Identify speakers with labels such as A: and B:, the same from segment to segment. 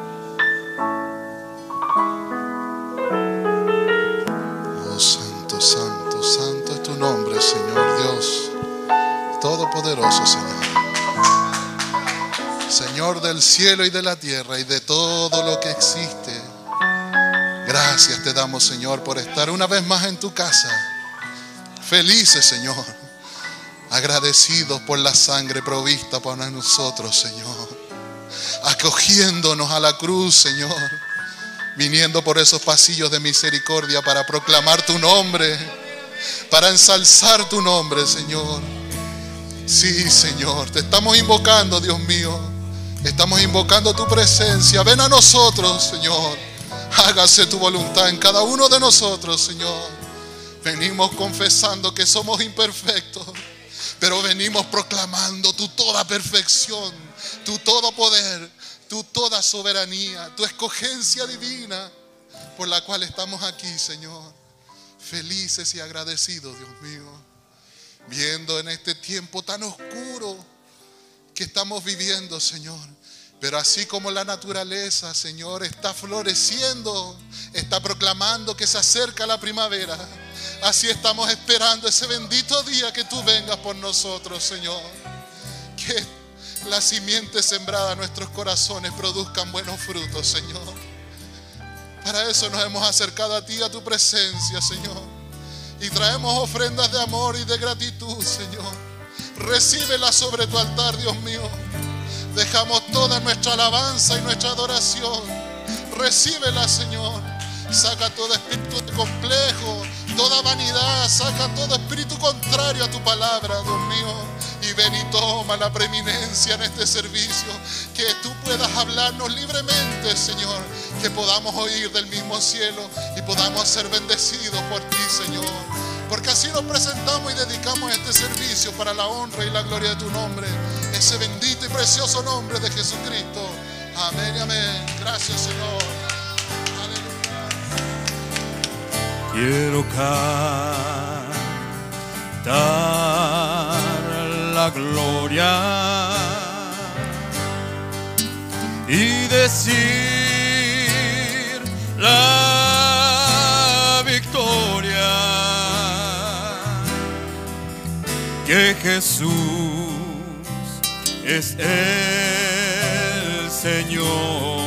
A: Oh, del cielo y de la tierra y de todo lo que existe. Gracias te damos, Señor, por estar una vez más en tu casa. Felices, Señor. Agradecidos por la sangre provista para nosotros, Señor. Acogiéndonos a la cruz, Señor. Viniendo por esos pasillos de misericordia para proclamar tu nombre. Para ensalzar tu nombre, Señor. Sí, Señor. Te estamos invocando, Dios mío. Estamos invocando tu presencia. Ven a nosotros, Señor. Hágase tu voluntad en cada uno de nosotros, Señor. Venimos confesando que somos imperfectos, pero venimos proclamando tu toda perfección, tu todo poder, tu toda soberanía, tu escogencia divina por la cual estamos aquí, Señor. Felices y agradecidos, Dios mío, viendo en este tiempo tan oscuro que estamos viviendo, Señor. Pero así como la naturaleza, Señor, está floreciendo, está proclamando que se acerca la primavera, así estamos esperando ese bendito día que tú vengas por nosotros, Señor. Que la simiente sembrada en nuestros corazones produzcan buenos frutos, Señor. Para eso nos hemos acercado a ti, a tu presencia, Señor. Y traemos ofrendas de amor y de gratitud, Señor. Recíbelas sobre tu altar, Dios mío dejamos toda nuestra alabanza y nuestra adoración. Recíbela, Señor. Saca todo espíritu de complejo, toda vanidad, saca todo espíritu contrario a tu palabra, Dios mío. Y ven y toma la preeminencia en este servicio. Que tú puedas hablarnos libremente, Señor. Que podamos oír del mismo cielo y podamos ser bendecidos por ti, Señor. Porque así nos presentamos y dedicamos este servicio para la honra y la gloria de tu nombre. Ese bendito y precioso nombre de Jesucristo. Amén y amén. Gracias, Señor.
B: Quiero cantar la gloria y decir la victoria que Jesús es el Señor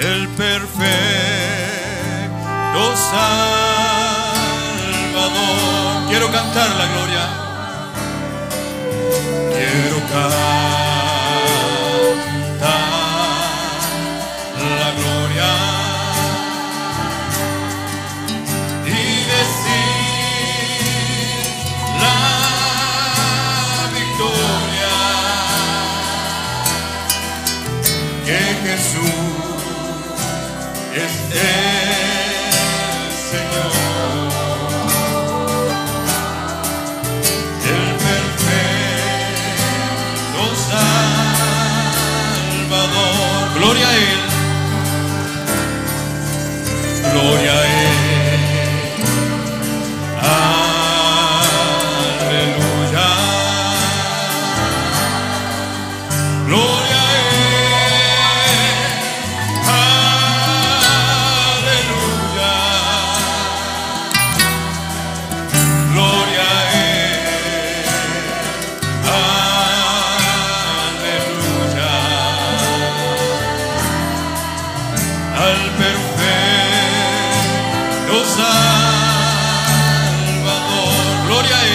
B: el perfecto Salvador. Quiero cantar la gloria. Quiero cantar la gloria y decir la victoria que Jesús es el Señor, el perfecto Salvador. Gloria a Él, gloria a Él, aleluya, gloria a Él. Aleluya, gloria a Él. Aleluya, al perfecto Salvador. Gloria a Él,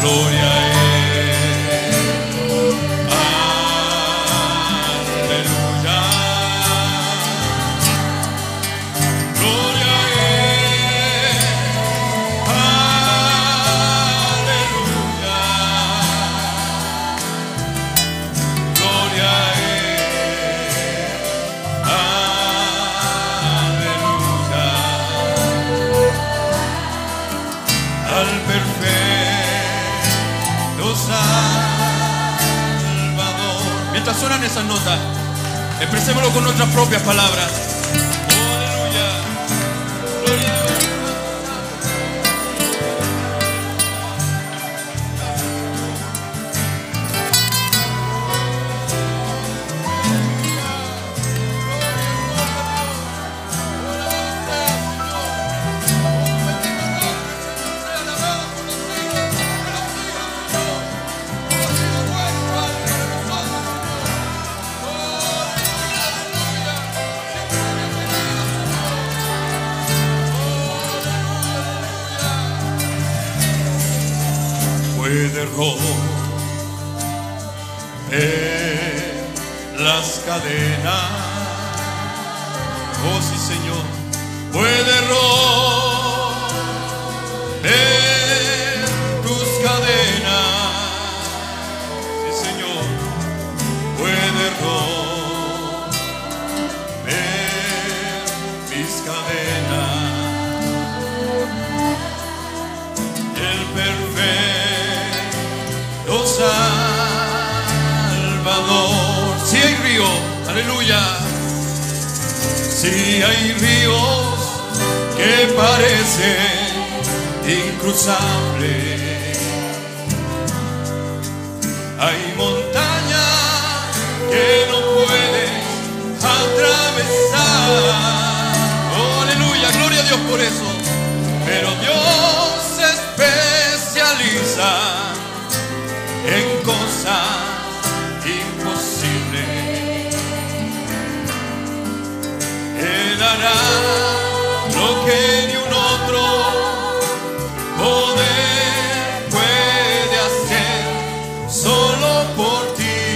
B: gloria a Él. Aleluya, gloria a aleluya, gloria a aleluya, al perfecto Salvador. Mientras suenan esas notas, expresémoslo con nuestras propias palabras. Aleluya. Gloria a Dios. puede romper las cadenas. Oh sí, Señor, puede romper tus cadenas. Sí, Señor, puede Salvador. Si hay río, aleluya. Si hay ríos que parecen incruzables, hay montañas que no puedes atravesar. Oh, aleluya, gloria a Dios por eso. Pero Dios se especializa en cosas imposibles. Él hará lo que ni un otro poder puede hacer solo por ti.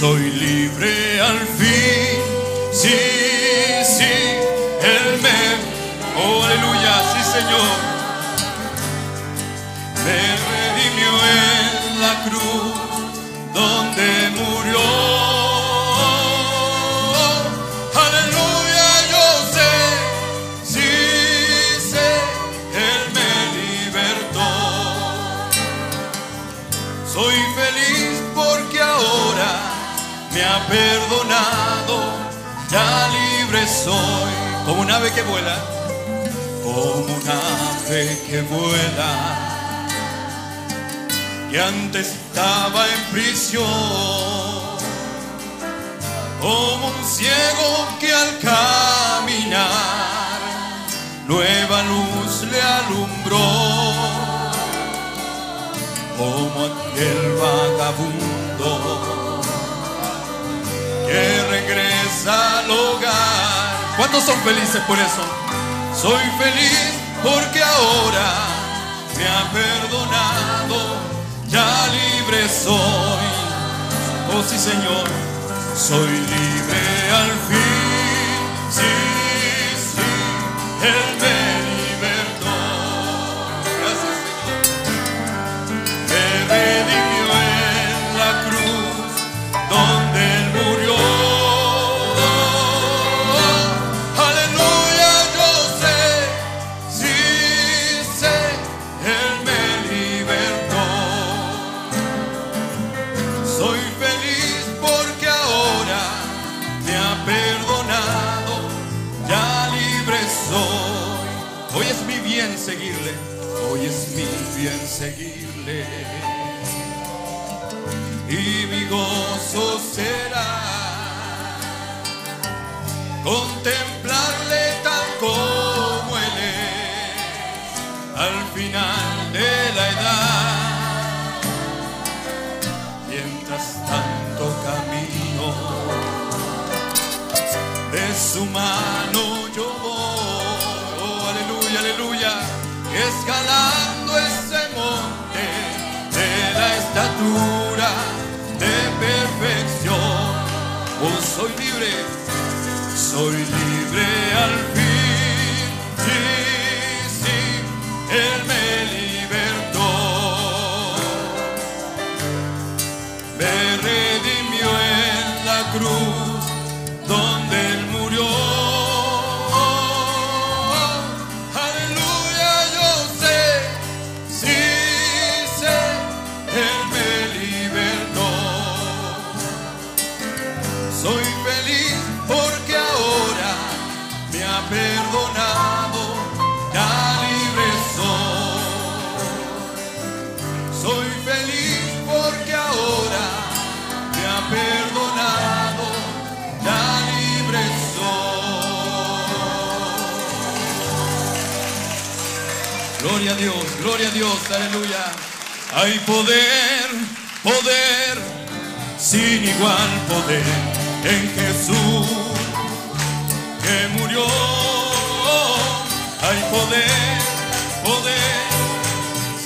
B: Soy libre al fin, sí, sí, Él me, oh, aleluya, sí Señor, me redimió en la cruz donde murió. Aleluya, yo sé, sí sé, Él me libertó. Soy feliz porque ahora me ha perdonado, ya libre soy. Como un ave que vuela, como un ave que vuela, que antes estaba en prisión. Como un ciego que al caminar nueva luz le alumbró como aquel vagabundo que regresa al hogar. ¿Cuántos son felices por eso? Soy feliz porque ahora me ha perdonado, ya libre soy. Oh sí Señor, soy libre al fin. Sí, sí, Él me libertó. Gracias Señor. Me redimió en la cruz donde él murió. Aleluya, yo sé, sí sé, él me libertó. Soy feliz porque ahora me ha perdonado, ya libre soy. Hoy es mi bien seguirle, hoy es mi bien seguirle y mi gozo será contemplarle tal como él es al final de la edad. Mientras tanto camino de su mano yo voy, oh aleluya, aleluya, escalando ese monte de la estatura de perfección. Oh, soy libre, soy libre al fin, sí, sí, Él me libertó me redimió en la cruz donde él murió. Aleluya, yo sé, sí sé, él me libertó. Soy feliz porque ahora me ha perdonado, ya libre soy. Soy feliz porque ahora me ha perdonado, ya libre soy. Gloria a Dios, gloria a Dios, aleluya. Hay poder, poder, sin igual poder en Jesús que murió. Hay poder, poder,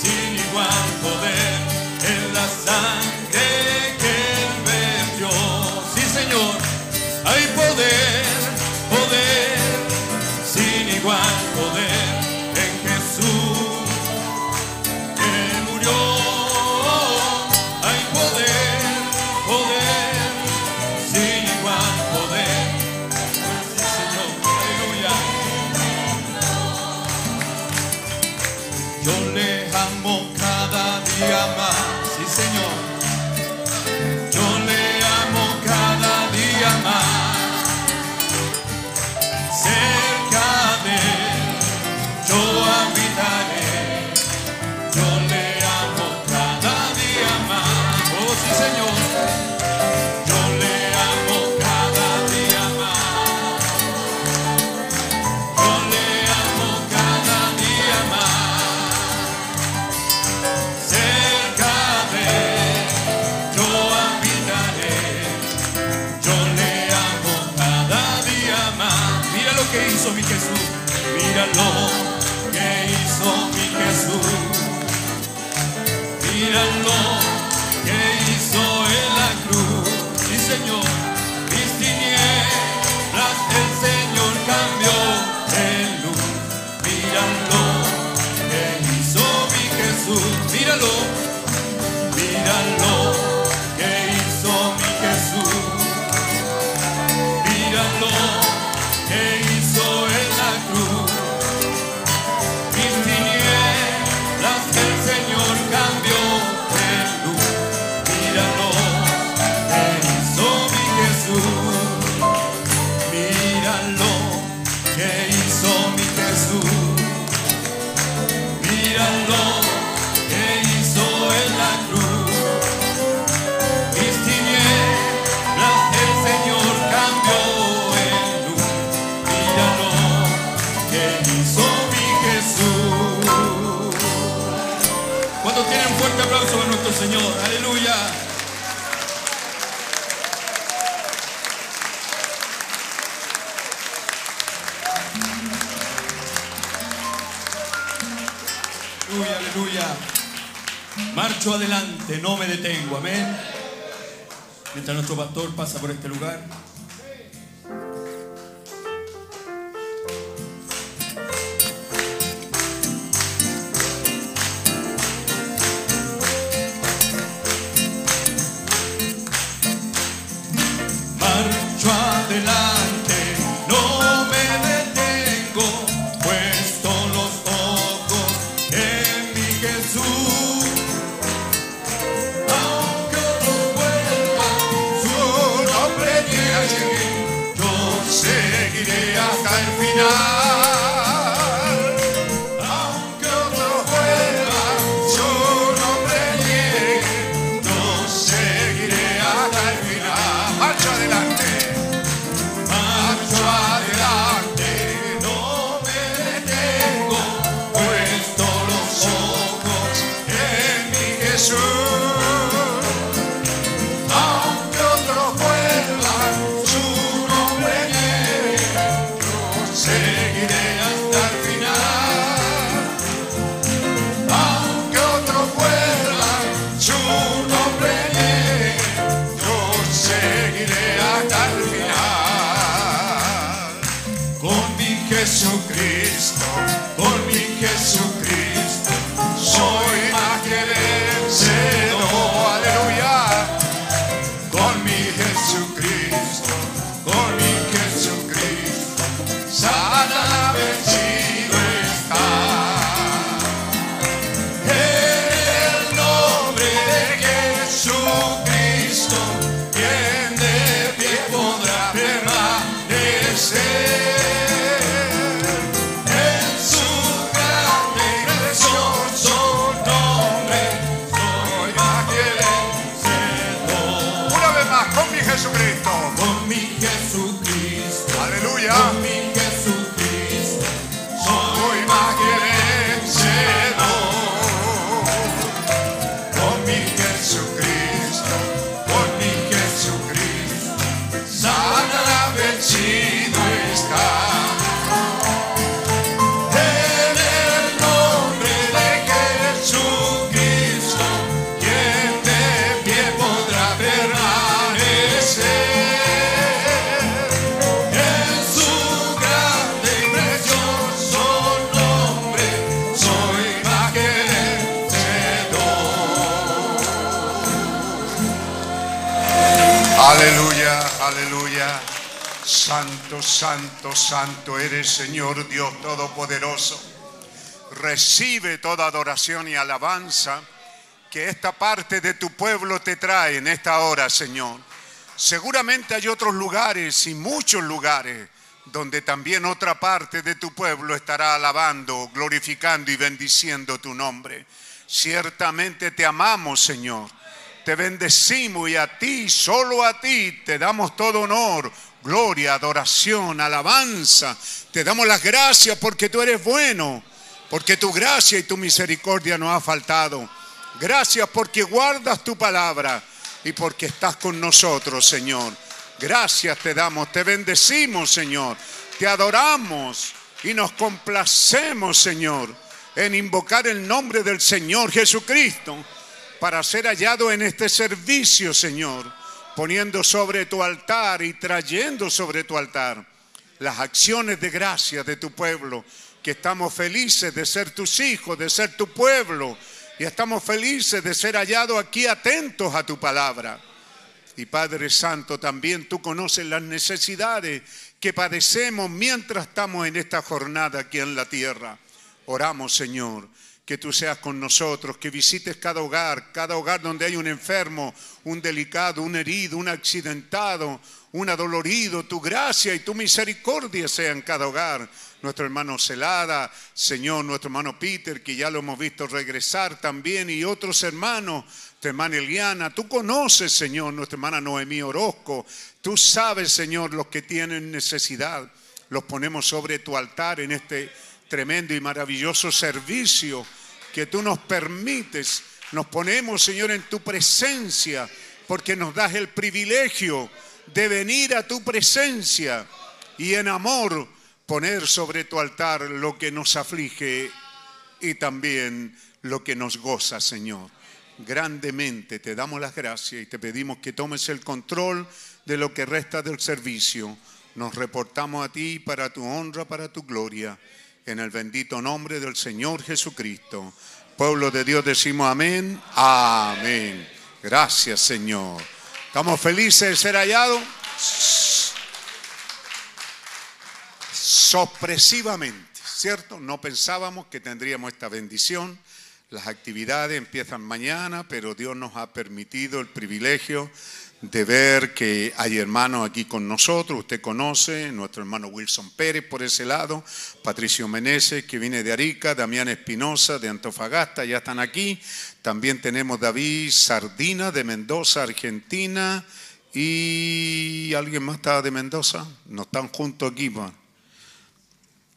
B: sin igual poder en la sangre que Él vertió. Sí, Señor, hay poder, poder, sin igual poder en Jesús que murió. Hay poder, poder, sin igual poder. Sí, Señor, aleluya. día más, sí Señor. Yo le amo cada día más. Cerca de él yo habitaré. Yo le amo cada día más. Oh sí Señor. Yo le amo cada día más. Yo le amo cada día más, cerca de él yo habitaré, yo le amo cada día más. Mira lo que hizo mi Jesús, mira lo que hizo mi Jesús, mira lo que hizo en la cruz, sí Señor, mis tinieblas el Señor cambió en luz. Míralo, que hizo mi Jesús. Míralo, míralo, que hizo mi Jesús. Míralo, que hizo en la cruz. Mis tinieblas el Señor cambió en luz. Míralo, que hizo mi Jesús. Míralo que hizo mi Jesús. Míralo que hizo en la cruz. Mis tinieblas el Señor cambió en luz. Míralo que hizo mi Jesús. Cuando tienen fuerte aplauso a nuestro Señor. Aleluya. Aleluya, aleluya. Marcho adelante, no me detengo, amén. Mientras nuestro pastor pasa por este lugar. Marcho adelante, no me detengo, puesto los ojos en mi Jesús. Aunque otros vuelvan, su nombre niegue, yo seguiré hasta el final. Aunque otros vuelvan, su nombre niegue, yo seguiré hasta el final. Marcha adelante. Marcho adelante, no me detengo, puesto los ojos en mi Jesús. Aunque otros vuelvan, su nombre niegue, yo seguiré hasta el final. Aunque otros vuelvan, su nombre niegue, yo seguiré hasta el final con mi Jesucristo, con mi Jesucristo, soy más que vencedor, aleluya, con mi Jesucristo, con mi Jesucristo, sana vencido está. En el nombre de Jesucristo, quien de pie podrá permanecer. En su grande y precioso nombre, soy más que vencedor.
C: Una vez más con mi Jesucristo.
B: Con mi Jesucristo.
C: Aleluya.
B: Con mi Jesucristo soy más que vencedor. Con mi Jesucristo, con mi Jesucristo, sana vencido está. En el nombre de Jesucristo, quien de pie podrá permanecer. En su grande y precioso nombre soy más que vencedor.
C: Aleluya, aleluya. Santo, santo, santo eres Señor Dios Todopoderoso. Recibe toda adoración y alabanza
B: que esta parte de tu pueblo te trae en esta hora, Señor. Seguramente hay otros lugares y muchos lugares donde también otra parte de tu pueblo estará alabando, glorificando y bendiciendo tu nombre. Ciertamente te amamos, Señor. Te bendecimos y a ti, solo a ti, te damos todo honor, gloria, adoración, alabanza. Te damos las gracias porque tú eres bueno, porque tu gracia y tu misericordia nos ha faltado. Gracias porque guardas tu palabra y porque estás con nosotros, Señor. Gracias te damos, te bendecimos, Señor. Te adoramos y nos complacemos, Señor, en invocar el nombre del Señor Jesucristo para ser hallado en este servicio, Señor, poniendo sobre tu altar y trayendo sobre tu altar las acciones de gracia de tu pueblo, que estamos felices de ser tus hijos, de ser tu pueblo, y estamos felices de ser hallados aquí atentos a tu palabra. Y Padre Santo, también tú conoces las necesidades que padecemos mientras estamos en esta jornada aquí en la tierra. Oramos, Señor, que tú seas con nosotros, que visites cada hogar, cada hogar donde hay un enfermo, un delicado, un herido, un accidentado, un adolorido. Tu gracia y tu misericordia sea en cada hogar. Nuestro hermano Celada, Señor, nuestro hermano Peter, que ya lo hemos visto regresar también, y otros hermanos, nuestra hermana Eliana, tú conoces, Señor, nuestra hermana Noemí Orozco, tú sabes, Señor, los que tienen necesidad, los ponemos sobre tu altar en este tremendo y maravilloso servicio que tú nos permites, nos ponemos, Señor, en tu presencia, porque nos das el privilegio de venir a tu presencia y en amor poner sobre tu altar lo que nos aflige y también lo que nos goza, Señor grandemente. Te damos las gracias y te pedimos que tomes el control de lo que resta del servicio. Nos reportamos a ti para tu honra, para tu gloria, en el bendito nombre del Señor Jesucristo. Pueblo de Dios, decimos amén. Amén. Gracias, Señor. ¿Estamos felices de ser hallados? Sorpresivamente, ¿cierto? No pensábamos que tendríamos esta bendición. Las actividades empiezan mañana, pero Dios nos ha permitido el privilegio de ver que hay hermanos aquí con nosotros. Usted conoce, nuestro hermano Wilson Pérez por ese lado, Patricio Meneses que viene de Arica, Damián Espinosa de Antofagasta, ya están aquí. También tenemos David Sardina de Mendoza, Argentina. ¿Y alguien más está de Mendoza? No están juntos aquí. pues. pa.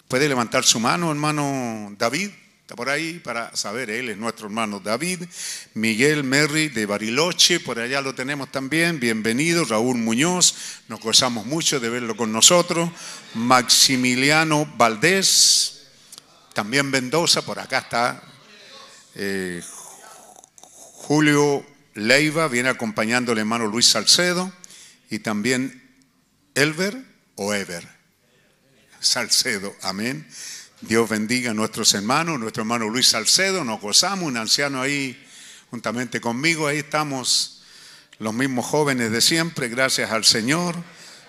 B: ¿Puede levantar su mano, hermano David? Está por ahí para saber, él es nuestro hermano David, Miguel Merry de Bariloche, por allá lo tenemos también, bienvenido, Raúl Muñoz, nos gozamos mucho de verlo con nosotros, Maximiliano Valdés, también Mendoza, por acá está, eh, Julio Leiva, viene acompañando al hermano Luis Salcedo, y también Elver o Ever, Salcedo, amén. Dios bendiga a nuestros hermanos, nuestro hermano Luis Salcedo, nos gozamos, un anciano ahí juntamente conmigo, ahí estamos los mismos jóvenes de siempre, gracias al Señor.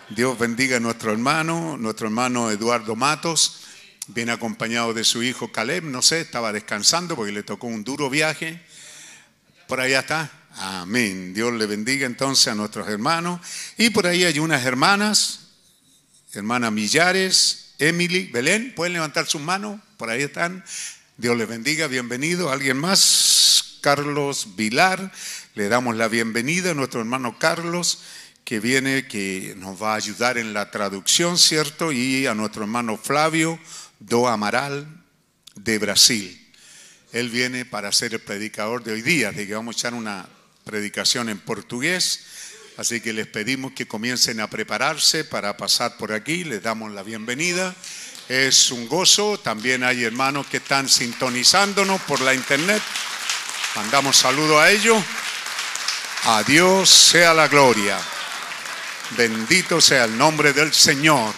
B: Dios bendiga a nuestro hermano, nuestro hermano Eduardo Matos, viene acompañado de su hijo Caleb, no sé, estaba descansando porque le tocó un duro viaje. Por allá está. Amén. Dios le bendiga entonces a nuestros hermanos. Y por ahí hay unas hermanas, hermana Millares, Emily, Belén, pueden levantar sus manos, por ahí están. Dios les bendiga, bienvenido. ¿Alguien más? Carlos Vilar, le damos la bienvenida a nuestro hermano Carlos, que viene, que nos va a ayudar en la traducción, ¿cierto? Y a nuestro hermano Flavio Do Amaral de Brasil. Él viene para ser el predicador de hoy día, de que vamos a echar una predicación en portugués. Así que les pedimos que comiencen a prepararse para pasar por aquí. Les damos la bienvenida. Es un gozo. También hay hermanos que están sintonizándonos por la internet. Mandamos saludo a ellos. A Dios sea la gloria. Bendito sea el nombre del Señor.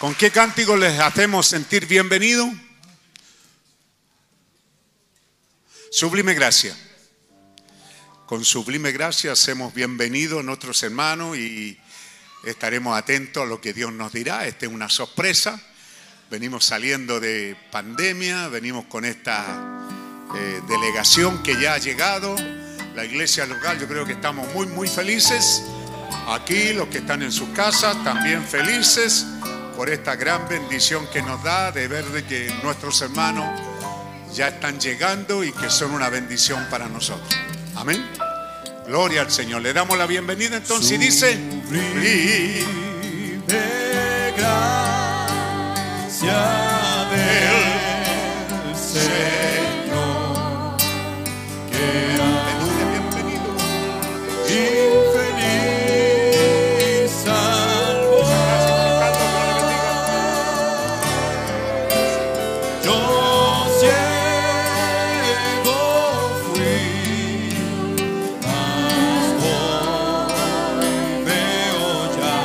B: ¿Con qué cántico les hacemos sentir bienvenido? Sublime gracia. Con sublime gracia hacemos bienvenido a nuestros hermanos y estaremos atentos a lo que Dios nos dirá. Esta es una sorpresa. Venimos saliendo de pandemia, venimos con esta eh, delegación que ya ha llegado la iglesia local. Yo creo que estamos muy, muy felices. Aquí los que están en sus casas también felices por esta gran bendición que nos da de ver de que nuestros hermanos ya están llegando y que son una bendición para nosotros. Amén. Gloria al Señor. Le damos la bienvenida entonces y dice,
D: de gracia del Señor que
B: "Aleluya, bienvenido.
D: infeliz salvó. Yo ciego fui, mas hoy veo ya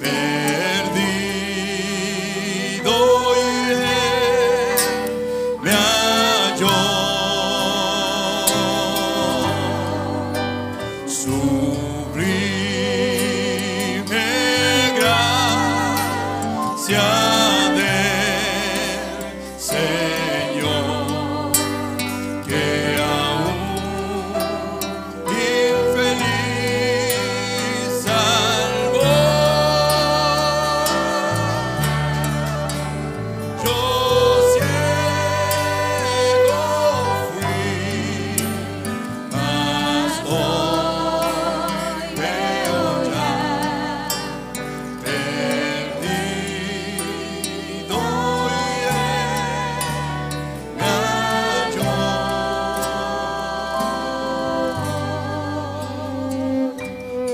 D: perdido y él me halló. Sublime gracia del Señor que aún infeliz salvó. Yo ciego fui, mas hoy veo ya perdido y él me halló.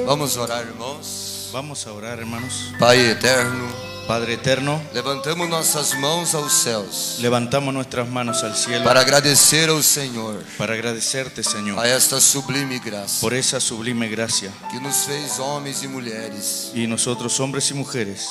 E: Vamos a orar, irmãos.
F: Vamos a orar, hermanos.
E: Pai eterno,
F: Padre eterno,
E: levantamos nossas mãos aos céus
F: levantamos nuestras manos al cielo
E: para agradecer ao Senhor
F: para agradecerte,
E: a
F: Señor,
E: esta sublime graça
F: por esa sublime gracia
E: que nos fez homens e mulheres,
F: y nosotros, hombres y mujeres,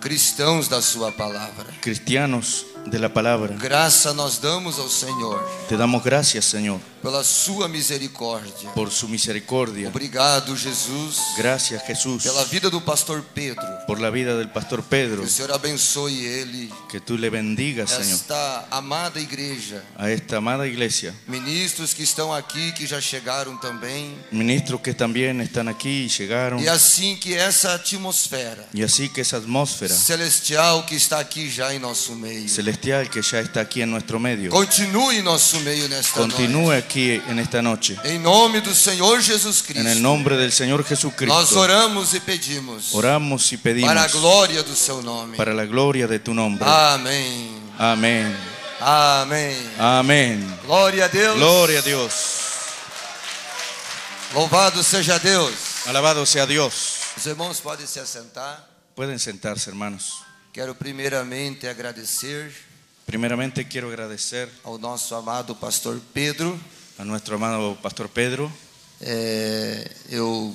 E: cristãos da sua palavra.
F: cristianos de la palabra,
E: Graça nós damos ao Senhor
F: te damos gracias, Señor,
E: pela sua misericórdia.
F: por su misericordia.
E: Obrigado, Jesus,
F: Gracias, Jesús,
E: pela vida do pastor Pedro.
F: por la vida del pastor
E: Que
F: Pedro.
E: o Senhor abençoe ele,
F: Que tú le bendigas, Señor,
E: esta amada igreja.
F: a esta amada iglesia.
E: Ministros que estão aqui, que já chegaram também.
F: Ministros que también están aquí y llegaron.
E: E assim que essa atmosfera
F: Y así que esa atmósfera
E: celestial que está aqui já em nosso meio.
F: celestial que ya está aquí en nuestro medio
E: Continue em nosso meio nesta noite.
F: continúe aquí en esta noche.
E: Em nome do Senhor Jesus
F: En el
E: Cristo.
F: nombre del Señor
E: Nós
F: Jesucristo,
E: oramos e pedimos
F: oramos y
E: para Ah. a
F: pedimos
E: glória do seu nome.
F: para la gloria de tu nombre.
E: Amém.
F: Amén.
E: Amém.
F: Amén.
E: Glória a Deus.
F: Gloria a Dios.
E: Louvado seja Deus.
F: Alabado sea Dios.
E: Os irmãos podem se assentar.
F: Pueden sentarse, hermanos.
E: Quero primeiramente agradecer
F: Primeramente quiero agradecer
E: ao nosso amado pastor Pedro.
F: a nuestro amado pastor Pedro.
E: É, eu,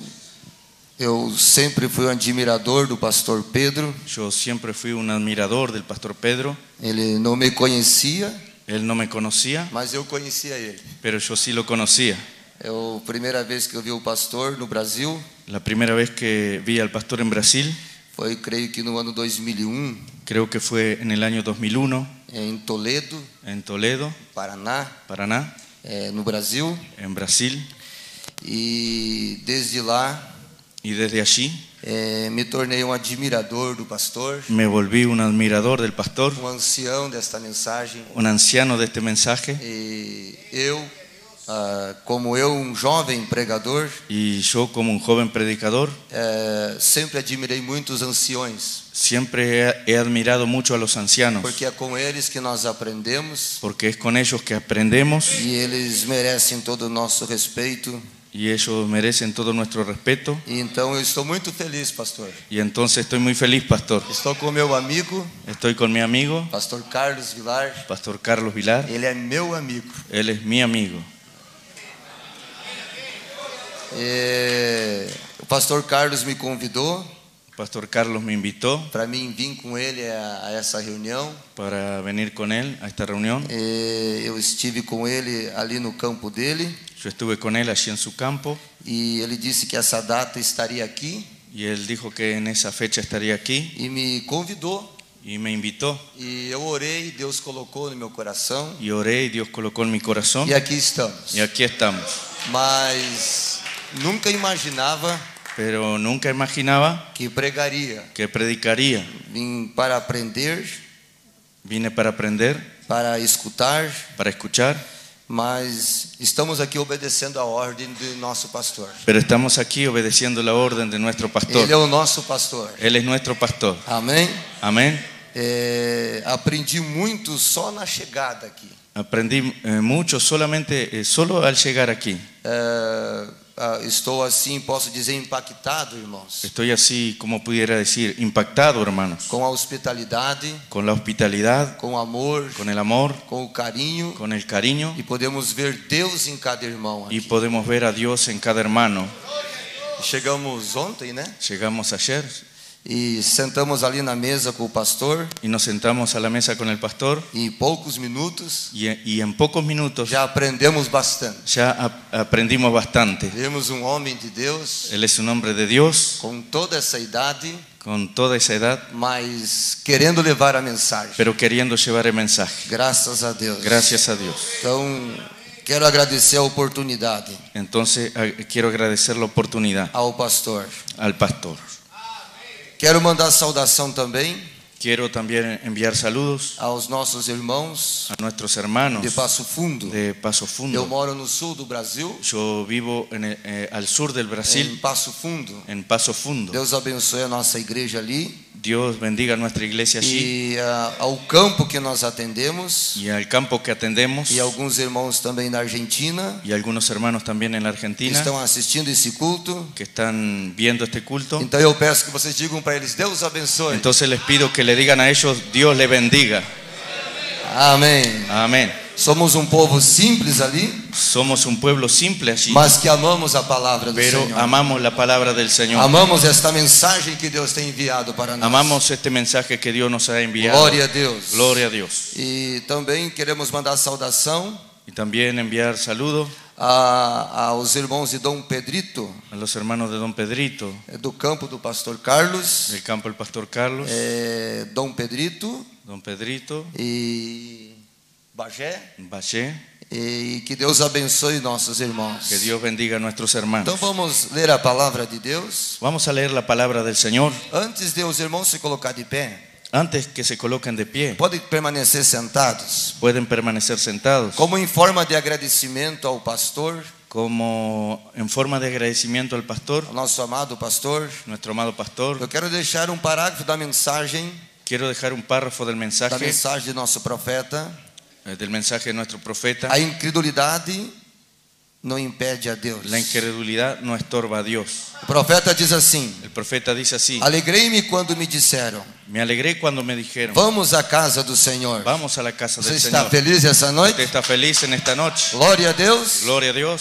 E: eu sempre fui um admirador do pastor Pedro.
F: Yo siempre fui un admirador del pastor Pedro.
E: Ele não me conhecia,
F: Él no me conocía,
E: mas eu conhecia ele.
F: pero yo sí lo conocía.
E: Eu, primeira vez que eu vi o pastor no Brasil
F: La primera vez que vi al pastor en Brasil,
E: foi, creio que no ano 2001,
F: creo que fue en el año 2001,
E: é, em Toledo,
F: en Toledo,
E: Paraná,
F: Paraná,
E: é, no Brasil.
F: en Brasil.
E: E desde lá
F: Y desde allí
E: é, me tornei um admirador do pastor,
F: me volví un admirador del pastor,
E: um ancião desta mensagem.
F: un anciano de este mensaje.
E: E eu, ah, como eu, um jovem pregador,
F: Y yo como un joven predicador
E: É, sempre admirei muito os anciões,
F: siempre he, he admirado mucho a los ancianos,
E: porque é com eles que nós aprendemos
F: porque es con ellos que aprendemos
E: e eles merecem todo o nosso respeito.
F: y ellos merecen todo nuestro respeto.
E: E então eu estou muito feliz, pastor.
F: Y entonces estoy muy feliz, pastor.
E: Estou com meu amigo,
F: Estoy con mi amigo,
E: pastor Carlos Vilar.
F: pastor Carlos Vilar.
E: Ele é meu amigo.
F: Él es mi amigo.
E: É, o pastor Carlos me convidou
F: Pastor Carlos me invitó
E: para mim vir com ele é a, a essa reunião.
F: para venir con él a esta reunión.
E: É, eu estive com ele ali no campo dele
F: Yo estuve con él allí en su campo
E: e ele disse que essa data estaria aqui
F: y él dijo que en esa fecha estaría aquí
E: e me convidou
F: y me invitó.
E: E eu orei, Deus colocou no meu coração.
F: Y oré y Dios colocó en mi corazón.
E: E aqui estamos.
F: Y aquí estamos.
E: Mas nunca imaginava
F: Pero nunca imaginaba
E: que pregaria.
F: que predicaría.
E: Vim para aprender,
F: Vine para aprender,
E: para escutar,
F: para escuchar,
E: mas estamos aqui obedecendo a ordem do nosso pastor.
F: pero estamos aquí obedeciendo la orden de nuestro pastor.
E: Ele é o nosso pastor.
F: Él es nuestro pastor.
E: Amém?
F: Amén.
E: É, aprendi muito só na chegada aqui.
F: Aprendí eh, mucho solamente, eh, solo al llegar aquí.
E: É, ah, estou assim, posso dizer, impactado, irmãos,
F: Estoy así, como pudiera decir, impactado, hermanos,
E: com a hospitalidade,
F: con la hospitalidad,
E: com o amor,
F: con el amor,
E: com o carinho,
F: con el cariño
E: e podemos ver Deus em cada irmão
F: y
E: aqui.
F: podemos ver a Dios en cada hermano.
E: Chegamos ontem, né?
F: Llegamos ayer
E: E sentamos ali na mesa com o pastor,
F: y nos sentamos a la mesa con el pastor
E: e em poucos minutos
F: y, y en pocos minutos
E: já aprendemos bastante.
F: ya ap- aprendimos bastante.
E: Vemos um homem de Deus
F: Él es un hombre de Dios
E: com toda essa idade,
F: con toda esa edad,
E: mas querendo levar a mensagem.
F: pero queriendo llevar el mensaje.
E: Graças a Deus.
F: Gracias a Dios.
E: Então, quero agradecer a oportunidade
F: Entonces a- quiero agradecer la oportunidad
E: ao pastor.
F: al pastor.
E: Quero mandar saudação também
F: Quiero también enviar saludos
E: aos nossos irmãos
F: a nuestros hermanos
E: de Passo Fundo.
F: de Paso
E: Eu
F: Fundo.
E: moro no sul do Brasil,
F: Yo vivo en el- eh, al sur del
E: em
F: Brasil,
E: Passo Fundo.
F: en Paso Fundo.
E: Deus abençoe a nossa igreja ali
F: Dios bendiga a nuestra iglesia allí
E: e ah, ao campo que nós atendemos
F: y al campo que atendemos
E: e alguns irmãos também na Argentina
F: y algunos hermanos también en la
E: que
F: Argentina
E: estão assistindo esse culto.
F: que están viendo este culto.
E: Então eu peço que vocês digam para eles Deus abençoe.
F: Entonces les pido que le digan a ellos, Dios le bendiga.
E: Amém.
F: Amén.
E: Somos um povo simples ali,
F: Somos un pueblo simple allí,
E: mas que amamos a palavra do
F: pero
E: Senhor.
F: amamos la palabra del Señor.
E: Amamos esta mensagem que Deus tem enviado para nós.
F: Amamos este mensaje que Dios nos ha enviado.
E: Glória a Deus.
F: Gloria a Dios.
E: E também queremos mandar saudação
F: Y también enviar saludos
E: a- aos irmãos de Dom Pedrito,
F: a los hermanos de Don Pedrito,
E: eh, do campo do pastor Carlos.
F: del campo el pastor Carlos,
E: eh, Dom Pedrito
F: Don Pedrito,
E: e Bagé.
F: Valle.
E: E que Deus abençoe nossos irmãos.
F: Que Dios bendiga a nuestros
E: Então
F: hermanos.
E: vamos ler a palavra de Deus.
F: Vamos a leer la palabra del Señor
E: Antes de os irmãos se colocar de pé,
F: antes que se coloquen de pie.
E: podem permanecer sentados.
F: Pueden permanecer sentados
E: Como em forma de agradecimento ao pastor,
F: como en forma de agradecimiento al pastor,
E: ao nosso amado pastor,
F: nuestro amado pastor.
E: eu quero deixar um parágrafo da mensagem
F: Quiero dejar un párrafo del
E: da
F: mensaje
E: mensagem do nosso profeta.
F: eh, del mensaje de nuestro profeta.
E: A incredulidade não impede a Deus.
F: La incredulidad no estorba a Dios.
E: O profeta diz assim:
F: El profeta dice así,
E: Alegrei-me quando me disseram,
F: me alegré cuando me dijeron,
E: vamos à casa do Senhor.
F: vamos a la casa
E: Você
F: del
E: está
F: Señor.
E: feliz essa
F: Usted
E: noite?
F: está feliz en esta noche.
E: Glória a Deus.
F: Gloria a Dios.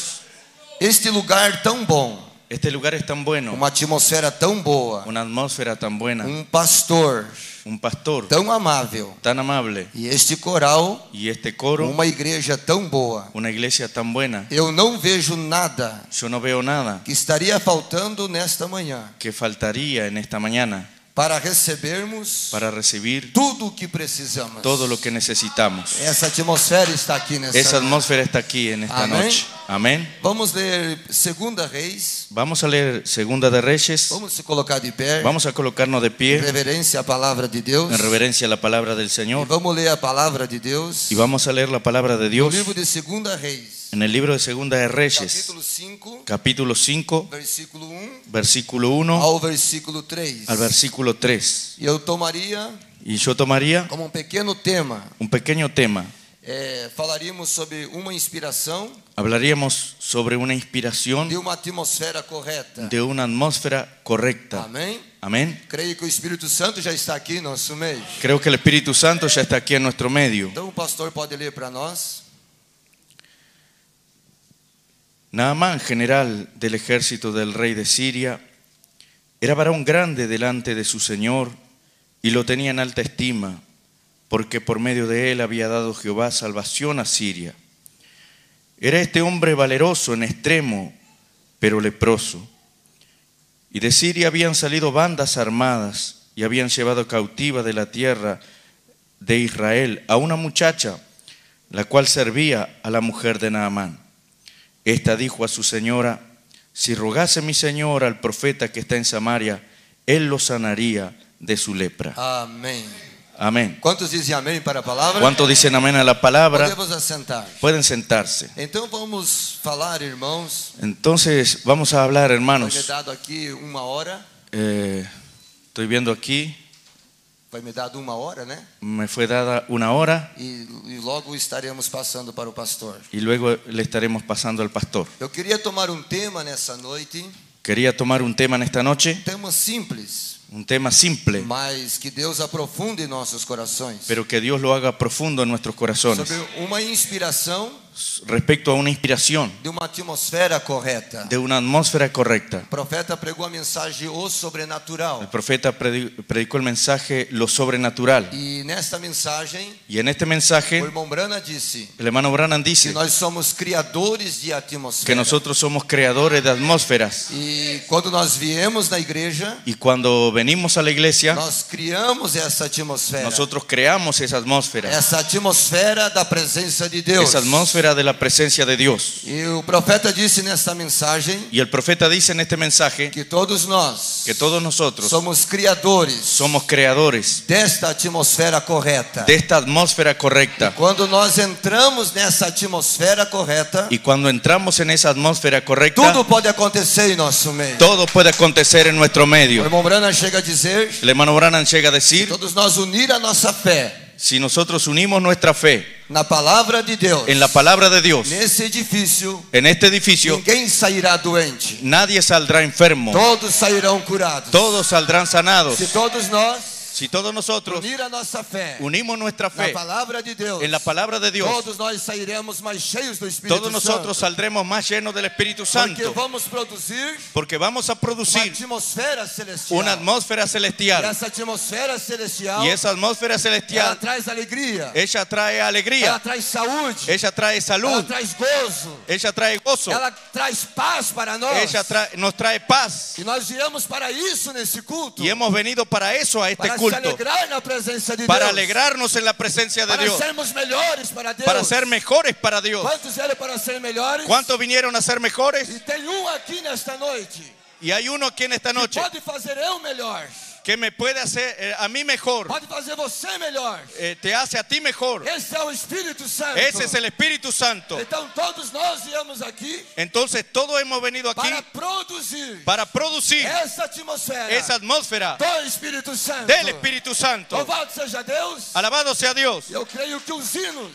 E: Este lugar tão bom,
F: Este lugar es tan bueno,
E: uma atmosfera tão boa,
F: una atmósfera tan buena,
E: um pastor
F: un pastor
E: tão amável
F: tan amable
E: e este coral,
F: y este coro,
E: uma igreja tão boa.
F: una iglesia tan buena.
E: Eu não vejo nada
F: Yo no veo nada
E: que estaria faltando nesta manhã
F: que faltaría en esta mañana
E: para recebermos
F: para recibir
E: tudo o que precisamos.
F: todo lo que necesitamos.
E: Essa atmosfera está aqui
F: Esa
E: nessa noite.
F: atmósfera está aquí en esta
E: Amén.
F: noche. Amén.
E: Vamos ler 2 Reis.
F: Vamos a leer Segunda de Reyes.
E: Vamos se colocar de pé.
F: Vamos a colocarnos de
E: em
F: pie
E: reverência à palavra de Deus.
F: en reverencia a la palabra del
E: E
F: Señor
E: vamos ler a palavra de Deus.
F: y vamos a leer la palabra de
E: No
F: Dios
E: livro de 2 Reis,
F: en el libro de Segunda de Reyes,
E: capítulo 5,
F: capítulo 5,
E: versículo 1
F: versículo 1
E: ao versículo 3.
F: al versículo 3.
E: E eu tomaria
F: Y yo tomaría
E: como um pequeno tema.
F: un pequeño tema.
E: É, falaríamos sobre uma inspiração
F: Hablaríamos sobre una inspiración
E: de uma atmosfera correta.
F: de una atmósfera correcta.
E: Amém?
F: Amén.
E: Creio que o Espírito Santo já está aqui em nosso meio.
F: Creo que el Espíritu Santo ya está aquí en nuestro medio.
E: Então o pastor pode ler para nós.
F: Naamán, general del ejército del rey de Siria, era varón grande delante de su señor y lo tenía en alta estima, porque por medio de él había dado Jehová salvación a Siria. Era este hombre valeroso en extremo, pero leproso. Y de Siria habían salido bandas armadas y habían llevado cautiva de la tierra de Israel a una muchacha, la cual servía a la mujer de Naamán. Esta dijo a su señora, si rogase mi señor al profeta que está en Samaria, él lo sanaría de su lepra.
E: Amém.
F: Amén.
E: Quantos dizem amém para a palavra?
F: ¿Cuántos dicen amén a la palabra?
E: Podemos assentar.
F: Pueden sentarse.
E: Então vamos falar, irmãos.
F: Entonces vamos a hablar,
E: Foi-me
F: hermanos.
E: dado aqui uma hora.
F: Eh, estoy viendo aquí,
E: Foi-me dado uma hora, né?
F: me fue dada una hora
E: E, e logo estaremos passando para o pastor.
F: y luego le estaremos pasando al pastor.
E: Eu queria tomar um tema nessa noite.
F: Quería tomar un tema en esta noche,
E: Um tema simples,
F: un tema simple,
E: mas que Deus aprofunde em nossos corações.
F: pero que Dios lo haga profundo en nuestros corazones.
E: Sobre uma inspiração
F: Respecto a una inspiración
E: de uma atmosfera correta.
F: de una atmósfera correcta.
E: O profeta pregou a mensagem o sobrenatural.
F: El profeta predi- predicó el mensaje lo sobrenatural.
E: E nesta mensagem,
F: Y en este
E: o
F: mensaje,
E: irmão Brana disse
F: el hermano Branham
E: que
F: dice
E: nós somos criadores de
F: que
E: atmosfera.
F: nosotros somos creadores de atmósferas.
E: E quando nós viemos na igreja,
F: Y cuando venimos a la iglesia,
E: nós criamos essa atmosfera.
F: nosotros creamos esa atmósfera,
E: Essa atmosfera da presença de Deus.
F: esa atmósfera de la presencia de Dios.
E: E o profeta disse nesta mensagem
F: Y el profeta dice en este mensaje
E: que todos nós
F: que todos nosotros
E: somos criadores
F: somos creadores
E: desta atmosfera correta.
F: de esta atmósfera correcta.
E: Quando nós entramos nessa atmosfera correta,
F: Y cuando entramos en esa atmósfera correcta,
E: tudo pode acontecer em nosso meio.
F: todo puede acontecer en nuestro
E: O
F: medio.
E: irmão Brana chega a dizer
F: El hermano Branham llega a
E: que
F: decir,
E: todos nós unir a nossa fé
F: si nosotros unimos nuestra fe
E: na palavra de Deus.
F: en la palabra de Dios,
E: Nesse edifício,
F: en este edificio,
E: ninguém sairá doente.
F: nadie saldrá enfermo,
E: Todos sairão curados.
F: todos saldrán sanados.
E: Se todos nós
F: Si todos nosotros
E: unir a nossa fé
F: unimos nuestra
E: na
F: fe
E: palavra de Deus,
F: en la palabra de Dios,
E: todos nós sairemos mais cheios do Espírito
F: todos nosotros
E: Santo.
F: saldremos más llenos del Espíritu
E: Porque
F: Santo,
E: vamos produzir
F: porque vamos a
E: uma
F: producir
E: atmosfera celestial.
F: una atmósfera
E: E
F: celestial.
E: essa atmosfera celestial,
F: Y esa atmósfera
E: ela
F: celestial,
E: traz alegria,
F: ella trae
E: ela
F: alegría,
E: traz saúde,
F: ella trae
E: ela
F: salud,
E: traz gozo,
F: ella trae gozo,
E: ela traz paz para nós.
F: ella trae- nos trae paz.
E: E nós viemos para isso nesse culto.
F: Y hemos venido para eso, a este
E: para se
F: culto,
E: alegrar na presença de
F: para
E: Deus.
F: alegrarnos en la presencia de
E: para
F: Dios,
E: sermos melhores para Deus.
F: para ser mejores para Dios.
E: Quantos eram para ser melhores?
F: ¿Cuántos vinieron a ser mejores?
E: E tem um aqui nesta noite
F: Y hay uno aquí en esta
E: que
F: noche
E: pode fazer eu melhor,
F: que me puede hacer eh, a mí mejor,
E: pode fazer você melhor.
F: eh, te hace a ti mejor.
E: Esse é o Espírito Santo.
F: Ese es el Espíritu Santo.
E: Então todos nós viemos aqui
F: Entonces todos hemos venido aquí
E: para produzir
F: para producir
E: essa atmosfera
F: esa atmósfera
E: do Espírito Santo.
F: del Espíritu Santo.
E: Louvado seja Deus.
F: Alabado sea Dios.
E: Eu creio que os hinos,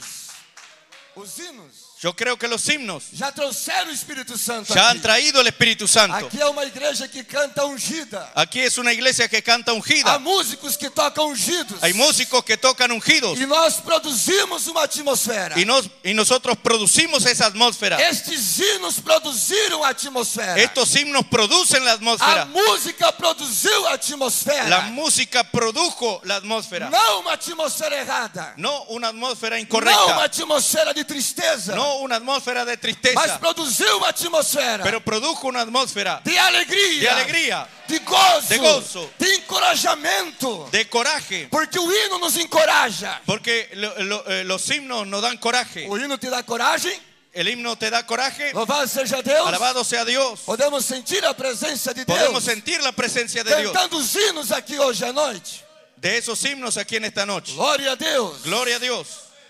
E: os hinos,
F: Yo creo que los himnos
E: já trouxeram o Espírito Santo
F: ya han
E: aqui.
F: traído el Espíritu Santo.
E: Aqui é uma igreja que canta ungida.
F: Aquí es una iglesia que canta
E: Há
F: ungida.
E: músicos que tocam ungidos.
F: Hay músicos que tocan ungidos.
E: E nós produzimos uma atmosfera.
F: Y, nos- y nosotros producimos esa atmósfera.
E: Estes hinos produziram a atmosfera.
F: Estos himnos producen la
E: A
F: atmósfera.
E: música produziu a atmosfera.
F: La música produjo la atmósfera.
E: Não uma atmosfera errada.
F: No una atmósfera
E: Não uma
F: incorrecta.
E: atmosfera de tristeza.
F: No una atmósfera de
E: Mas
F: tristeza.
E: produziu uma atmosfera
F: Pero produjo una atmósfera
E: de alegria.
F: de alegría,
E: de gozo.
F: de gozo.
E: de encorajamento.
F: de coraje.
E: Porque o hino nos encoraja.
F: Porque lo- lo- eh, los himnos nos dan coraje.
E: O hino te dá coragem.
F: El himno te da coraje.
E: Louvado seja Deus.
F: Alabado sea Oh, Dios. Oh,
E: Podemos sentir a presença de Deus.
F: Podemos sentir la presencia de Dios.
E: cantando os hinos aqui hoje à noite.
F: De esos himnos aquí en esta noche.
E: Glória a Deus.
F: Gloria a Oh, Dios.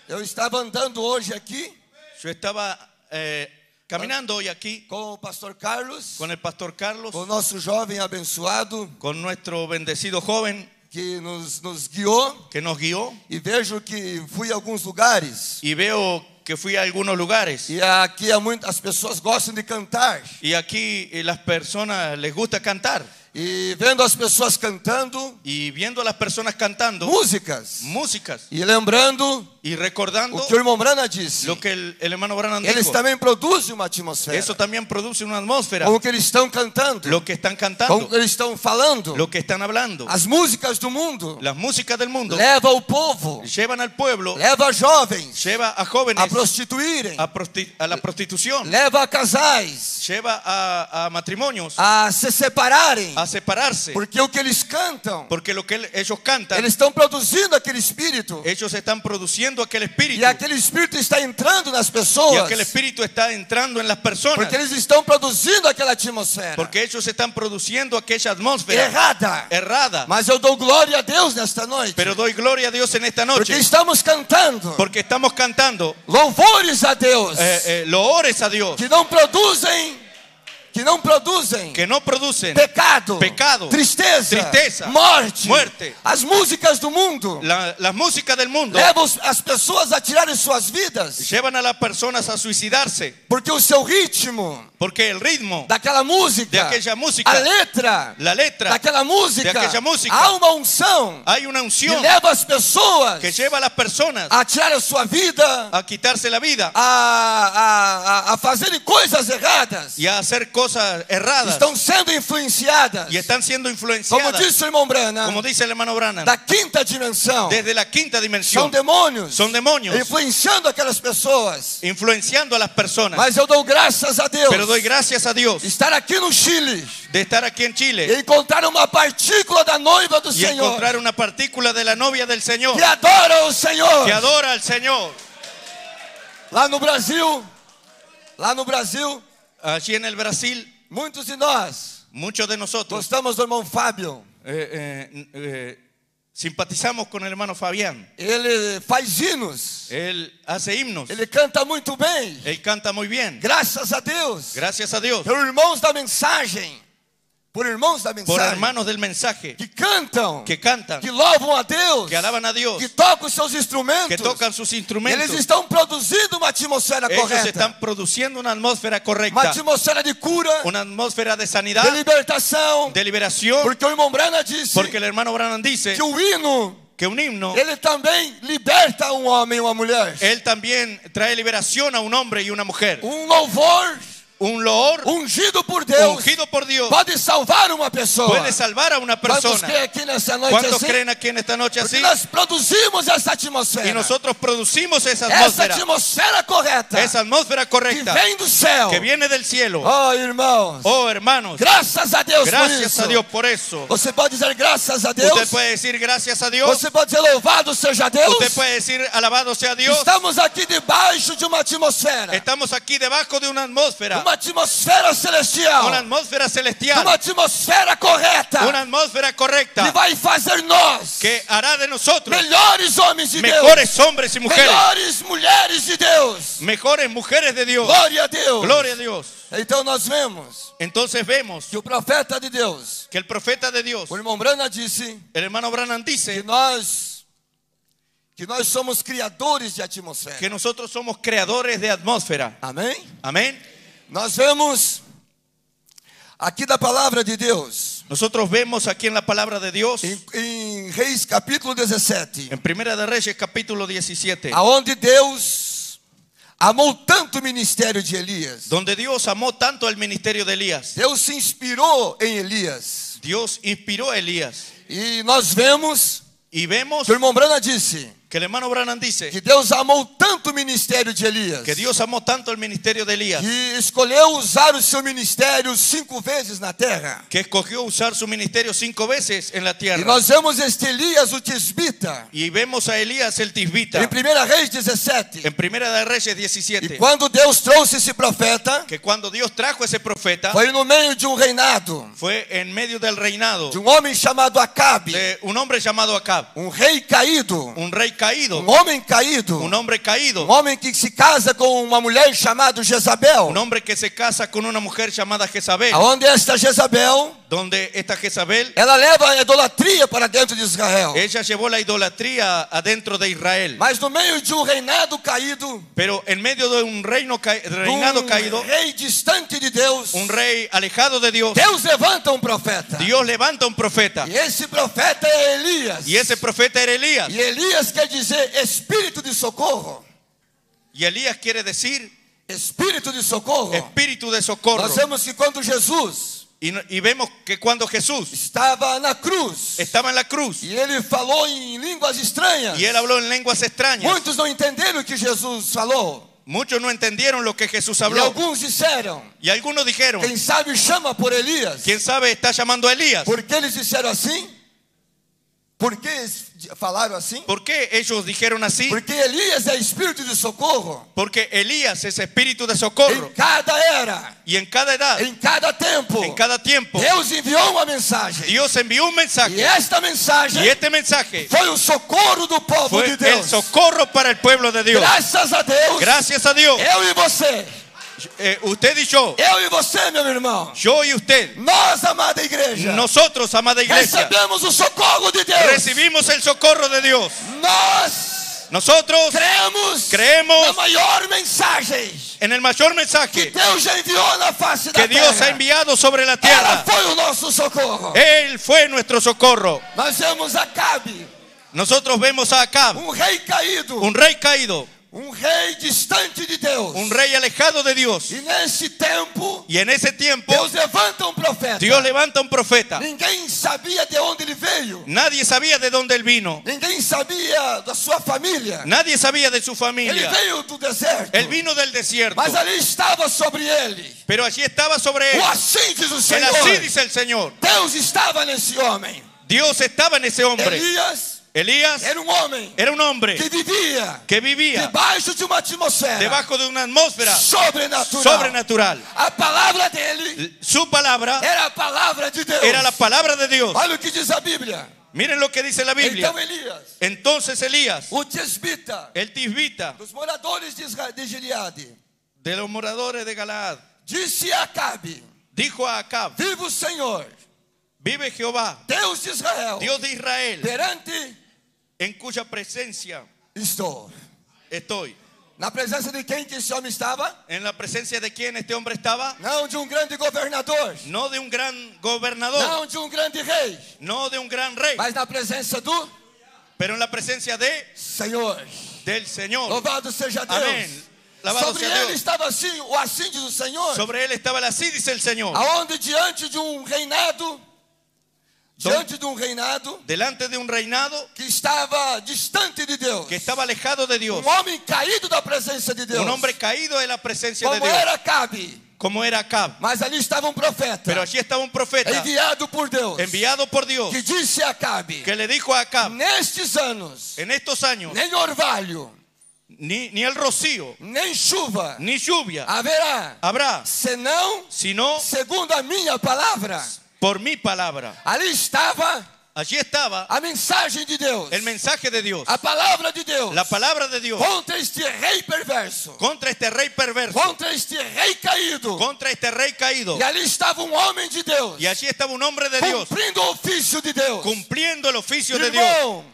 E: Eu estava andando hoje aqui
F: Yo estaba eh, caminando hoy aquí
E: com o pastor Carlos,
F: con el pastor Carlos,
E: com o nosso jovem abençoado
F: con nuestro bendecido joven
E: que nos, nos guiou.
F: que nos guió.
E: E vejo que fui a alguns lugares.
F: Y veo que fui a algunos lugares.
E: E aqui há muito, as pessoas gostam de cantar.
F: Y aquí eh, las personas les gusta cantar.
E: E vendo as pessoas cantando
F: Y viendo a las personas cantando
E: músicas.
F: músicas.
E: E lembrando
F: Y Y recordando
E: O que o irmão Brana disse,
F: lo que el, el hermano Branham
E: eles
F: dijo,
E: também produzem uma atmosfera.
F: eso también produce una atmósfera.
E: Com o que eles estão cantando,
F: Lo que están
E: com o
F: cantando,
E: que eles estão falando,
F: lo que están hablando,
E: as músicas do mundo
F: las músicas del mundo
E: leva o povo,
F: llevan al pueblo,
E: leva jovens
F: lleva a
E: a
F: jóvenes
E: prostituírem,
F: a, prosti- a la prostitución,
E: leva casais
F: lleva a, a matrimonios
E: a se separarem,
F: a separarse,
E: porque o que eles cantam,
F: porque lo que el- ellos cantan,
E: eles estão produzindo aquele espírito,
F: ellos están produciendo aquel espíritu
E: e aquele espírito está entrando nas pessoas,
F: y aquel espíritu está entrando en las personas,
E: porque eles estão produzindo aquela atmosfera
F: né? porque ellos están produciendo aquella atmósfera
E: errada.
F: errada.
E: Mas eu dou glória a Deus nesta noite,
F: Pero doy gloria a Dios en esta
E: porque
F: noche,
E: estamos cantando
F: porque estamos cantando
E: louvores a Deus
F: eh, eh, loores a Dios
E: que não produzem, que não produzem
F: que no producen
E: pecado,
F: Pecado.
E: tristeza,
F: Tristeza.
E: morte,
F: Muerte.
E: as músicas do mundo
F: la- las músicas del mundo.
E: levam os- as pessoas a tirarem suas vidas,
F: Llevan a las personas a suicidarse
E: porque o seu ritmo
F: porque el ritmo,
E: daquela música,
F: De aquella música.
E: a letra
F: la letra,
E: daquela música,
F: De aquella música.
E: há uma unção
F: hay una
E: que
F: unción
E: leva as pessoas
F: que lleva a las personas
E: a tirar a sua vida,
F: a quitarse la vida
E: a, a, a, a fazerem coisas erradas,
F: y a hacer cosas erradas
E: estão sendo influenciadas,
F: y están
E: como
F: siendo é influenciadas,
E: disse o irmão Brana,
F: como dice el hermano Branham,
E: da quinta dimensão.
F: desde la quinta
E: São
F: dimensión,
E: demônios.
F: São demônios.
E: Influenciando aquelas pessoas.
F: influenciando a las personas.
E: Mas eu dou graças a Deus.
F: Pero doy gracias a Dios
E: Estar aqui no Chile
F: de estar aquí en
E: e
F: Chile
E: encontrar uma partícula da noiva do
F: y
E: Senhor.
F: É. encontrar una partícula de la novia del Señor
E: Que adora o Senhor.
F: que adora al Señor.
E: Lá no Brasil, lá no Brasil,
F: Allí en el Brasil,
E: muitos de nós
F: muchos de nosotros
E: gostamos do irmão Fábio.
F: eh, eh, eh, simpatizamos con el hermano Fabián.
E: Ele faz hinos.
F: Él hace himnos,
E: Ele canta muito bem.
F: él canta muy bien.
E: Graças a Deus.
F: Gracias a Dios
E: Por irmãos da mensagem. Por irmãos da
F: por
E: mensagem.
F: hermanos del mensaje
E: que cantam.
F: que cantan,
E: que louvam a Deus,
F: que alaban a Dios,
E: que tocam os seus instrumentos,
F: que tocan sus
E: eles
F: instrumentos.
E: estão produzindo uma atmosfera
F: Ellos
E: correta,
F: están produciendo una atmósfera
E: uma
F: correcta,
E: atmosfera de cura,
F: una atmósfera de
E: de
F: sanidad,
E: libertação,
F: de liberación,
E: porque o irmão Brana disse
F: porque el hermano Branham dice
E: que o hino,
F: que un himno,
E: ele também liberta um homem e uma mulher,
F: él también trae liberación a un hombre y una mujer.
E: um louvor
F: Un loor
E: ungido por Deus
F: ungido por Dios
E: pode salvar uma pessoa,
F: puede salvar a una
E: quantos
F: persona.
E: creem aqui nessa noite
F: ¿Cuántos
E: assim?
F: creen aquí en esta noche
E: Porque
F: así?
E: nós produzimos essa atmosfera,
F: Y nosotros producimos
E: essa
F: esa atmósfera,
E: atmosfera correta,
F: esa atmósfera
E: que
F: correcta
E: vem do céu,
F: que viene del cielo.
E: oh irmãos,
F: Oh, hermanos,
E: Graças a Deus por
F: gracias
E: isso.
F: a Dios por eso.
E: Você pode dizer graças a Deus.
F: Usted puede decir gracias a Dios.
E: Você pode dizer louvado seja Deus.
F: Usted puede decir alabado sea Dios.
E: Estamos aqui debaixo de uma atmosfera.
F: Estamos aquí debajo de una atmósfera,
E: Uma atmosfera celestial.
F: una atmósfera
E: Uma
F: celestial,
E: atmosfera correta.
F: una atmósfera
E: Que
F: correcta
E: vai fazer nós
F: que hará de nosotros
E: melhores homens de Deus.
F: mejores hombres y mujeres,
E: Melhores mulheres de Deus.
F: mejores mujeres de Dios.
E: Glória a Deus.
F: Gloria a Dios.
E: Então nós vemos
F: Entonces vemos
E: que o profeta de Deus,
F: que el profeta de Dios,
E: o irmão Brana disse
F: el hermano Branham
E: que
F: dice
E: nós que nós somos criadores de atmosfera.
F: que nosotros somos creadores de atmósfera.
E: Amém?
F: Amén.
E: Nós vemos aqui da palavra de Deus,
F: Nosotros vemos aquí en la palabra de Dios,
E: em, em Reis capítulo 17,
F: en Primera de Reyes capítulo 17,
E: aonde Deus amou tanto o ministério de Elias.
F: donde Dios amó tanto el ministerio de Elías.
E: Deus se inspirou em Elias.
F: Dios inspiró a Elías.
E: E nós vemos
F: Y vemos
E: que o irmão Brana disse
F: que el hermano Branham dice
E: que Deus amou tanto o ministério de Elias
F: que Dios amó tanto el ministerio de Elías
E: que escolheu usar o seu ministério cinco vezes na terra.
F: que escogió usar su ministerio cinco veces en la
E: E
F: tierra.
E: nós vemos este Elias, o tisbita,
F: Y vemos a Elías el
E: em
F: tisbita
E: 1 Reis 17.
F: en Primera de Reyes
E: E
F: 17,
E: quando Deus trouxe esse profeta,
F: que cuando Dios trajo a esse profeta
E: foi no meio de um reinado
F: fue en medio del reinado
E: de um homem chamado Acabe,
F: de un hombre llamado Acab,
E: um rei caído,
F: un rey caído,
E: um homem caído,
F: un
E: um
F: hombre caído,
E: homem que se casa com uma mulher chamada
F: un
E: Jezabel,
F: hombre que se casa con una mujer llamada Jezabel,
E: aonde esta Jezabel
F: donde esta Jezabel,
E: ela leva a idolatria para dentro de Israel.
F: ella llevó la idolatría adentro de Israel.
E: Mas no meio de um reinado caído,
F: Pero en medio de un reino ca-
E: de
F: reinado
E: um
F: caído,
E: rei distante de Deus,
F: un rey alejado de Dios,
E: Deus levanta um profeta.
F: Dios levanta un profeta.
E: E esse profeta é Elias.
F: Y ese profeta era Elías.
E: E Elias quer dizer espírito de socorro.
F: Y Elías quiere decir
E: Espírito de socorro.
F: espíritu de socorro.
E: Nós vemos que quando Jesus
F: Y, no- y vemos que cuando Jesús
E: estava na cruz
F: estaba en la cruz
E: e ele falou em línguas estranhas,
F: y él habló en lenguas extrañas,
E: muitos não entenderam o que Jesus falou.
F: muchos no entendieron lo que Jesús
E: E
F: habló.
E: alguns disseram,
F: Y algunos dijeron,
E: quem sabe chama por Elias.
F: ¿quién sabe está llamando a Elías?
E: Por que eles disseram assim? Por que eles falaram assim?
F: ¿Por qué ellos dijeron así?
E: Porque Elias é espírito de socorro
F: Porque Elías es espíritu de
E: em
F: socorro.
E: cada era,
F: Y en cada edad,
E: em cada tempo.
F: en cada tiempo,
E: Deus enviou uma mensagem.
F: Dios envió un
E: E
F: mensaje.
E: esta
F: Y
E: mensagem
F: este mensaje
E: foi o socorro do povo
F: fue
E: de
F: el
E: Deus.
F: socorro para el pueblo de Dios.
E: Graças a Deus,
F: Gracias a Dios.
E: eu e você,
F: Eh, usted y yo,
E: eu e você, meu irmão,
F: yo y usted,
E: nós, amada igreja,
F: nosotros, amada iglesia,
E: recebemos o socorro de Deus.
F: recibimos el socorro de Dios.
E: Nós
F: Nosotros
E: cremos, na
F: creemos
E: maior mensagem
F: en el mayor
E: que
F: mensaje
E: Deus já enviou na face da
F: que Dios ha
E: terra.
F: enviado sobre la
E: Ela
F: tierra.
E: foi o nosso socorro.
F: Él fue nuestro socorro.
E: Nós vemos Acabe,
F: Nosotros vemos a Acab,
E: um rei caído,
F: un rey caído,
E: um rei distante de Deus.
F: un rey alejado de Dios.
E: E nesse tempo,
F: Y en ese tiempo,
E: Deus levanta um profeta.
F: Dios levanta un profeta.
E: Ninguém sabia de onde ele veio.
F: Nadie sabía de dónde él vino.
E: Ninguém sabia da sua família.
F: Nadie sabía de su
E: Ele
F: familia.
E: veio do deserto.
F: Él vino del desierto.
E: Mas ali estava sobre ele.
F: Pero allí estaba sobre él.
E: O assim diz o
F: Él
E: Senhor.
F: así dice el Señor.
E: Deus estava nesse homem.
F: Dios estaba en ese hombre.
E: Elias
F: Elías
E: era um homem
F: era un hombre
E: que vivia
F: que vivía
E: debaixo de uma atmosfera
F: debajo de una atmósfera
E: sobrenatural.
F: sobrenatural.
E: A palavra dele
F: Su palabra
E: era a palavra de Deus.
F: era la palabra de Dios.
E: Olha o que diz a Bíblia.
F: Miren lo que dice la Biblia.
E: Então Elias,
F: Entonces Elías,
E: o tisbita
F: el tisbita
E: dos moradores de, Isra de Gileade,
F: de los moradores de Galaad,
E: disse a Acabe:
F: dijo a Acab,
E: Viva o Senhor,
F: vive Jehová,
E: Deus de Israel,
F: Dios de Israel,
E: perante
F: en cuya presencia
E: estou.
F: estoy.
E: Na presença de quem que esse homem estava?
F: ¿En la presencia de quién este hombre estaba?
E: Não de um grande governador,
F: No de un gran gobernador,
E: não de um grande rei,
F: no de un gran rey,
E: mas na presença do
F: pero en la presencia de
E: Senhor.
F: del Señor.
E: Louvado seja Deus.
F: Amém. Lavado
E: Sobre
F: seja
E: ele
F: Deus.
E: estava assim, o assim diz o Senhor.
F: Sobre él estaba la así dice el Señor.
E: Aonde diante de um reinado, diante de um reinado
F: delante de un reinado
E: que estava distante de Deus,
F: que estaba alejado de Dios,
E: um homem caído da presença de Deus,
F: un hombre caído de la presencia de
E: como
F: Dios,
E: era Cabe,
F: como era Acab.
E: mas ali estava um profeta
F: Pero allí estaba un profeta
E: enviado por Deus,
F: enviado por Dios
E: que disse a Cabe:
F: que le dijo a Acab,
E: nestes anos,
F: en estos años
E: nem orvalho,
F: ni, ni el rocío,
E: nem chuva
F: ni lluvia
E: haverá,
F: habrá,
E: senão
F: sino
E: segundo a minha palavra.
F: por mi palabra.
E: Ali estava
F: Allí estaba
E: a mensagem de Deus,
F: el mensaje de Dios,
E: a palavra de Deus
F: la palabra de Dios
E: contra este rei perverso,
F: contra este rey perverso,
E: contra este rei caído.
F: contra este rey caído.
E: E ali estava um homem de Deus,
F: Y allí estaba un hombre de Dios
E: cumprindo o ofício de Deus.
F: cumpliendo el oficio de Dios.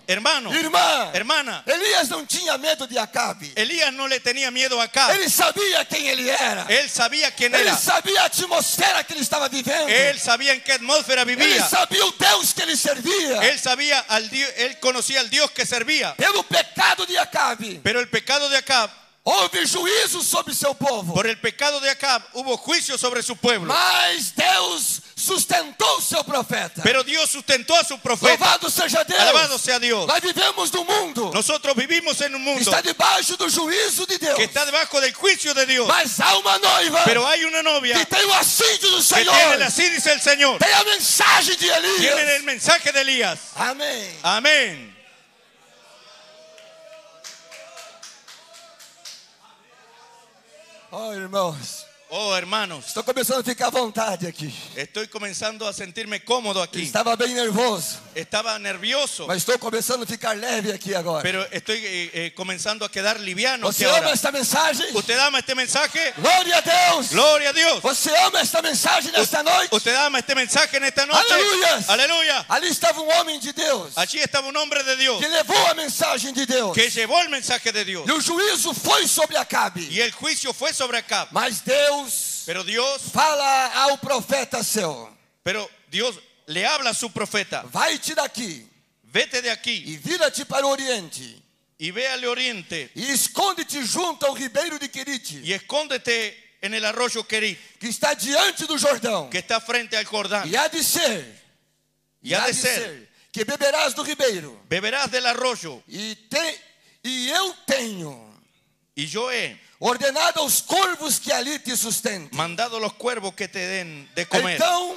E: Hermano.
F: Hermano,
E: Irmã,
F: hermana,
E: Elias não tinha medo de Acabe.
F: Elías no le tenía miedo a Acab.
E: Ele sabia quem ele era.
F: Él sabía quién
E: Ele
F: era.
E: sabia a atmosfera que ele estava vivendo.
F: Él sabía en qué atmósfera
E: Ele
F: vivía.
E: sabia o Deus que ele servia.
F: Él sabía al Dios, él conocía al Dios que servía.
E: Pelo pecado de Acabe,
F: Pero el pecado de Acab,
E: houve juízo sobre seu povo.
F: por el pecado de Acab hubo juicio sobre su pueblo.
E: Mas Deus sustentou seu profeta.
F: Pero Dios sustentó a su profeta.
E: Louvado seja Deus.
F: Alabado sea Dios.
E: Nós vivemos num mundo
F: Nosotros vivimos en
E: que
F: un mundo
E: está debaixo do juízo de Deus.
F: que está debajo del juicio de Dios.
E: Mas há uma noiva
F: Pero hay una
E: que
F: novia
E: tem o assídio do
F: que
E: Senhor.
F: tiene, así dice el Señor,
E: Tem a mensagem de
F: tiene
E: Elias.
F: el mensaje de Elías.
E: Amém.
F: Amén.
E: Oh, irmãos,
F: Oh, hermanos,
E: Estou começando a ficar à vontade aqui.
F: estoy comenzando a sentirme cómodo aquí.
E: Estava bem nervoso,
F: Estaba nervioso,
E: mas estou começando a ficar leve aqui agora.
F: pero estoy eh, eh, comenzando a quedar liviano. aquí
E: Você
F: ahora.
E: ama esta mensagem?
F: ¿Usted ama este mensaje?
E: Glória a Deus!
F: Gloria a Dios.
E: Você ama esta mensagem nesta noite?
F: ¿Usted ama este mensaje en esta noche?
E: Aleluyas.
F: Aleluya.
E: Ali estava um homem de Deus
F: Allí estaba un hombre de Dios
E: que levou a mensagem de Deus.
F: que llevó el mensaje de Dios.
E: E o juízo foi sobre Acabe.
F: Y el juicio fue sobre Acab.
E: Mas Deus
F: Pero Dios,
E: fala ao profeta seu:
F: pero Dios le habla a su profeta,
E: Vai-te daqui
F: vete de aquí
E: e vira-te para o oriente
F: y ve al oriente
E: e esconde-te junto ao ribeiro de Querite,
F: y escóndete en el arroyo Querit
E: que está diante do Jordão.
F: que está frente al Jordán.
E: E há de ser,
F: Y ha de ser,
E: que beberás do ribeiro.
F: beberás del arroyo
E: E, te, e eu tenho
F: y yo he
E: ordenado aos corvos que ali te sustentem.
F: mandado los cuervos que te den de comer.
E: Então,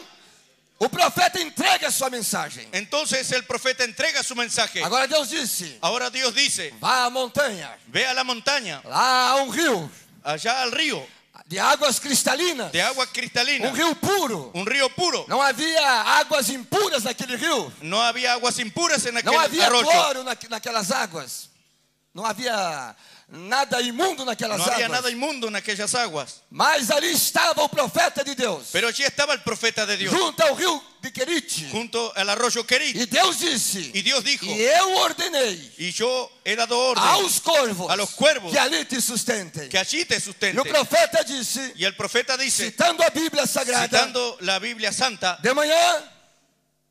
E: o profeta entrega a sua mensagem.
F: Entonces el profeta entrega su mensaje.
E: Agora Deus disse:
F: Ahora Dios dice,
E: vá à montanha,
F: ve a la montaña,
E: lá há um rio
F: allá al río
E: de águas cristalinas,
F: de Um agua
E: um
F: cristalina,
E: rio puro.
F: un río puro.
E: Não havia águas impuras naquele rio,
F: No había aguas impuras en
E: não
F: aquel
E: havia
F: arroyo.
E: cloro naqu- naquelas águas, não havia nada imundo naquelas
F: No había
E: águas.
F: nada inmundo en aquellas aguas.
E: Mas ali estava o profeta de Deus,
F: Pero allí estaba el profeta de Dios,
E: junto ao rio de Querite.
F: junto al arroyo Querit.
E: E Deus disse:
F: Y Dios dijo,
E: E eu ordenei
F: y yo he dado orden
E: aos corvos,
F: a los cuervos
E: que ali te sustentem.
F: que allí te
E: E o
F: sustente.
E: profeta disse,
F: Y el profeta dice,
E: citando a Bíblia Sagrada,
F: citando la Biblia Santa,
E: de manhã,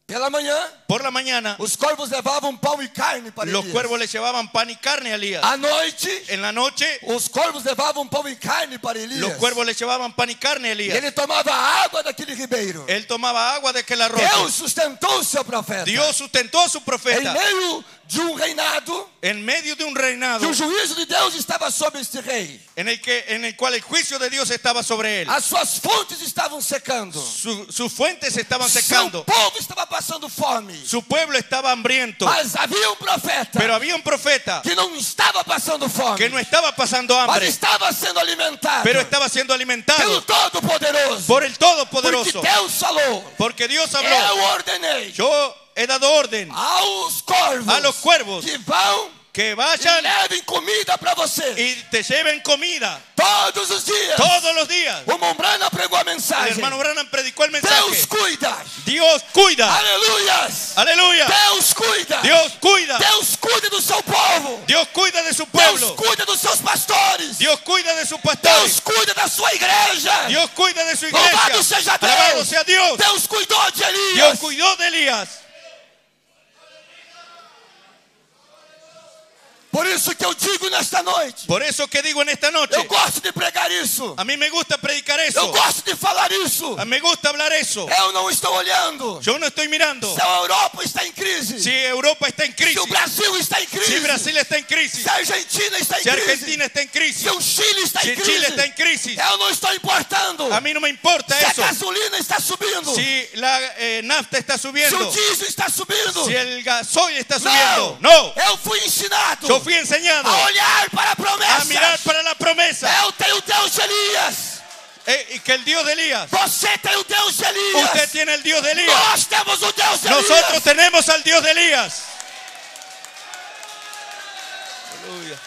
E: pela manhã,
F: por la mañana
E: os corvos levavam pão e carne para
F: los
E: Elias.
F: cuervos le llevaban pan y carne a Elías.
E: À noite,
F: En la noche
E: os corvos levavam pão e carne para Elias.
F: los cuervos le llevavam pan y carne a
E: E
F: Elías.
E: ele tomava a água daquele ribeiro.
F: Él tomaba agua de aquel arroyo.
E: Deus sustentou o seu profeta.
F: Dios sustentó a su
E: Em
F: profeta
E: meio de um reinado,
F: en medio de un
E: que
F: reinado
E: o juízo de Deus estava sobre este rei.
F: en el, que, en el cual el juicio de Dios estaba sobre él.
E: As suas fontes estavam secando.
F: Su- sus fuentes se estaban
E: Seu
F: secando.
E: povo estava passando fome.
F: Su pueblo estaba hambriento.
E: Mas havia um profeta
F: Pero había un profeta
E: que não estava passando fome,
F: que no estaba pasando
E: mas
F: hambre,
E: estava sendo alimentado
F: pero estaba siendo
E: pelo
F: alimentado
E: Todo-Poderoso.
F: por el
E: Porque
F: Todopoderoso.
E: Deus falou:
F: Porque Dios
E: Eu
F: habló.
E: ordenei
F: Yo he dado orden
E: Ah. aos corvos,
F: a los cuervos
E: que vão
F: que
E: e
F: vayan
E: levem comida para você
F: y te lleven comida
E: todos os dias.
F: todos é los días.
E: O Mombrana pregou a
F: El
E: mensagem:
F: hermano Branham predicó el
E: Deus
F: mensaje.
E: cuida,
F: Deus cuida.
E: aleluias.
F: Aleluya.
E: Deus cuida,
F: Ah. Dios cuida.
E: Deus cuida do seu povo,
F: Dios cuida de su
E: Deus
F: pueblo.
E: cuida dos seus pastores,
F: Dios cuida de sus
E: Deus
F: pastores.
E: cuida da sua igreja.
F: Dios cuida de su
E: Louvado
F: iglesia.
E: seja
F: Alabado
E: Deus.
F: sea Dios.
E: Deus cuidou de
F: Dios
E: Elias.
F: cuidó de Elías.
E: Por isso que eu digo nesta noite.
F: Por eso que digo en esta
E: Eu
F: noche,
E: gosto de pregar isso.
F: a mí me gusta predicar
E: Eu
F: eso,
E: gosto de falar isso.
F: a mí me gusta hablar eso.
E: Eu não estou olhando.
F: Yo no estoy mirando
E: Se a Europa está em crise.
F: si Europa está en
E: Se
F: crisis,
E: o Brasil está em crise.
F: si Brasil está en crisis,
E: Se a Argentina está em crise.
F: si Argentina está en
E: Se
F: crisis,
E: o Chile está em
F: si
E: crise.
F: Chile está en crisis.
E: Eu não estou importando.
F: A mí no me importa
E: Se a
F: eso.
E: gasolina está subindo.
F: Si la eh, nafta está
E: Se o
F: subiendo,
E: diesel está subindo.
F: si el gasoil está
E: é Não.
F: subiendo, no.
E: Eu fui ensinado
F: Yo fui enseñado
E: a olhar para a promessa.
F: a mirar para la promesa
E: Eu tenho o Deus de Elias.
F: eh, y que el Dios de Elías,
E: Você tem o Deus de Elias.
F: usted tiene el Dios de Elías,
E: Nós temos o Deus de
F: nosotros
E: Elias.
F: tenemos al Dios de Elías. Aleluya.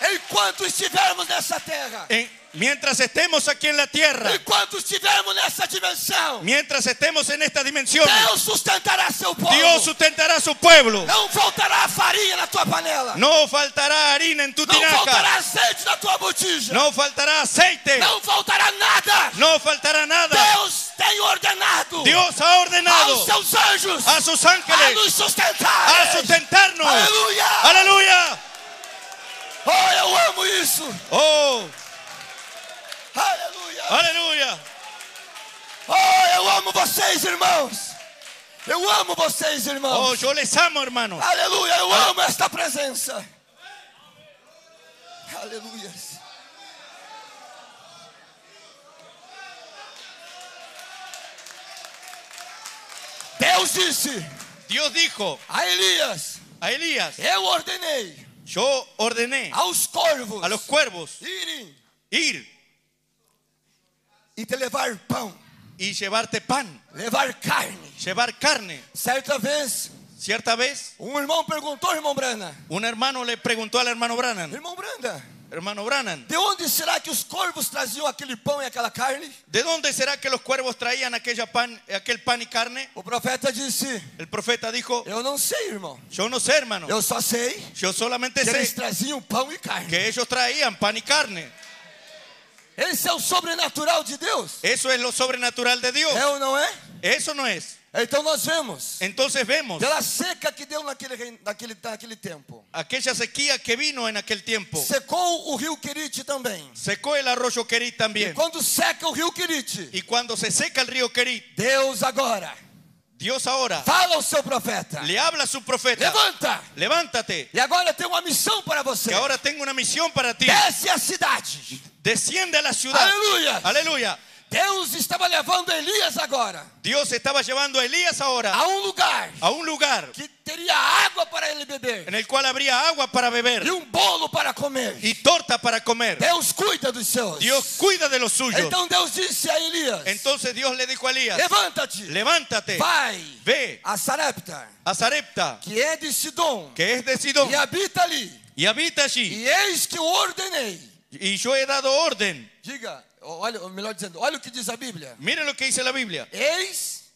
E: Enquanto estivermos nessa terra,
F: En- Eh, mientras estemos aquí en la tierra,
E: enquanto estivermos nessa dimensão,
F: mientras estemos en esta dimensión,
E: Deus sustentará seu povo.
F: Dios sustentará a su pueblo.
E: Não faltará farinha na tua panela.
F: No faltará harina en tu
E: Não faltará
F: tinaja.
E: azeite na tua botija.
F: No faltará aceite.
E: Não faltará nada.
F: No faltará nada.
E: Deus tem ordenado
F: Dios ha
E: aos
F: ordenado
E: seus anjos
F: a sus
E: a
F: ángeles
E: nos Ah, sustentar.
F: a sustentarnos.
E: Aleluia.
F: Aleluia.
E: Oh, eu amo isso.
F: Oh,
E: Aleluia.
F: aleluia.
E: Oh, eu amo vocês, irmãos. Eu amo vocês,
F: Oh,
E: irmãos.
F: yo les amo, hermanos.
E: Aleluia, eu amo esta presença. Aleluia. Deus disse
F: Dios dijo
E: a Elias:
F: a Elías,
E: Eu ordenei
F: Yo ordené
E: aos corvos
F: a los cuervos
E: irem
F: ir
E: e te levar pão,
F: y llevarte pan,
E: levar carne.
F: llevar carne.
E: Certa vez,
F: Cierta vez,
E: um irmão perguntou ao irmão Brana:
F: un hermano le preguntó al hermano Brannan,
E: Irmão Branda,
F: hermano Brannan,
E: de onde será que os corvos traziam aquele pão e aquela carne?
F: ¿de dónde será que los cuervos traían aquella pan, aquel pan y carne?
E: O profeta disse:
F: El profeta dijo,
E: Eu não sei, irmão.
F: yo no sé, hermano.
E: Eu só sei
F: Yo solamente
E: que eles
F: sé
E: traziam pão e carne.
F: que ellos traían pan y carne.
E: Esse é o sobrenatural de Deus.
F: Eso es lo sobrenatural de Dios.
E: É ou não é?
F: Eso no es.
E: Então nós vemos,
F: Entonces vemos
E: pela seca que deu naquele, rein- naquele, naquele tempo,
F: aquella sequía que vino en aquel tiempo.
E: secou o rio Quirite também.
F: Secó el arroyo Querit
E: E
F: también.
E: quando seca o rio Quirite,
F: Y cuando se seca el río Querit,
E: Deus agora
F: Dios ahora
E: fala ao seu profeta:
F: le habla a su profeta.
E: levanta!
F: Levántate,
E: E agora tem uma missão para você.
F: que é ahora tengo una misión para ti.
E: Desce a cidade.
F: Desciende a la ciudad.
E: Aleluia!
F: Aleluia.
E: Deus estava levando Elias agora
F: Dios estaba llevando a Elías ahora
E: a um lugar
F: a un lugar
E: que teria água para ele beber
F: en el cual habría agua para
E: e
F: beber
E: um bolo para comer.
F: y torta para comer.
E: Deus cuida dos seus.
F: Dios cuida Então, de los suyos.
E: Então Deus disse a Elias:
F: Entonces Dios le dijo a Elías,
E: Levanta-te,
F: levántate,
E: vai
F: ve
E: a Sarepta,
F: a Sarepta,
E: que é de Sidom,
F: que es de Sidón,
E: e habita ali.
F: y habita allí.
E: E eis que eu ordenei.
F: Y yo he dado orden.
E: Diga, olha, ou melhor dizendo, olha o que diz a Bíblia.
F: Miren lo que dice la Biblia.
E: Eis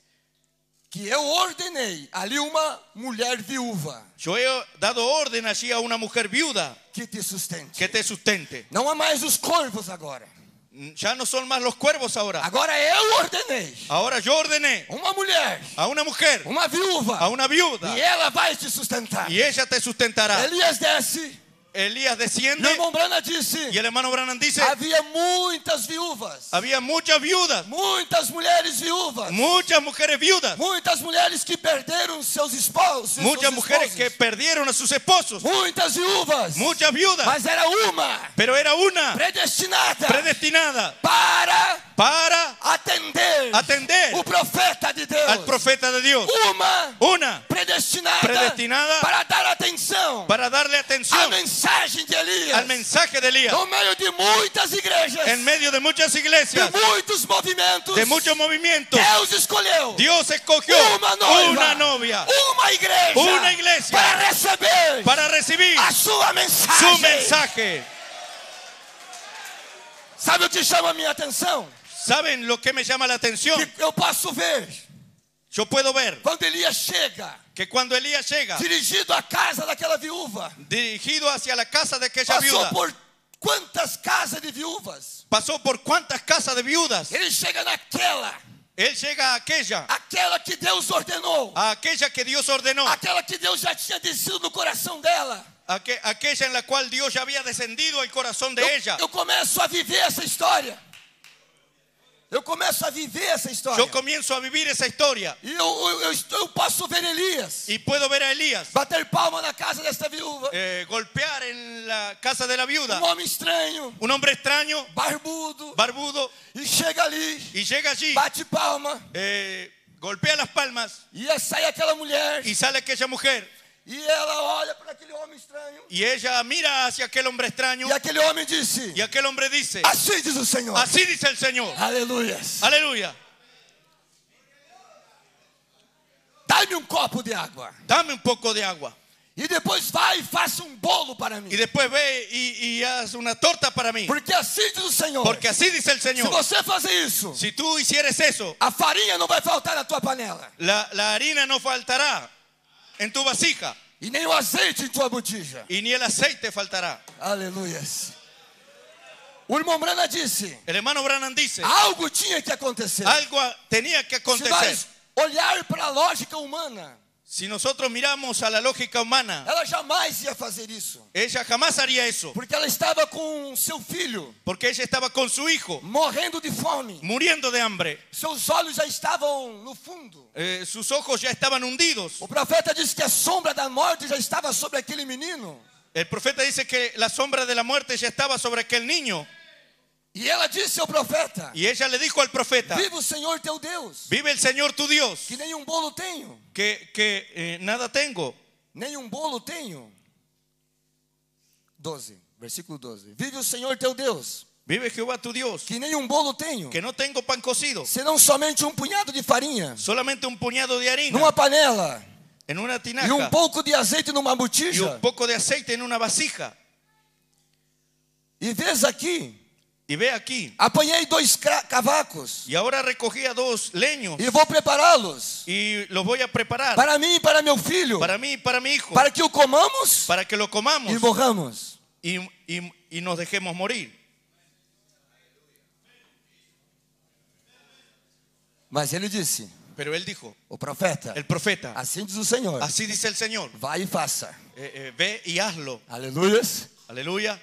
E: que eu ordenei ali uma mulher viúva
F: Yo he dado orden allí a una mujer viuda
E: que te sustente.
F: que te sustente.
E: Não há mais os corvos agora.
F: Ya no son más los cuervos ahora.
E: Agora eu ordenei
F: Ahora yo ordené
E: uma mulher,
F: a una mujer,
E: uma
F: a
E: viúva,
F: una viuda,
E: e ela vai te sustentar.
F: y ella te sustentará.
E: Elias desce,
F: Elías
E: e
F: desciende
E: o irmão Brana disse:
F: y el hermano Branham dice,
E: havia muitas viúvas,
F: había muchas viudas,
E: muitas mulheres viúvas,
F: muchas mujeres viudas,
E: muitas mulheres que perderam seus esposos,
F: muchas
E: seus
F: mujeres que
E: esposos,
F: perdieron a sus esposos,
E: muitas viúvas,
F: muchas viudas,
E: mas era uma
F: pero era una
E: predestinada
F: predestinada
E: para
F: para
E: atender
F: atender
E: o profeta de Deus,
F: al profeta de Dios.
E: uma
F: Una
E: predestinada,
F: Predestinada
E: para dar atenção
F: para darle
E: à
F: atención
E: mensagem de Elias
F: al mensaje de Elías
E: no meio de muitas igrejas,
F: en medio de muchas
E: de
F: iglesias,
E: muitos movimentos.
F: de muchos movimientos.
E: Deus escolheu
F: Dios escogió
E: uma noiva,
F: una novia
E: uma igreja,
F: Uma igreja.
E: para receber
F: para recibir
E: a sua mensagem.
F: su mensaje.
E: Sabe o que chama a minha atenção?
F: ¿Saben lo que me llama la atención?
E: Que eu posso ver
F: Yo puedo ver
E: quando Elias chega,
F: que cuando Elías llega,
E: dirigido à casa daquela viúva,
F: dirigido hacia la casa de aquella
E: passou
F: viuda,
E: por quantas casas de viúvas?
F: pasó por cuántas casas de viudas.
E: Ele chega naquela,
F: Él llega a aquella,
E: aquela que Deus ordenou,
F: a aquella que Dios ordenó,
E: aquela que Deus já tinha descido no coração dela.
F: aqu- aquella en la cual Dios ya había descendido al corazón de ella.
E: Eu, eu começo a viver essa história. Eu começo a viver essa história.
F: Yo comienzo a vivir esa historia
E: E eu, eu, eu estou- eu posso ver Elias
F: y puedo ver a Elías
E: bater palma na casa desta viúva.
F: eh, golpear en la casa de la viuda
E: Um homem estranho,
F: un hombre extraño,
E: barbudo,
F: barbudo,
E: e chega ali,
F: y llega allí,
E: bate palma,
F: eh, golpea las palmas
E: e aí sai aquela mulher,
F: y sale aquella mujer
E: e ela olha para aquele homem estranho.
F: y ella mira hacia aquel hombre extraño
E: E aquele homem disse:
F: y aquel hombre dice,
E: Assim diz o Senhor.
F: así dice el Señor,
E: Aleluia.
F: aleluya,
E: Dá-me um copo de água.
F: dame un poco de agua
E: E depois vai e faça um bolo para mí.
F: y después ve y, y haz una torta para mí.
E: Porque assim diz o Senhor.
F: Porque así dice el
E: Se
F: Señor,
E: você fazer isso,
F: si tú hicieres eso,
E: a farinha não vai faltar na tua panela.
F: la, la harina no faltará en tu vasija
E: E nem o azeite em tua botija.
F: y ni el aceite faltará.
E: Aleluias. O irmão Brana disse:
F: El hermano Branham dice,
E: algo tinha que acontecer.
F: algo tenía que
E: Se
F: acontecer.
E: nós olhar para a lógica humana,
F: Si nosotros miramos a la lógica humana,
E: ela jamais ia fazer isso.
F: ella jamás haría eso,
E: Porque ela estava com seu filho
F: porque ella estaba con su hijo,
E: morrendo de fome.
F: muriendo de hambre.
E: Seus olhos já estavam no fundo.
F: Eh, sus ojos ya estaban hundidos.
E: O profeta disse que a sombra da morte já estava sobre aquele menino.
F: El profeta dice que la sombra de la muerte ya estaba sobre aquel niño.
E: E ela disse ao profeta:
F: Y ella le dijo al profeta,
E: Viva o Senhor teu Deus,
F: vive el Señor tu Dios,
E: que nenhum bolo tenho,
F: que, que eh, nada tengo,
E: nenhum bolo tenho, 12, versículo 12. Vive o Senhor teu Deus,
F: Vive Jehová tu Dios,
E: que nem um bolo tenho,
F: que no tengo pan cocido,
E: senão somente um punhado de farinha
F: solamente un puñado de harina
E: numa panela
F: en una
E: e um
F: tinaja
E: pouco de azeite numa
F: y un
E: botija.
F: poco de aceite en una vasija.
E: E vês aqui,
F: Y ve aquí,
E: apanhei dois cra- cavacos
F: y ahora recogí a dos leños
E: e vou prepará-los
F: y los voy a preparar
E: para mim e para meu filho,
F: para mí y para mi hijo,
E: para que o comamos
F: para que lo comamos
E: e morramos.
F: y, y- y nos dejemos morir.
E: Mas ele disse,
F: Pero él dijo,
E: o profeta,
F: el profeta,
E: assim diz o Senhor,
F: así dice el Señor,
E: vai e faça.
F: eh, eh, ve y hazlo.
E: Aleluias.
F: Aleluya.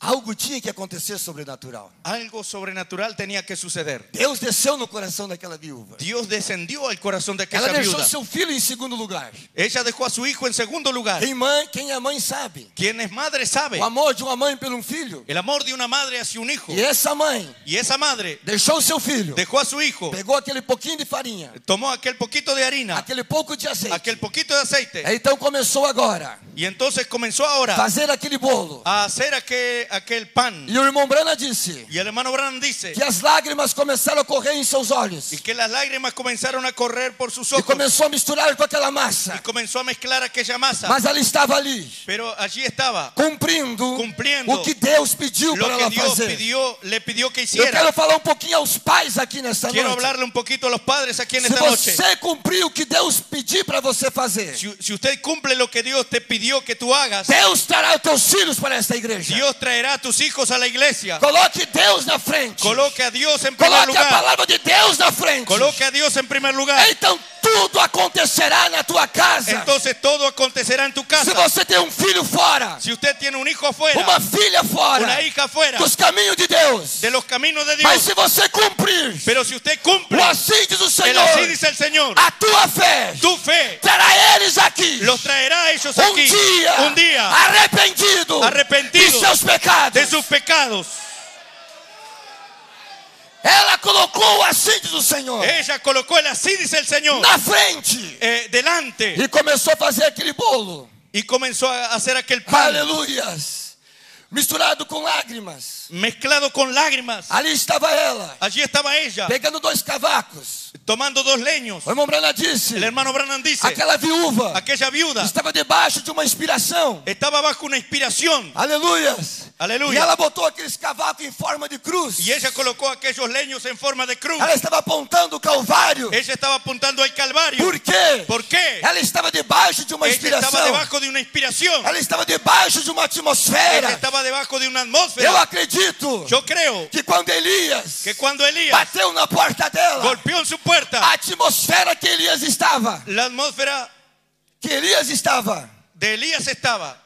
E: Algo tinha que acontecer sobrenatural.
F: Algo sobrenatural tenía que suceder.
E: Deus desceu no coração daquela viúva.
F: Dios descendió al corazón de
E: Ela
F: aquella
E: deixou
F: viuda.
E: seu filho em segundo lugar.
F: Ella dejó a su hijo en segundo lugar.
E: Quem, mãe, quem é mãe sabe.
F: Quien es madre sabe
E: O amor de uma mãe pelo um filho.
F: el amor de una madre hacia un hijo.
E: E essa mãe
F: Y esa madre
E: deixou seu filho.
F: dejó a su hijo,
E: Pegou aquele pouquinho de farinha.
F: tomó aquel poquito de harina,
E: Ah. Aquele pouco de azeite.
F: aquel poquito de aceite.
E: Então começou agora.
F: Y entonces comenzó ahora
E: Fazer aquele bolo.
F: a hacer aquel, aquel pan.
E: E o irmão Brana disse.
F: Y el hermano Branham dice
E: Que as lágrimas começaram a correr em seus olhos.
F: y
E: E
F: que las lágrimas comenzaron a correr por sus ojos.
E: começou a misturar com aquela massa.
F: Y comenzó a mezclar aquella masa.
E: Mas ela estava ali.
F: Pero allí estaba
E: Cumprindo,
F: Cumprindo
E: o que Deus pediu para
F: lo que
E: ela
F: Dios
E: fazer.
F: pidió, le pidió que
E: Eu
F: hiciera.
E: quero falar um pouquinho aos pais aqui nesta
F: Quiero
E: noite.
F: hablarle un poquito a los padres aquí en
E: Se
F: esta noche.
E: você cumprir o que Deus pedir para você fazer,
F: Si, si usted cumple lo que Dios te pidió que tú hagas,
E: Deus trará os teus filhos para esta igreja.
F: Dios traerá a tus hijos a la iglesia.
E: Coloque Deus na frente.
F: Coloque a Dios en primer
E: Coloque a
F: lugar.
E: palavra de Deus na frente.
F: Coloque a Dios en primer lugar.
E: Então tudo acontecerá na tua casa.
F: Entonces todo acontecerá en tu
E: Se
F: casa.
E: você tem um filho fora,
F: Si usted tiene un hijo afuera,
E: uma filha fora,
F: una hija afuera
E: dos caminhos de Deus.
F: de los caminos de
E: Mas
F: Dios,
E: se você cumprir
F: pero si usted
E: o
F: cumple,
E: assim diz o
F: el
E: Senhor,
F: así dice el Señor,
E: a tua fé
F: tu fe
E: trará eles aqui.
F: los traerá a ellos
E: um
F: aquí
E: dia,
F: un día
E: arrependido,
F: Arrependido
E: de seus pecados.
F: de sus pecados.
E: Ela colocou o aceite do Senhor
F: Ella colocó el así dice el Señor
E: na frente
F: eh, delante
E: e começou a fazer aquele bolo.
F: y comenzó a hacer aquel pan
E: Aleluias! Misturado com lágrimas.
F: mezclado con lágrimas.
E: Ali estava ela,
F: Allí estaba ella
E: pegando dois cavacos.
F: tomando dos leños.
E: O irmão Brana disse:
F: El hermano Branham dice,
E: é aquela viúva
F: aquella viuda
E: estava debaixo de uma inspiração.
F: estaba bajo una inspiración.
E: Aleluias!
F: Aleluia.
E: E ela botou aqueles cavacos em forma de cruz.
F: Y ella colocó aquellos leños en forma de cruz.
E: Ela estava apontando o Calvário.
F: Ella estaba apuntando al Calvario.
E: Por quê?
F: ¿Por qué?
E: Ela estava debaixo de uma
F: Ella estaba
E: inspiração.
F: debajo de una inspiración.
E: Ela estava debaixo de uma
F: Ella
E: atmosfera.
F: estaba debajo de una
E: Eu
F: atmósfera.
E: acredito
F: Yo creo
E: que quando Elias
F: que é? cuando Elías
E: bateu na porta dela,
F: golpeó en su
E: a
F: puerta,
E: atmosfera que Elias estava,
F: la atmósfera
E: que Elias estava,
F: de Elías estaba.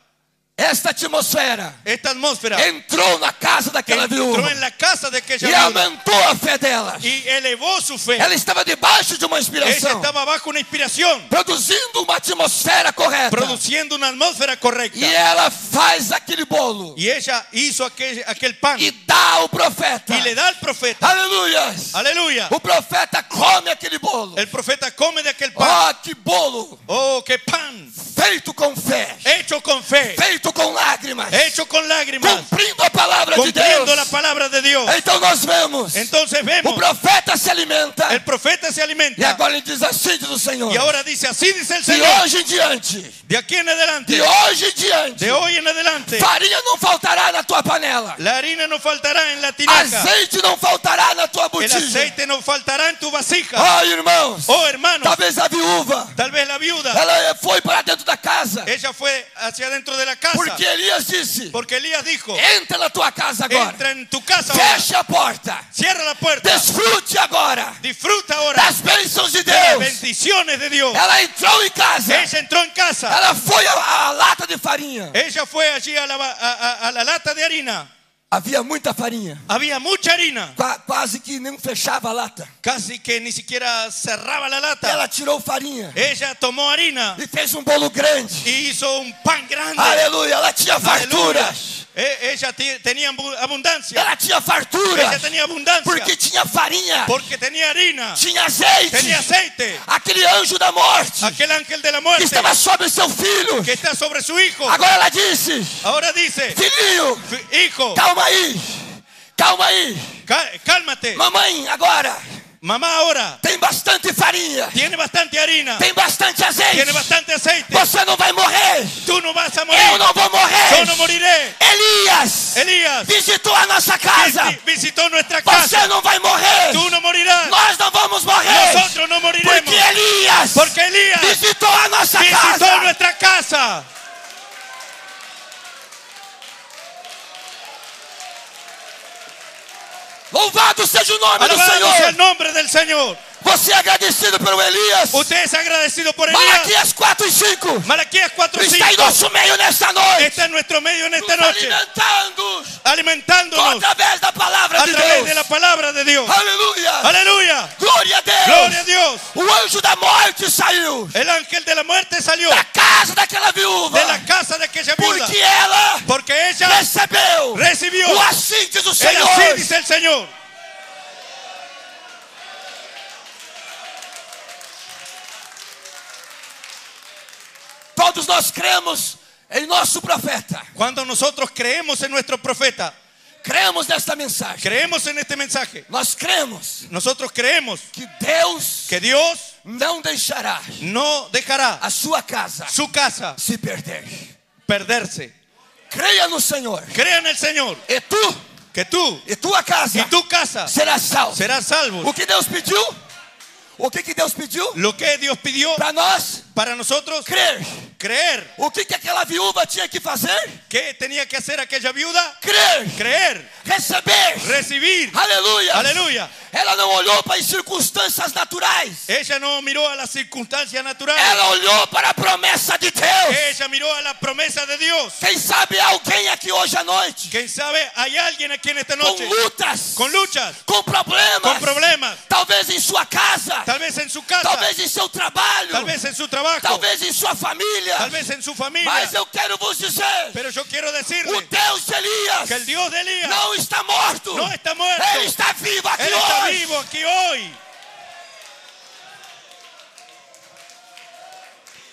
E: esta atmosfera
F: Esta atmósfera
E: entrou na casa daquela
F: entró
E: viúva
F: en la casa de aquella
E: e
F: viuda
E: aumentou a fé dela.
F: y elevó su fe.
E: Ela estava debaixo de uma
F: Ella
E: inspiração,
F: estaba bajo una inspiración,
E: produzindo uma atmosfera correta.
F: produciendo una atmósfera correcta.
E: E ela faz aquele bolo
F: Y ella hizo aquel, aquel pan
E: e dá ao profeta.
F: y le da al profeta.
E: Aleluias!
F: Aleluia.
E: O profeta come aquele bolo.
F: El profeta come de aquel pan.
E: Ah, que bolo!
F: Oh, qué pan.
E: Feito com fé,
F: Hecho con fe,
E: feito com lágrimas,
F: hecho con lágrimas,
E: cumprindo a palavra de Deus.
F: cumpliendo la palabra de Dios.
E: Então nós vemos,
F: Entonces
E: o
F: vemos,
E: profeta se alimenta,
F: el profeta se
E: e
F: alimenta.
E: agora ele diz assim diz o Senhor.
F: Y ahora dice, así dice el
E: de
F: Señor,
E: hoje em diante,
F: de aquí en
E: de
F: adelante,
E: hoje em diante,
F: de hoy en adelante,
E: farinha não faltará na tua panela,
F: la harina no faltará en la tinaja.
E: azeite não faltará na tua
F: El
E: botija.
F: aceite no faltará en tu vasija.
E: Ah, irmãos,
F: Oh, hermano,
E: talvez a viúva,
F: tal vez la viuda,
E: ela foi para dentro da casa,
F: ella fue hacia adentro de la casa.
E: porque Elias disse,
F: Porque Elías dijo,
E: entra na tua casa agora.
F: entra en tu casa ahora,
E: Feche a porta.
F: cierra la puerta,
E: Desfrute agora
F: disfruta ahora
E: das bênçãos de
F: de las
E: Deus.
F: bendiciones de Dios.
E: Ela entrou em casa.
F: Ella entró en casa,
E: Ela foi a, a lata de farinha.
F: ella fue allí a la, va- a- a- a la lata de harina.
E: Havia muita farinha.
F: Había mucha harina,
E: Qua- quase que nem fechava a lata.
F: casi que ni siquiera cerraba la lata.
E: Ela tirou farinha
F: Ella tomó harina
E: e fez um bolo grande.
F: y hizo un pan grande.
E: Aleluia. Ela tinha
F: Aleluya.
E: farturas.
F: Eh, ella ti- tenía abu- abundancia.
E: Ela tinha fartura.
F: Ella tenía abundancia.
E: Porque tinha farinha.
F: Porque tenía harina,
E: Tinha azeite.
F: tenía aceite.
E: Aquele anjo da morte
F: Aquel ángel de la
E: que
F: muerte
E: estava sobre seu filho.
F: que está sobre su hijo.
E: Agora ela disse:
F: Ahora dice,
E: Filhinho,
F: "Fi- hijo,
E: calma aí. Calma aí.
F: cá- cálmate.
E: Mamãe, agora
F: Mamá ahora
E: tem bastante farinha.
F: tiene bastante harina,
E: Tem bastante
F: tiene
E: azeite.
F: bastante aceite.
E: Você não vai morrer.
F: Tú no vas a
E: Eu
F: morir.
E: não vou
F: Yo
E: morrer.
F: no moriré.
E: Elias
F: Elías
E: visitou a nossa casa.
F: visi- visitó nuestra casa.
E: Você não vai morrer.
F: Tú no morirás.
E: Nós não vamos morrer.
F: Nosotros no
E: Porque
F: moriremos.
E: Elias
F: Porque Elías
E: visitou a nossa
F: visitó
E: casa.
F: nuestra casa.
E: Louvado seja o nome do
F: Alabado sea el
E: Senhor.
F: nombre del Señor.
E: Você é agradecido pelo Elias.
F: Usted es agradecido por Elías.
E: Malaquias 4 e 5.
F: Malaquías
E: Está em
F: 4:5
E: nosso meio nesta noite.
F: está en nuestro medio en esta
E: Nos
F: noche,
E: alimentando
F: alimentándonos
E: através da palavra
F: a
E: de
F: través de
E: Deus.
F: la palabra de Dios.
E: Aleluia.
F: Aleluya.
E: Glória a Deus.
F: Gloria a Dios.
E: O anjo da morte saiu
F: El ángel de la muerte salió
E: da casa daquela viúva.
F: de la casa de aquella viuda
E: Porque ela
F: porque ella
E: recebeu
F: recibió
E: o assinte do
F: el así
E: Senhor.
F: dice el Señor.
E: Todos nós cremos em nosso profeta.
F: Cuando nosotros creemos en nuestro profeta,
E: Cremos nesta mensagem.
F: creemos en este mensaje,
E: Nós cremos
F: nosotros creemos
E: que Deus
F: que Dios
E: não deixará
F: no dejará
E: a sua casa
F: su casa
E: se perder.
F: perderse.
E: Creia no Senhor.
F: Crea en el Señor
E: E tu
F: que tú
E: e tua casa
F: y tu casa
E: será salvo.
F: serás
E: O
F: salvos.
E: que Deus pediu? O que, que Deus pediu?
F: Lo que Dios pidió
E: Para nós
F: para nosotros
E: crer.
F: creer.
E: O que, que aquela viúva tinha que fazer?
F: ¿Qué tenía que hacer aquella viuda?
E: Crer.
F: Creer,
E: Receber.
F: recibir.
E: Aleluia.
F: Aleluia.
E: Ela não olhou para as circunstâncias naturais.
F: Ella no miró a las circunstancias naturales.
E: Ela olhou para a promessa de Deus.
F: Ella miró a la promesa de Dios.
E: Quem sabe alguém aqui hoje à noite
F: ¿Quién sabe? Hay alguien aquí en esta
E: com
F: noche
E: lutas,
F: con luchas,
E: com problemas,
F: con problemas.
E: talvez em sua casa,
F: Tal vez en su casa,
E: talvez em seu trabalho,
F: tal vez en su trabajo,
E: talvez em sua família.
F: tal vez en su familia.
E: Mas eu quero vos dizer,
F: Pero yo quiero
E: O
F: decirle
E: Deus de Elias
F: que el Dios de Elías
E: não está morto.
F: no está muerto.
E: Ele está vivo aqui
F: Él está
E: hoje.
F: vivo aquí hoy.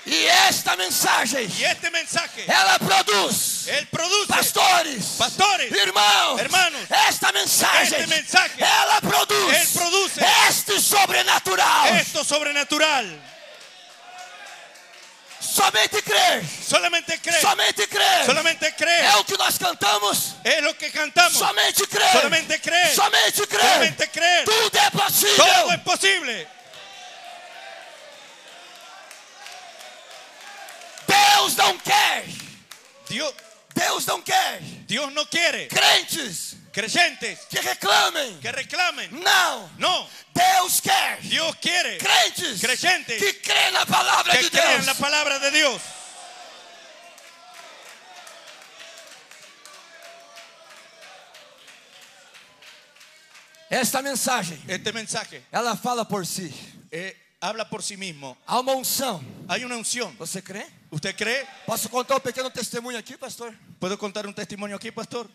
E: E esta mensagem,
F: Y este mensaje,
E: ela produz
F: él produce
E: pastores,
F: pastores,
E: irmãos,
F: hermanos.
E: Esta mensagem,
F: Este mensaje,
E: ela produz, É.
F: él produce
E: este sobrenatural.
F: esto sobrenatural.
E: Somente crer,
F: Solamente cree.
E: É. somente crer.
F: Solamente cree.
E: É o que nós cantamos.
F: Es lo que cantamos.
E: Somente crer,
F: Solamente crer.
E: somente crer.
F: Solamente creer.
E: Tudo é possível.
F: Todo es posible.
E: Deus não quer,
F: Dios,
E: Deus não quer
F: Dios no quiere
E: crentes
F: creyentes
E: que reclamem.
F: que reclamen.
E: Não.
F: No,
E: Deus quer
F: Dios quiere
E: crentes
F: Creyentes.
E: que creem na palavra
F: que
E: de
F: crean
E: Deus.
F: la palabra de Dios.
E: Esta mensagem,
F: Este mensaje
E: ela fala por si.
F: eh, habla por sí mismo.
E: Há uma unção.
F: Hay una unción.
E: Você crê?
F: ¿Usted cree?
E: Posso contar um pequeno testemunho aqui, pastor?
F: ¿Puedo contar un testimonio aquí, pastor?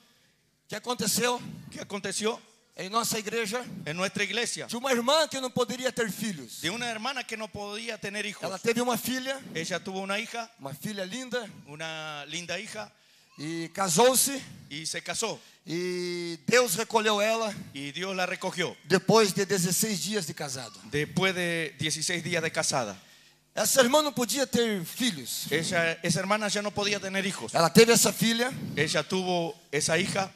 E: Que aconteceu
F: ¿Qué aconteció
E: em nossa igreja
F: en nuestra iglesia?
E: de uma irmã que não poderia ter filhos.
F: De una hermana que no podía tener
E: Ela
F: hijos.
E: teve uma filha,
F: Ella tuvo una hija,
E: uma filha linda,
F: una linda hija,
E: e casou-se.
F: y se casó.
E: E Deus recolheu ela
F: Y Dios la recogió.
E: depois de 16 dias de casado.
F: Después de 16 días de casada.
E: Essa irmã não podia ter filhos.
F: Ella, esa hermana ya no podía tener hijos.
E: Ela teve essa filha,
F: Ella tuvo esa hija,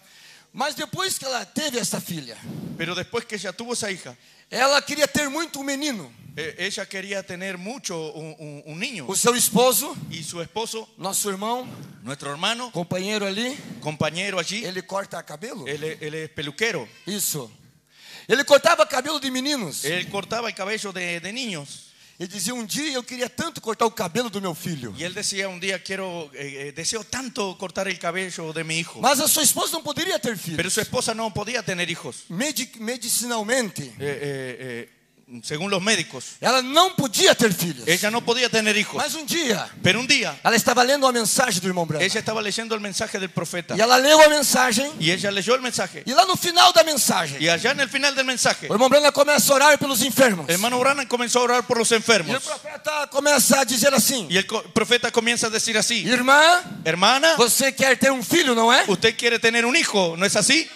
E: mas depois que ela teve essa filha,
F: pero después que ella tuvo esa hija,
E: Ela queria ter muito um menino.
F: eh, ella quería tener mucho un, un- un niño.
E: O seu esposo,
F: Y su esposo,
E: nosso irmão,
F: nuestro hermano,
E: companheiro ali,
F: compañero allí,
E: ele corta cabelo?
F: él, es- él es peluquero.
E: Isso. Ele cortava cabelo de meninos.
F: Él cortaba el cabello de, de niños.
E: E dizia: Um dia eu queria tanto cortar o cabelo do meu filho.
F: Y él decía un día, quiero, eh, eh, deseo tanto cortar el cabello de mi hijo.
E: Mas a sua esposa não poderia ter
F: Pero
E: filhos.
F: su esposa no podía tener hijos.
E: Medi- medicinalmente,
F: Eh, eh, eh, según los médicos,
E: Ela não podia ter filhos.
F: ella no podía tener hijos.
E: Mas um dia,
F: Pero un día,
E: ela estava lendo a mensagem do irmão Branham.
F: ella estaba leyendo el mensaje del profeta.
E: E ela leu a mensagem.
F: Y ella leyó el mensaje.
E: E lá no final da mensagem,
F: Y allá en el final del mensaje,
E: o irmão Branham começa a orar pelos enfermos.
F: hermano Branham comenzó a orar por los
E: E o
F: enfermos.
E: profeta começa a dizer assim:
F: Y el co- profeta comienza a decir así,
E: Irmã,
F: hermana,
E: você quer ter um filho, não é?
F: usted quiere tener un hijo, ¿no es así?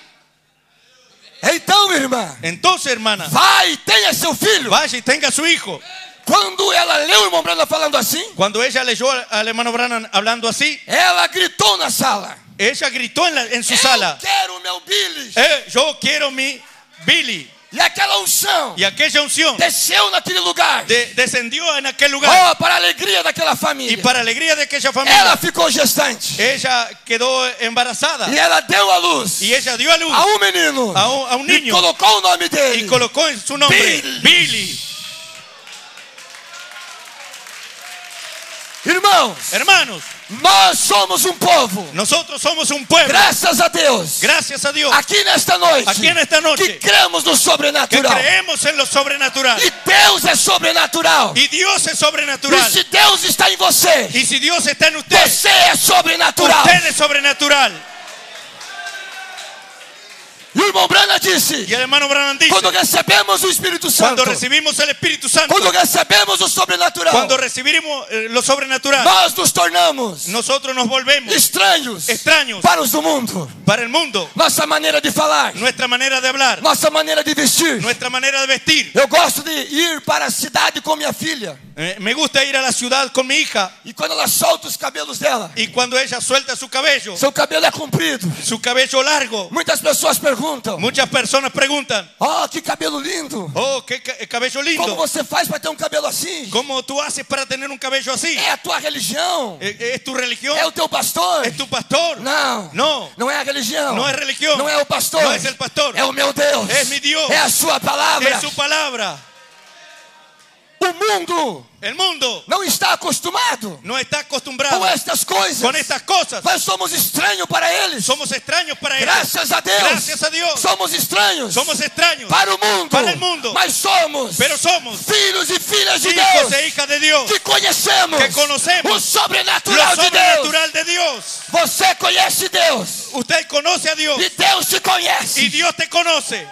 E: Então, irmã,
F: Entonces, hermana,
E: vai, tenha seu filho.
F: vaya y tenga su hijo.
E: Quando ela leu o irmão Branham falando assim,
F: Cuando ella leyó al- al hermano Branham hablando así,
E: ela gritou na sala:
F: ella gritó en, la- en su sala,
E: Eu quero meu Billy.
F: "Eh, yo quiero mi Billy.
E: E aquela unção
F: Y aquella unción
E: desceu naquele lugar.
F: de- descendió en aquel lugar
E: Oh, para a alegria daquela
F: y
E: família.
F: para alegría de aquella
E: Ela
F: familia,
E: ficou gestante.
F: ella quedó embarazada
E: E ela deu a luz
F: y ella dio a luz
E: a um menino.
F: a un, a un
E: E
F: niño
E: colocou o nome
F: y
E: dele.
F: colocó en su nombre
E: Billy.
F: Billy.
E: Irmãos,
F: Hermanos,
E: nós somos um povo.
F: nosotros somos un pueblo,
E: Graças a Deus.
F: gracias a Dios,
E: Aqui nesta noite.
F: Aqui nesta noite.
E: Que cremos no
F: que
E: sobrenatural.
F: creemos en lo sobrenatural.
E: E Deus é sobrenatural.
F: Y Dios es
E: E
F: sobrenatural.
E: se Deus está em você,
F: Y si Dios está en usted,
E: você é sobrenatural.
F: usted es sobrenatural.
E: E o irmão Brana é- disse:
F: Y el hermano Branham dice,
E: quando recebemos o Espírito Santo,
F: cuando recibimos el Espíritu Santo,
E: quando recebemos o sobrenatural,
F: Cuando recibiremos eh, lo sobrenatural,
E: nós nos tornamos
F: nosotros nos volvemos
E: estranhos,
F: Estranhos.
E: para os do mundo.
F: para el mundo.
E: Nossa maneira de falar,
F: Nuestra manera de hablar,
E: nossa maneira de vestir.
F: nuestra manera de vestir.
E: Eu gosto de ir para a cidade com minha filha.
F: Eh, Me gusta ir a la ciudad con mi hija
E: E quando ela solta os cabelos dela,
F: y cuando ella suelta su cabello,
E: seu cabelo é comprido.
F: su cabello largo,
E: Muitas pessoas perguntam:
F: muchas personas preguntan,
E: Oh, que cabelo lindo!
F: oh, qué ca- cabello
E: Como
F: lindo.
E: você faz para ter um cabelo assim?
F: ¿Cómo tú haces para tener un cabello así?
E: É a tua religião?
F: Eh, eh, ¿Es tu religión?
E: É o teu pastor?
F: ¿Es tu pastor?
E: Não.
F: No.
E: Não é a religião.
F: No es religión.
E: Não é o pastor.
F: No es el pastor.
E: É o meu Deus.
F: Es mi Dios.
E: É a sua palavra.
F: Es su palabra.
E: O mundo
F: El mundo
E: não está acostumado
F: no está acostumbrado
E: com estas coisas.
F: con estas cosas.
E: Nós somos estranhos para eles.
F: Somos extraños para ellos.
E: Graças a Deus.
F: pues. Gracias É. a Dios.
E: Somos estranhos
F: Somos extraños.
E: para o mundo.
F: Para pues, el mundo.
E: Mas somos
F: Pero somos
E: filhos e filhas de
F: hijos
E: Deus
F: e hijas de Dios.
E: que conhecemos,
F: Que conocemos
E: o sobrenatural
F: Lo
E: de Deus.
F: sobrenatural de Dios.
E: Você conhece Deus
F: Usted conoce a Dios
E: e Deus te conhece.
F: y Dios te conoce.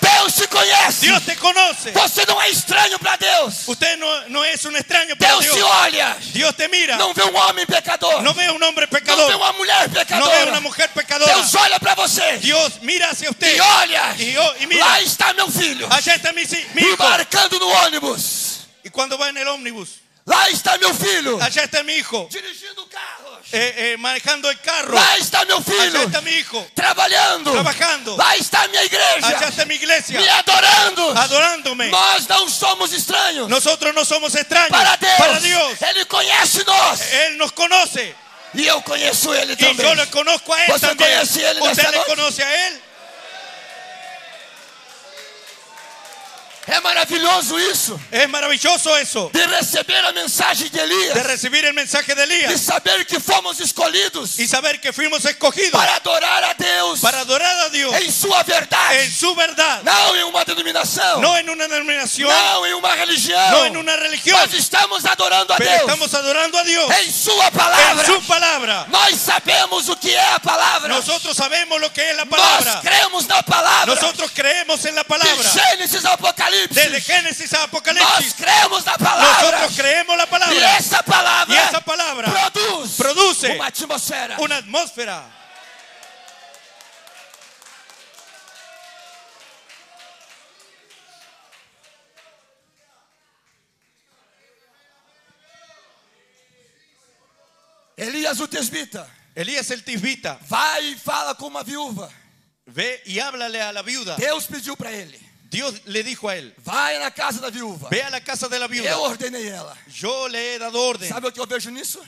E: Deus te conhece.
F: Dios te conoce.
E: Você não é estranho para Deus.
F: Usted no, no es un extraño para
E: Deus te
F: Dios. oh.
E: olha.
F: é Dios te mira.
E: Não vê um homem pecador.
F: No ve un hombre
E: Não vê
F: pecador.
E: uma mulher
F: No ve una
E: pecadora.
F: mujer pecadora.
E: Deus olha para você.
F: Dios mira hacia usted.
E: E olha.
F: Y, o- y
E: Lá
F: mira.
E: está meu filho.
F: Allá está mi, si- mi hijo.
E: Embarcando no ônibus.
F: Y cuando va en el ómnibus.
E: Lá está meu filho.
F: Allá está mi hijo.
E: Dirigindo carros.
F: Eh, eh, manejando el carro.
E: Lá está meu
F: Allá
E: filho.
F: está mi hijo.
E: Trabalhando.
F: Trabajando.
E: Lá está minha
F: Allá
E: igreja.
F: está mi iglesia.
E: Me adorando.
F: Adorándome.
E: Nós não somos estranhos.
F: Nosotros no somos extraños
E: é Para Deus.
F: para Dios.
E: Ele conhece nós.
F: Él nos conoce
E: E eu conheço ele
F: y
E: também.
F: yo le conozco a Él
E: ¿Vos
F: también.
E: conocés a Él en esta
F: ¿Usted le
E: noche?
F: conoce a Él?
E: É maravilhoso isso.
F: Es maravilloso eso,
E: de receber a mensagem de
F: de
E: Elias,
F: recibir el mensaje de
E: de
F: Elías
E: saber que fomos escolhidos
F: y saber que fuimos escogidos
E: para adorar a Deus
F: para adorar a Dios
E: em sua
F: en
E: verdade,
F: su verdad,
E: não em uma denominação,
F: no en una denominación,
E: não em um uma religião.
F: no en una religión,
E: Nós estamos adorando a
F: pero
E: Deus
F: estamos adorando a Dios
E: em sua
F: en
E: palavra.
F: su palabra.
E: Nós sabemos o que é a palavra.
F: Nosotros sabemos lo que es la
E: Nós
F: palabra.
E: cremos na palavra.
F: Nosotros creemos en la
E: De
F: palabra.
E: Gênesis ao Apocalipse.
F: Desde Génesis a
E: Nós
F: Apocalipsis,
E: cremos na palavra.
F: nosotros creemos la
E: E
F: palabra.
E: essa palavra,
F: E essa palavra
E: produz,
F: produce
E: uma atmosfera.
F: una atmósfera.
E: Elias o tesbita.
F: Elías el tisbita
E: Vai e fala com uma viúva.
F: ve y háblale a la viuda.
E: Deus pediu para ele:
F: Dios le dijo a él,
E: vai na casa da viúva.
F: ve a la casa de la
E: Eu
F: viuda.
E: ordenei ela.
F: Yo le he dado orden.
E: Sabe o que eu vejo nisso?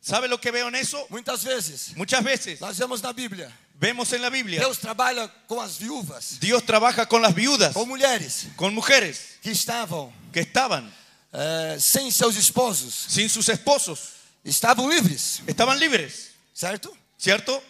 F: ¿Sabe lo que veo en eso?
E: Muitas vezes,
F: Muchas veces
E: nós vemos na Bíblia:
F: vemos en la Biblia,
E: Deus trabalha com as viúvas,
F: Dios trabaja con las viudas,
E: com mulheres
F: con mujeres
E: que estavam
F: que estaban
E: eh, sem seus esposos,
F: sin sus esposos,
E: estavam livres,
F: estaban libres,
E: certo?
F: ¿cierto?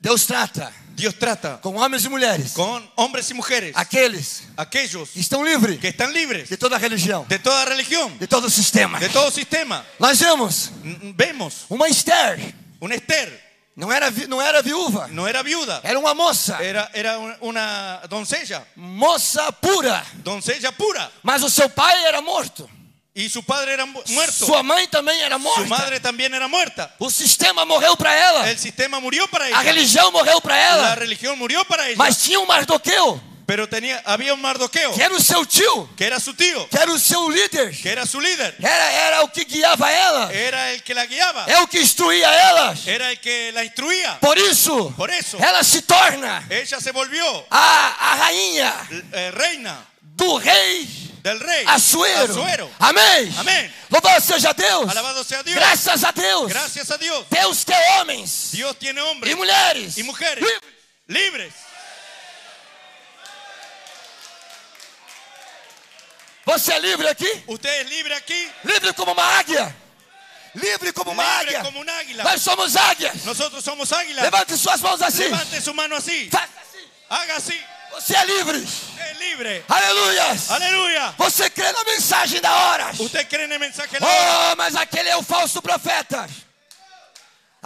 E: Deus trata
F: Dios trata
E: com homens e mulheres
F: con hombres y mujeres,
E: aqueles
F: aquellos
E: que estão livres
F: que están libres
E: de toda religião,
F: de toda religión,
E: de todo sistema.
F: de todo sistema.
E: Nós vemos
F: N- Vemos,
E: uma Esther,
F: un Esther
E: não era, vi- não era viúva,
F: no era viuda,
E: era uma moça,
F: era, era una- una doncella,
E: moça pura,
F: doncella pura.
E: mas o seu pai era morto,
F: Y su padre era mu- muerto,
E: sua mãe também era
F: su
E: morta,
F: madre también era muerta.
E: o sistema morreu para ela,
F: El sistema murió para
E: a
F: ella,
E: religião morreu para
F: la
E: ela,
F: religión murió para ella.
E: mas tinha um Mardoqueu,
F: Pero tenía, había un Mardoqueo
E: que era o seu tio,
F: que era su tío,
E: que era o seu líder,
F: que era su líder,
E: era, era o que guiava ela,
F: era el que la guiaba,
E: é o que instruía ela.
F: era el que la instruía.
E: Por isso,
F: Por eso,
E: ela se torna
F: ella se volvió
E: a, a rainha
F: eh, reina
E: do rei
F: del rey
E: Assuero.
F: Assuero.
E: Amém.
F: Amém.
E: Louvado seja Deus.
F: Alabado sea Dios.
E: Graças a Deus.
F: Gracias a Dios.
E: Deus quer homens
F: Dios tiene
E: e
F: hombres
E: mulheres.
F: y mujeres
E: Livres.
F: libres.
E: Você é livre aqui?
F: Usted es libre aquí,
E: Livre como uma águia. Livre como uma
F: libre
E: águia.
F: como un águila.
E: Nós somos águias.
F: Nosotros somos águilas.
E: Levante suas mãos assim.
F: Levante su mano así.
E: Faça assim.
F: Haga así.
E: Você é livre.
F: Es libre.
E: Aleluias.
F: Aleluya.
E: Você crê na mensagem da hora.
F: Usted cree en el mensaje de la hora.
E: Oh, mas aquele é o falso profeta.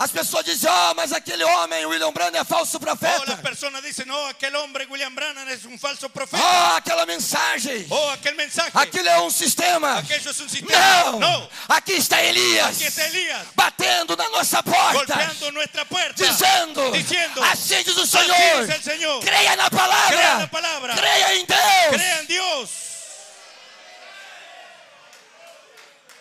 E: As pessoas dizem, oh, mas aquele homem, William Branham, é falso
F: Oh, las
E: profeta.
F: personas dicen, no, aquel hombre William Brannan es un falso profeta.
E: Oh, aquela mensagem.
F: Oh, aquel mensaje.
E: Aquilo é um sistema.
F: Aquello es un sistema.
E: Não!
F: No.
E: Aqui está Elias
F: Aquí está Elías
E: batendo na nossa porta,
F: golpeando nuestra puerta.
E: dizendo:
F: Diciendo,
E: Assim diz o
F: Aquí
E: Senhor,
F: es el Señor.
E: creia na palavra,
F: Creia na palavra.
E: creia em Deus.
F: Crea en Dios.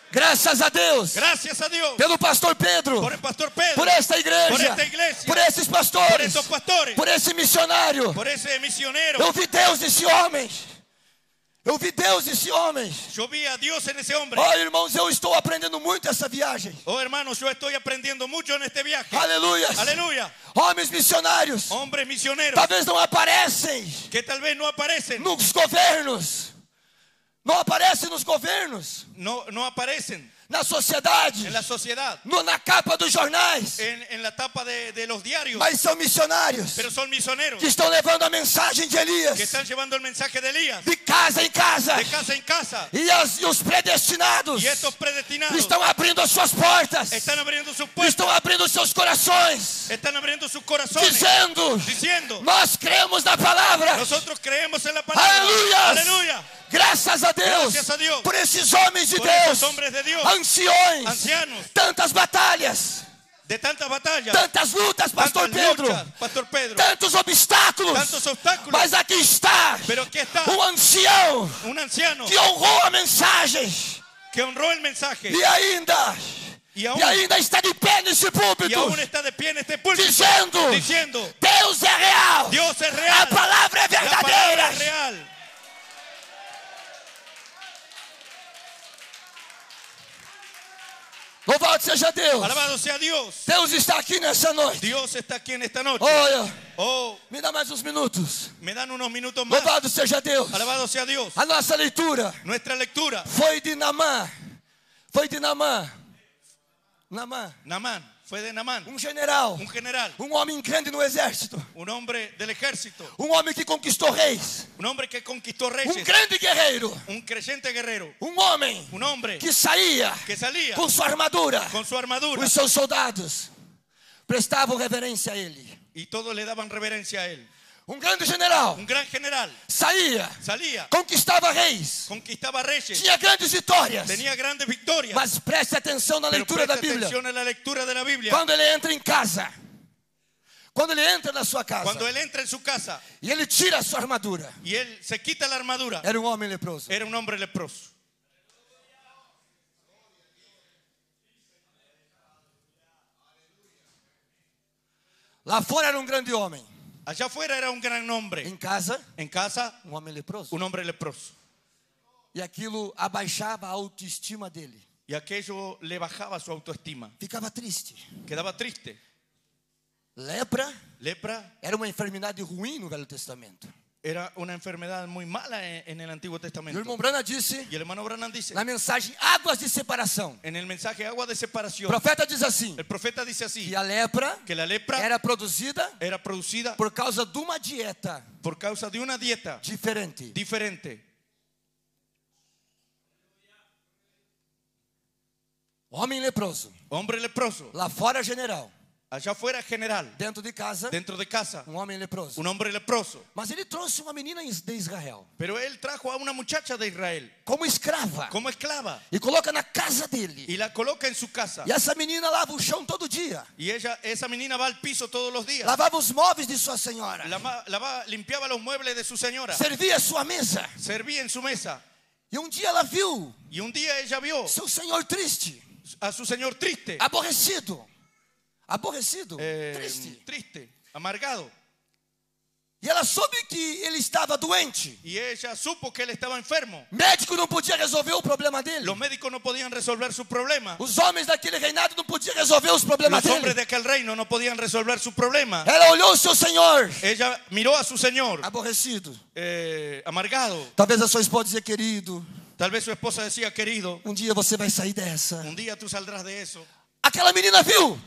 E: Graças a Deus,
F: Gracias a Dios.
E: pelo pastor Pedro,
F: Por el pastor Pedro.
E: por esta igreja,
F: por esta iglesia,
E: por esses pastores,
F: por estos pastores.
E: por esse missionário.
F: Por ese misionero.
E: Eu vi Deus nesse homem. Eu vi Deus nesse homem.
F: Yo vi a Dios en ese hombre.
E: Olha, irmãos, eu estou aprendendo muito essa viagem.
F: Oh, hermanos, yo estoy aprendiendo mucho en este viaje.
E: Aleluias.
F: Aleluya.
E: Homens missionários.
F: Hombres misioneros
E: talvez não aparecem
F: que tal vez no aparecen.
E: nos governos, não aparecem nos governos,
F: No, no aparecen
E: na sociedade,
F: en la sociedad.
E: no- na capa dos jornais,
F: En, en la tapa de, de los diarios.
E: mas são missionários
F: Pero son misioneros
E: que estão levando a mensagem de
F: que
E: Elias
F: están llevando el mensaje de Elías.
E: de casa em casa
F: tá- De casa é en casa.
E: e, as- e os predestinados
F: Y estos predestinados
E: estão abrindo as suas portas,
F: están abriendo sus puertas.
E: estão abrindo os seus corações,
F: Están abriendo sus corazones.
E: dizendo:
F: Diciendo.
E: nós cremos na palavra.
F: Nosotros creemos en la palabra.
E: Aleluia!
F: Aleluya.
E: Graças a Deus,
F: Graças a Deus.
E: por esses homens de
F: Por
E: Deus,
F: esses homens de Deus.
E: anciões,
F: Ancianos.
E: tantas batalhas,
F: De tantas batallas.
E: tantas lutas, Pastor
F: tantas
E: Pedro,
F: luchas, Pastor Pedro.
E: tantos obstáculos,
F: Tantos obstáculos.
E: mas aqui está
F: Pero aquí está
E: um ancião
F: un anciano
E: que honrou a mensagem
F: que honró el mensaje.
E: e ainda,
F: Y aún,
E: e ainda está de pé nesse
F: y Então, aún
E: púlpito,
F: está de pie en este púlpito.
E: dizendo:
F: Diciendo.
E: Deus é real,
F: Dios es
E: a
F: real.
E: palavra é
F: La palabra
E: verdadeira.
F: es real.
E: Louvado seja Deus,
F: Alabado sea Dios.
E: Deus está aqui nessa noite.
F: Dios está aquí en esta noche.
E: Olha.
F: Oh,
E: Me dá mais uns minutos.
F: me dan unos minutos más.
E: Louvado seja Deus.
F: Alabado sea Dios.
E: A nossa leitura
F: Nuestra lectura.
E: foi de Namã. Foi de Namã. Namã.
F: Namán, fue de Namán,
E: Um general.
F: un general,
E: Um homem grande no exército.
F: un hombre del ejército,
E: Um homem que conquistou reis.
F: un hombre que conquistó
E: Um
F: reyes,
E: grande guerreiro.
F: un creyente guerrero,
E: Um homem
F: un hombre
E: que saía
F: que salía
E: com sua armadura.
F: con su armadura
E: Os seus soldados prestavam reverência a ele.
F: y todos le daban reverencia a él.
E: Um grande general
F: Un gran general
E: saía,
F: salía,
E: conquistava reis.
F: conquistaba reyes,
E: Tinha grandes vitórias.
F: tenía grandes victorias.
E: Mas preste atenção na
F: Pero
E: leitura
F: presta
E: da Bíblia.
F: atención a la lectura de la Biblia.
E: Quando ele entra em casa, quando ele entra na sua casa
F: Cuando él entra en su casa
E: e ele tira a sua armadura,
F: y él se quita la armadura,
E: era um homem leproso.
F: era un hombre leproso.
E: Lá fora era um grande homem.
F: Allá afuera era un gran hombre.
E: Em casa,
F: En casa,
E: um homem leproso.
F: un hombre leproso.
E: E aquilo abaixava a autoestima dele.
F: Y aquello le bajaba su autoestima.
E: Ficava triste.
F: Quedaba triste.
E: Lepra
F: Lepra
E: era uma enfermidade ruim no Velho Testamento.
F: Era una enfermedad muy mala en, en el Antiguo
E: E o
F: Testamento.
E: irmão Brana disse
F: Y el hermano Branham dice,
E: na mensagem Águas de Separação.
F: en el mensaje Agua de
E: O
F: Separación,
E: profeta diz assim:
F: el profeta dice así,
E: que a lepra
F: que la lepra
E: era produzida
F: era producida
E: por causa de uma dieta
F: por causa de una dieta
E: diferente.
F: diferente.
E: Um Homem leproso,
F: Hombre leproso,
E: lá fora general,
F: allá afuera general,
E: dentro de casa,
F: dentro de casa,
E: um homem leproso.
F: un hombre leproso.
E: Mas ele trouxe uma menina de Israel
F: Pero él trajo a una muchacha de Israel
E: como escrava
F: como esclava
E: e coloca na casa dele.
F: y la coloca en su casa.
E: E essa menina lava o chão todo dia,
F: Y ella, esa menina va al piso todos los días.
E: lavava os móveis de sua senhora,
F: Lama- lava- limpiaba los muebles de su señora.
E: servia sua mesa.
F: Servía en su mesa.
E: E um dia ela viu
F: Y un día ella vio
E: seu senhor triste,
F: a su señor triste.
E: Ah, aborrecido, aborrecido,
F: eh,
E: triste.
F: triste, amargado.
E: E ela soube que ele estava doente.
F: Y ella supo que él estaba enfermo.
E: Médico não podia resolver o problema dele.
F: Los médicos no podían resolver su problema.
E: Os homens daquele reinado não podiam resolver os problemas
F: Los
E: dele.
F: hombres de aquel reino no podían resolver su problema.
E: Ela olhou o seu senhor,
F: Ella miró a su señor
E: aborrecido.
F: eh, amargado.
E: Talvez a sua esposa dizia, querido,
F: Tal vez su esposa decía, querido,
E: um dia você vai sair dessa.
F: un día tú saldrás de eso.
E: Aquela menina viu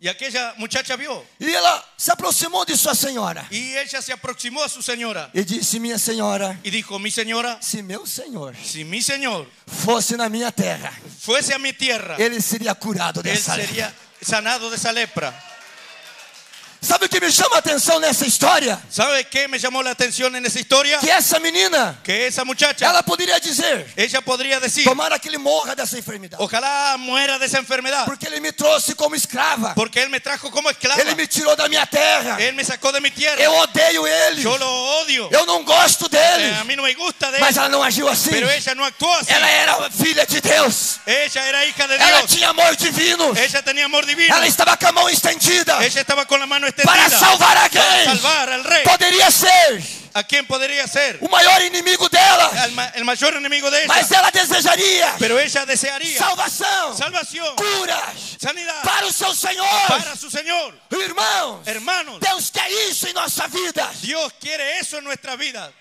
F: Y aquella muchacha vio.
E: e ela se aproximou de sua senhora
F: Y ella se aproximó a su señora
E: e disse: Minha senhora,
F: y dijo, mi señora,
E: se meu senhor
F: si mi señor
E: fosse na minha terra,
F: fuese a mi tierra,
E: ele seria curado
F: él
E: dessa. lepra."
F: sería sanado de esa lepra.
E: Sabe o que me chama a atenção nessa história?
F: ¿Sabe qué me llamó la atención en esa historia?
E: Que essa menina,
F: Que esa muchacha,
E: ela poderia dizer:
F: ella podría decir,
E: Tomara que ele morra dessa enfermidade,
F: ojalá muera de esa enfermedad,
E: porque ele me trouxe como escrava.
F: porque él me trajo como esclava,
E: Ele me tirou da minha terra.
F: él me sacó de mi
E: Eu
F: tierra,
E: odeio ele.
F: yo lo odio,
E: Eu não gosto
F: eh,
E: dele.
F: a mí no me gusta de
E: Mas
F: él,
E: ela não agiu assim.
F: pero ella no actuó así,
E: Ela era filha de Deus.
F: ella era hija de
E: Ela
F: Dios,
E: tinha amor divino.
F: ella tenía amor divino,
E: Ela estava com a mão estendida
F: ella estaba con la mano
E: para
F: extendida
E: salvar
F: para
E: alguém.
F: salvar al rey.
E: Poderia ser
F: ¿A quién podría ser?
E: o maior inimigo dela,
F: Al ma- el mayor enemigo É de ella.
E: mas ela desejaria
F: Pero ella desearía
E: salvação,
F: salvación,
E: cura
F: sanidad
E: para o seu Senhor.
F: para su Señor.
E: Irmãos,
F: Hermanos,
E: Deus quer isso em nossa vida.
F: Dios quiere eso en nuestra vida.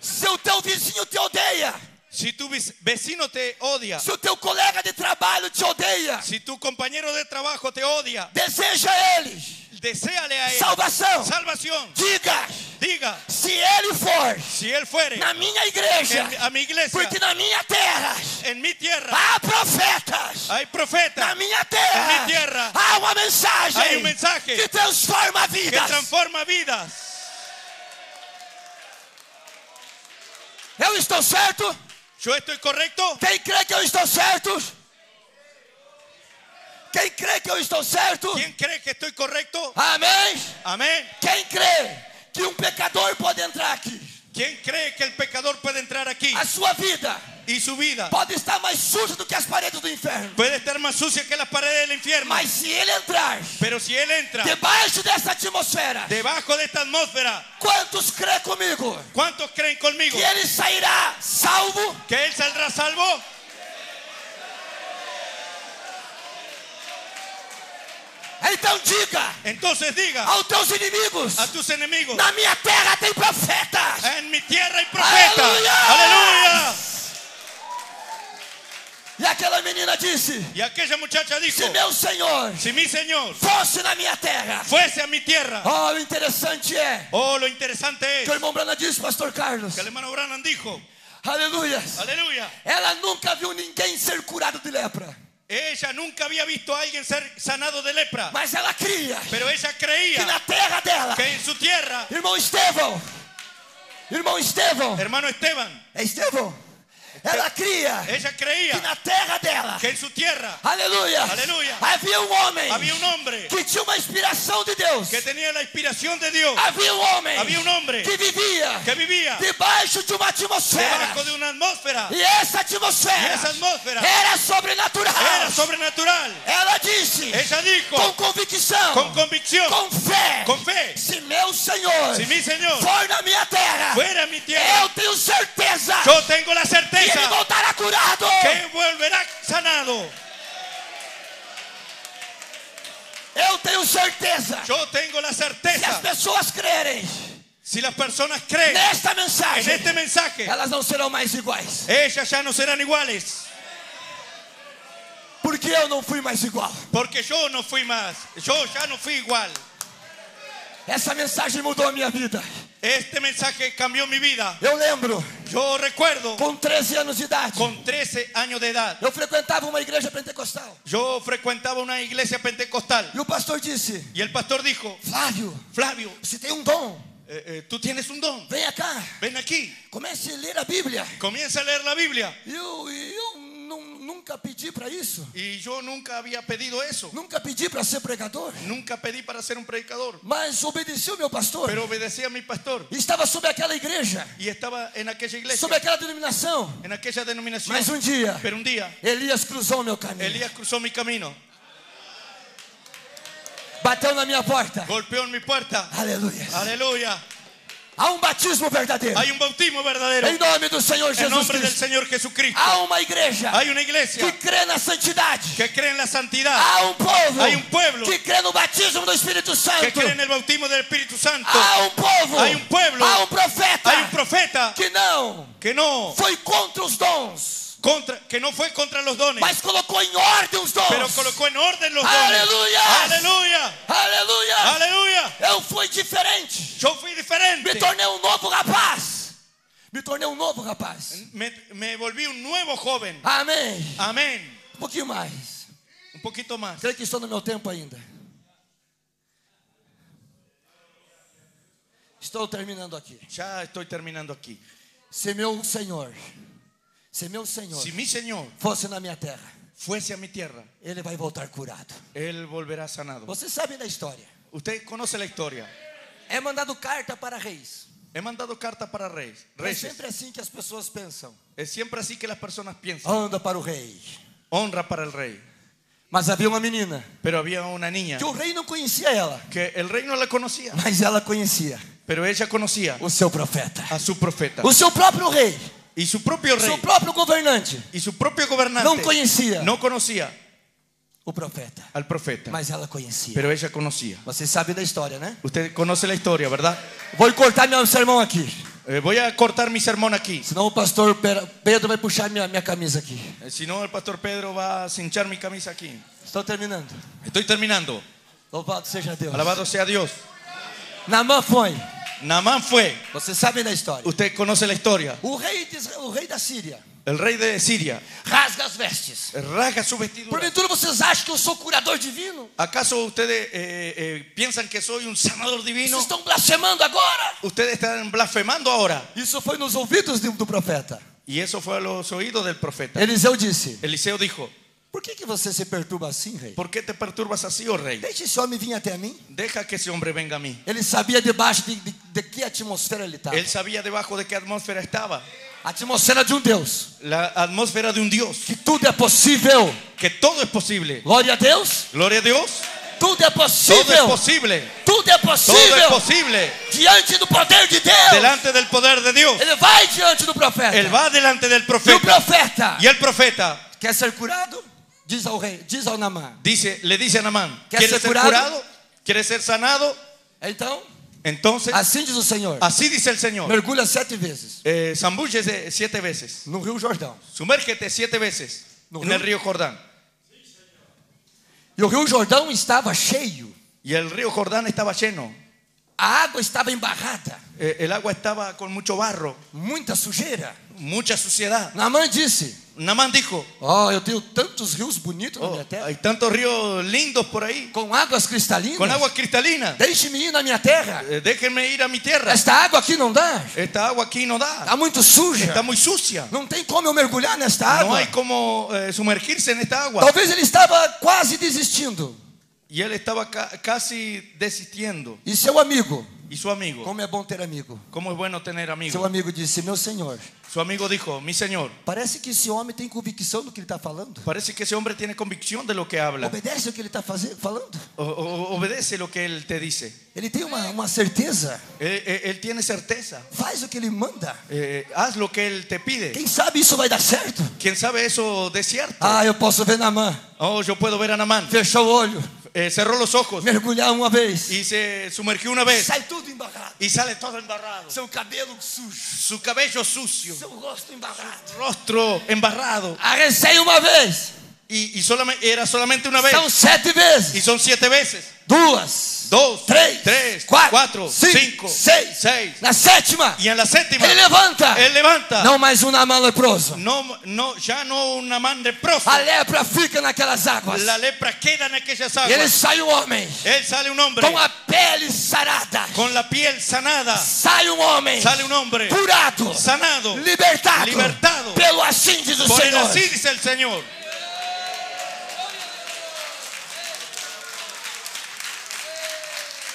E: Se o teu vizinho te odeia,
F: Si tu vic- vecino te odia,
E: se o teu colega de trabalho te odeia,
F: si tu compañero de trabajo te odia,
E: deseja ele
F: deséale a él
E: salvação.
F: salvación.
E: Diga,
F: Diga,
E: se ele for
F: si él fuere
E: na minha igreja,
F: en- a mi iglesia,
E: porque na minha terra
F: en mi tierra,
E: há profetas.
F: hay
E: Na
F: profetas
E: minha terra,
F: Na minha terra,
E: há uma mensagem,
F: há um mensagem
E: que transforma
F: que
E: vidas.
F: transforma vidas.
E: Eu estou certo?
F: ¿Yo estoy correcto?
E: Quem crê que eu estou certo? Quem crê que eu estou certo?
F: ¿Quién cree que estoy correcto?
E: Amém?
F: Amén.
E: Quem crê que um pecador pode entrar aqui?
F: ¿Quién cree que el pecador puede entrar aquí
E: A sua vida
F: y su vida
E: pode estar mais suja do que as paredes do inferno.
F: puede estar más sucia que las paredes del infierno?
E: Mas se ele entrar
F: Pero si él entra
E: debaixo dessa atmosfera,
F: debajo de esta atmósfera,
E: quantos crê comigo
F: ¿cuántos creen conmigo
E: que ele sairá salvo?
F: que él saldrá salvo?
E: Então diga
F: Entonces diga
E: aos teus inimigos.
F: a É. tus enemigos,
E: Na minha terra tem profetas.
F: en mi tierra hay profetas.
E: ¡Aleluya!
F: Aleluya.
E: E aquela menina disse:
F: Y aquella muchacha dijo,
E: Se meu senhor
F: si mi Señor
E: fosse na minha terra.
F: fuese a mi tierra,
E: Oh, o interessante é
F: oh, lo interesante
E: que
F: es
E: o irmão Brana disse, Pastor Carlos.
F: que el hermano Branham dijo,
E: Aleluia.
F: aleluya,
E: Ela nunca viu ninguém ser curado de lepra.
F: ella nunca había visto a alguien ser sanado de lepra,
E: Mas ela cria
F: pero ella
E: que
F: creía
E: na terra dela,
F: que en su tierra,
E: irmão Estevão, irmão Estevão,
F: hermano Esteban,
E: é Estevão, ela cria
F: ella
E: que
F: creía
E: na terra dela,
F: que en su tierra
E: aleluia,
F: Aleluia.
E: havia um homem
F: había un hombre
E: que tinha uma inspiração de Deus.
F: que tenía la inspiración de Dios,
E: Havia um homem
F: Havia um homem
E: que vivia
F: que vivía
E: debaixo de uma atmosfera.
F: debajo de una atmósfera
E: E essa atmosfera,
F: Y esa atmósfera
E: era sobrenatural.
F: era sobrenatural.
E: Ela disse
F: Ella dijo
E: é com convicção,
F: con convicción,
E: com fé,
F: con fe,
E: se meu Senhor
F: si mi Señor
E: for na minha terra,
F: fuera a mi tierra,
E: eu tenho certeza
F: yo tengo la
E: que ele
F: certeza
E: voltará curado.
F: que volverá sanado.
E: Eu tenho certeza.
F: Yo tengo la
E: Se as
F: certeza,
E: pessoas crerem
F: si las personas creen
E: nesta
F: en
E: mensagem,
F: este mensaje,
E: elas não serão mais iguais.
F: ellas ya no serán iguales,
E: Porque eu não fui mais igual.
F: porque yo no fui más, yo ya no fui igual.
E: Essa mensagem mudou a minha vida.
F: Este mensaje cambió mi vida.
E: Eu lembro,
F: Yo recuerdo
E: com 13 anos de idade,
F: con 13 años de edad,
E: eu frequentava uma igreja pentecostal.
F: yo frecuentaba una iglesia pentecostal
E: E o pastor disse:
F: y el pastor dijo,
E: Flávio,
F: Flavio,
E: você tem um dom.
F: eh, eh, tú tienes un don,
E: Venha cá,
F: ven aquí,
E: comece a ler a Bíblia.
F: comienza a leer la Biblia.
E: E eu, e eu nu- nunca pedi para isso.
F: Y yo nunca había pedido eso,
E: Nunca pedi para ser pregador.
F: nunca pedí para ser un predicador,
E: Mas obedeci o meu pastor.
F: pero obedecí a mi pastor
E: Estava sob aquela igreja,
F: y estaba en aquella iglesia,
E: sob aquela denominação.
F: en aquella denominación.
E: Mas um dia,
F: Pero un día,
E: Elias cruzou meu caminho.
F: Elías cruzó mi camino,
E: Bateu na minha porta.
F: golpeó en mi puerta.
E: Aleluia.
F: Aleluya.
E: Há um batismo verdadeiro.
F: Hay un bautismo verdadero
E: Em nome do Senhor
F: en
E: Jesus
F: nombre del
E: Cristo.
F: Señor Jesucristo.
E: Há uma igreja
F: Hay una iglesia
E: que crê na santidade.
F: que cree en la santidad,
E: Há um povo,
F: Hay un pueblo
E: que crê no batismo do Espírito Santo.
F: que cree en el bautismo del Espíritu Santo.
E: Há um povo,
F: Hay un pueblo.
E: há um profeta
F: Hay un profeta
E: que não
F: que no,
E: foi contra os dons,
F: contra, que no fue contra los dones,
E: mas colocou em ordem os dons.
F: pero colocó en orden los dones.
E: Aleluya.
F: Aleluya.
E: Aleluia!
F: Aleluya.
E: Eu fui diferente.
F: Yo fui diferente.
E: Me tornei um novo rapaz. Me tornei um novo rapaz.
F: Me, me volví un nuevo joven.
E: Amém.
F: Amén.
E: Um pouquinho mais.
F: Un poquito más.
E: Creio que estou no meu tempo ainda. Estou terminando aqui.
F: Ya estoy terminando aquí.
E: Se meu Senhor, se meu Senhor
F: Si mi Señor
E: fosse na minha terra,
F: fuese a mi tierra,
E: ele vai voltar curado.
F: Él volverá sanado.
E: Vocês sabem da história.
F: Usted conoce la historia.
E: É mandado carta para reis.
F: He mandado cartas para reyes.
E: É
F: reyes.
E: sempre assim que as pessoas pensam.
F: Es siempre así que las personas piensan.
E: Anda para o rei.
F: Honra para el rey.
E: Mas havia uma menina
F: Pero había una niña
E: que o rei não conhecia ela.
F: que el rey no la conocía,
E: Mas ela conhecia
F: pero ella conocía
E: o seu profeta,
F: a su profeta.
E: o seu próprio rei,
F: Y su propio
E: o seu
F: rey
E: próprio governante.
F: y su propio gobernante
E: No conocía.
F: no conocía
E: O profeta.
F: al profeta,
E: Mas ela conhecia.
F: pero ella conocía.
E: Vocês sabem da história, né?
F: Usted conoce la historia, ¿verdad?
E: Vou cortar meu sermão aqui.
F: Eh, voy a cortar mi sermón aquí.
E: Senão o pastor Pera- Pedro vai puxar minha, minha camisa aqui.
F: Eh, Si no, el pastor Pedro va a cinchar mi camisa aquí.
E: Estou terminando.
F: Estoy terminando.
E: Louvado seja Deus.
F: Alabado sea Dios.
E: Namã foi.
F: Naamán fue.
E: Vocês sabem da história.
F: Usted conoce la historia.
E: O rei, de Isra- o rei da Síria
F: El rey de Siria
E: rasga as vestes.
F: rasga su vestidura.
E: Porventura vocês acham que eu sou curador divino?
F: ¿Acaso ustedes eh, eh, piensan que soy un sanador divino?
E: Vocês estão blasfemando agora?
F: Ustedes están blasfemando ahora.
E: Isso foi nos ouvidos de- do profeta.
F: Y eso fue a los oídos del profeta.
E: Eliseu disse:
F: Eliseo dijo,
E: Por que, que você se perturba assim, rei?
F: ¿por qué te perturbas así, oh rey?
E: Deixe esse homem vir até mim.
F: Deja que ese hombre venga a mí.
E: Ele sabia debaixo de, de, de que atmosfera ele estava.
F: Él sabía debajo de qué atmósfera estaba.
E: A atmosfera de um Deus.
F: La atmósfera de un Dios.
E: Que tudo é possível.
F: Que todo es posible.
E: Glória a Deus.
F: Gloria a Dios.
E: Tudo é
F: Todo es
E: possível.
F: posible.
E: Tudo é
F: Todo es
E: possível.
F: posible.
E: Diante do poder de Deus.
F: Delante del poder de Dios.
E: Ele vai diante do profeta.
F: Él va delante del
E: E o
F: profeta.
E: profeta
F: Y el profeta
E: quer ser curado? Diz ao rei, diz ao Namã.
F: dice, le dice a Namán,
E: ¿Quieres
F: ¿quieres
E: ser
F: ser
E: curado?
F: curado? ¿Quieres ser sanado?
E: Então,
F: Entonces,
E: assim diz o Senhor.
F: así dice el Señor.
E: Mergulha sete vezes
F: Eh, zambúllese siete veces.
E: no Rio Jordão.
F: Sumérgete siete veces
E: No,
F: en
E: no.
F: el río Jordán.
E: E o Rio Jordão estava cheio.
F: Y el río Jordán estaba lleno.
E: A água estava embarrada,
F: Eh, El agua estaba con mucho barro,
E: muita sujeira.
F: mucha suciedad.
E: Namã disse:
F: Namán dijo,
E: Ó, eu tenho tantos rios bonitos na
F: "Oh,
E: minha terra,
F: hay tantos ríos lindos por ahí,
E: com águas cristalinas.
F: con aguas cristalinas.
E: Deixe-me ir na minha terra.
F: Eh, Déjenme ir a mi tierra.
E: Esta água aqui não dá.
F: Esta agua aquí no da.
E: Está muito suja.
F: Está muy sucia.
E: Não tem como eu mergulhar nesta
F: No
E: água.
F: hay como eh, sumergirse en esta agua.
E: Talvez ele estava quase desistindo.
F: Y él estaba ca- casi desistiendo.
E: E seu amigo,
F: Y su amigo,
E: como é bom ter amigo.
F: ¿cómo es bueno tener
E: Seu
F: amigos?
E: amigo disse: Meu senhor,
F: Su amigo dijo, mi señor,
E: parece que esse homem tem convicção do que ele está falando.
F: parece que esse hombre tiene convicción de lo que habla.
E: Obedece o que ele está falando.
F: O- o- obedece lo que él te dice.
E: Ele tem uma, uma certeza.
F: Él, él- él tiene certeza.
E: Faz o que ele manda.
F: Eh, haz lo que él te pide.
E: Quem sabe isso vai dar certo?
F: Quien sabe eso de cierto.
E: Ah, eu posso ver na mão.
F: Oh, yo puedo ver a Namán.
E: Fechou o olho.
F: eh, cerró los ojos
E: mergulhar uma vez,
F: y se sumergió una vez
E: sai tudo embarrado.
F: y sale todo embarrado.
E: Seu cabelo sujo,
F: Su cabello sucio,
E: seu rosto embarrado.
F: rostro embarrado.
E: Arrecei uma vez,
F: Y, y solame- era solamente una vez.
E: são sete
F: Y
E: vezes,
F: son siete veces.
E: duas,
F: Dos,
E: três,
F: tres,
E: quatro,
F: cuatro,
E: cinco,
F: cinco,
E: seis.
F: seis.
E: Na sétima,
F: Y en la séptima,
E: ele levanta.
F: él levanta.
E: Não mais um Namã leproso.
F: No, no, ya no una man de profe.
E: A lepra fica naquelas águas.
F: La lepra queda en aquellas
E: E ele
F: aguas.
E: sai um homem
F: Él sale un hombre
E: com a pele sarada.
F: con la piel sanada.
E: Sai um homem
F: Sale un hombre
E: curado,
F: sanado.
E: libertado,
F: libertado.
E: pelo assim diz o
F: Por el
E: Senhor.
F: así dice el Señor.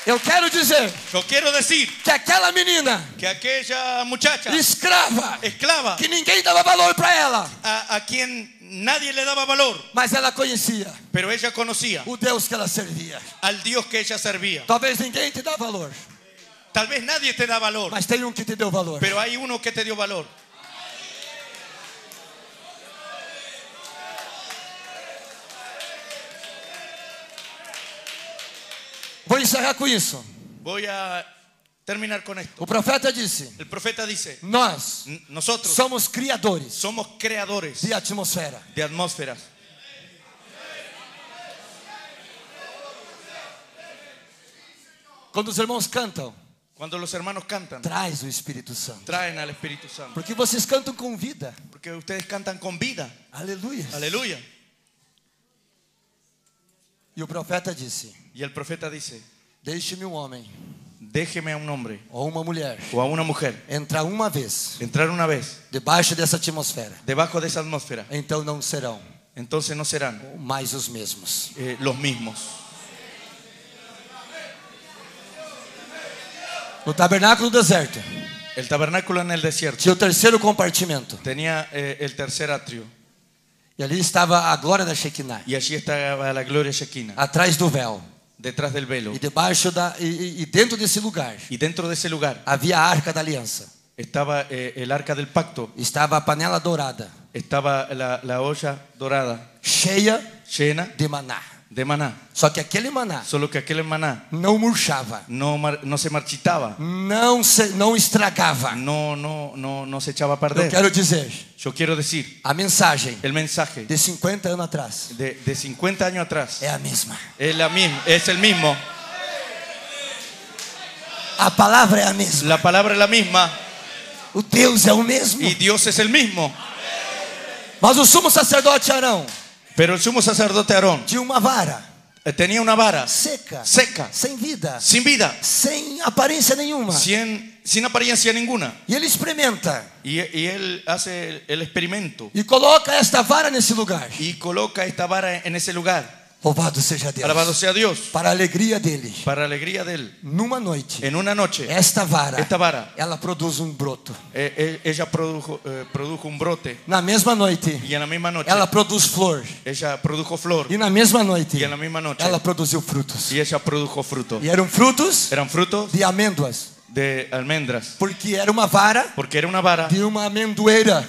E: Eu quero dizer
F: Yo quiero decir
E: que aquela menina
F: que aquella muchacha
E: escrava,
F: esclava
E: que ninguém dava valor para ela,
F: a, a quien nadie le daba valor,
E: mas ela conhecia
F: pero ella conocía
E: o Deus que ela servia.
F: al Dios que ella servía.
E: Talvez ninguém te dá valor,
F: Tal vez nadie te da valor,
E: mas tem um que te deu valor.
F: pero hay uno que te dio valor.
E: Vou encerrar com isso.
F: Voy a terminar con esto.
E: O profeta disse:
F: El profeta dice,
E: Nós
F: "N- nosotros
E: somos criadores
F: somos creadores
E: de atmosfera.
F: de atmósferas.
E: Quando os irmãos cantam,
F: Cuando los hermanos cantan,
E: traz o Espírito Santo.
F: traen al Espíritu Santo.
E: Porque vocês cantam com vida.
F: Porque ustedes cantan con vida.
E: Aleluia.
F: Aleluya.
E: E o profeta disse:
F: Y el profeta dice,
E: Deixe-me um homem
F: déjeme a un hombre
E: ou uma mulher
F: o a una mujer
E: entrar uma vez
F: entrar una vez
E: debaixo dessa atmosfera.
F: debajo de esa atmósfera.
E: Então não serão
F: Entonces no serán
E: mais os mesmos.
F: eh, los mismos.
E: No tabernáculo do deserto,
F: El tabernáculo en el desierto
E: tinha o terceiro compartimento.
F: tenía eh, el tercer atrio
E: E ali estava a glória da Shekinah,
F: y allí estaba la gloria Shekinah,
E: atrás do véu.
F: detrás del velo.
E: E debaixo da e, e- e dentro desse lugar
F: Y dentro de ese lugar
E: havia a arca da aliança.
F: estaba eh, el arca del pacto,
E: Estava a panela dourada,
F: estaba la, la olla dorada
E: cheia
F: llena
E: de maná.
F: de maná.
E: Só que aquele maná
F: Solo que aquel maná
E: não murchava,
F: no, mar- no se marchitaba,
E: não se, não estragava.
F: no, no, no, no se echaba a
E: Eu
F: perder.
E: quero dizer,
F: Yo quiero decir,
E: a mensagem
F: el mensaje
E: de 50 anos atrás
F: de, de 50 años atrás
E: é a mesma.
F: es, la misma, es el mismo,
E: A palavra é a mesma.
F: la palabra es la misma
E: O Deus é o mesmo.
F: y Dios es el mismo.
E: Mas o sumo sacerdote Arão
F: Pero el sumo sacerdote Aarón
E: tinha uma vara
F: eh, tenía una vara
E: seca,
F: Seca.
E: sem vida,
F: sin vida,
E: sem aparência nenhuma.
F: sin, sin apariencia ninguna.
E: E ele experimenta
F: Y, y él hace el- el experimento
E: e coloca esta vara nesse lugar.
F: y coloca esta vara en ese lugar.
E: Louvado seja Deus.
F: Alabado sea Dios.
E: Para a alegria dele,
F: Para alegría de él.
E: numa noite,
F: En una noche,
E: é esta vara,
F: esta vara,
E: ela produz um broto.
F: eh, eh, ella produjo, eh, produjo un brote.
E: Na mesma noite,
F: Y en la misma noche,
E: ela produz flor.
F: ella produjo flor.
E: E na mesma noite, é.
F: Y en la misma noche,
E: ela produziu frutos.
F: y ella produjo fruto.
E: E eram frutos
F: Eran frutos
E: de amêndoas,
F: de almendras.
E: porque era uma vara
F: Porque era una vara
E: de uma amendoeira.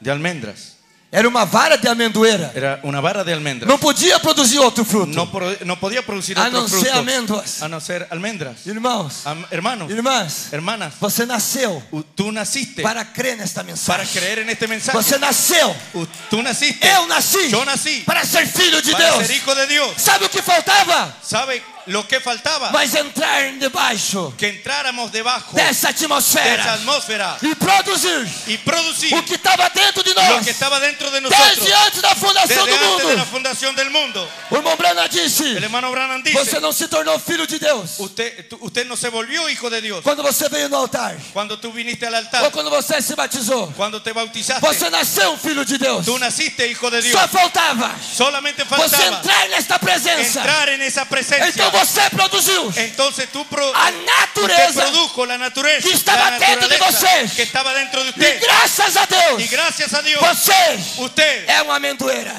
F: de almendras.
E: Era uma vara de amendoeira.
F: Era una vara de almendras.
E: Não podia produzir outro fruto.
F: No, pro- no podía producir
E: A
F: otro
E: não ser
F: fruto.
E: amêndoas.
F: A no ser almendras.
E: Irmãos,
F: Am- hermanos,
E: irmãs,
F: hermanas,
E: você nasceu
F: u- tú naciste para,
E: para crer nesta mensagem.
F: creer en este mensaje.
E: Você nasceu,
F: U- Tú naciste
E: eu nasci,
F: Yo nací
E: para ser filho de
F: para
E: Deus.
F: ser hijo de Dios.
E: Sabe o que faltava?
F: ¿Sabe lo que faltaba?
E: Mas entrar debaixo
F: Que entráramos debajo de
E: dessa
F: esa
E: atmosfera
F: atmósfera
E: e produzir
F: y producir
E: o que estava dentro de
F: lo
E: nós
F: que estaba dentro de
E: desde
F: nosotros
E: antes da fundação
F: desde
E: do
F: antes de la
E: mundo.
F: fundación del mundo.
E: O irmão Brana disse:
F: El hermano Branham
E: Você
F: dice,
E: não se tornou filho de Deus
F: usted, tú- usted no se volvió hijo de Dios
E: quando você veio no altar
F: cuando tú viniste al
E: ou
F: altar,
E: quando você se batizou.
F: cuando te bautizaste.
E: Você nasceu um filho de Deus.
F: Tú naciste hijo de Dios.
E: Só faltava
F: Solamente
E: você
F: faltaba
E: entrar nesta presença.
F: entrar en esa presencia.
E: Então você produziu
F: Entonces tú pro-
E: pues, a
F: usted
E: natureza.
F: produjo la naturaleza,
E: que estaba
F: la
E: dentro de
F: naturaleza
E: vocês.
F: que estaba dentro de
E: E
F: usted.
E: graças a
F: Y
E: Deus,
F: gracias a Dios,
E: Pues, você
F: usted
E: é uma amendoeira.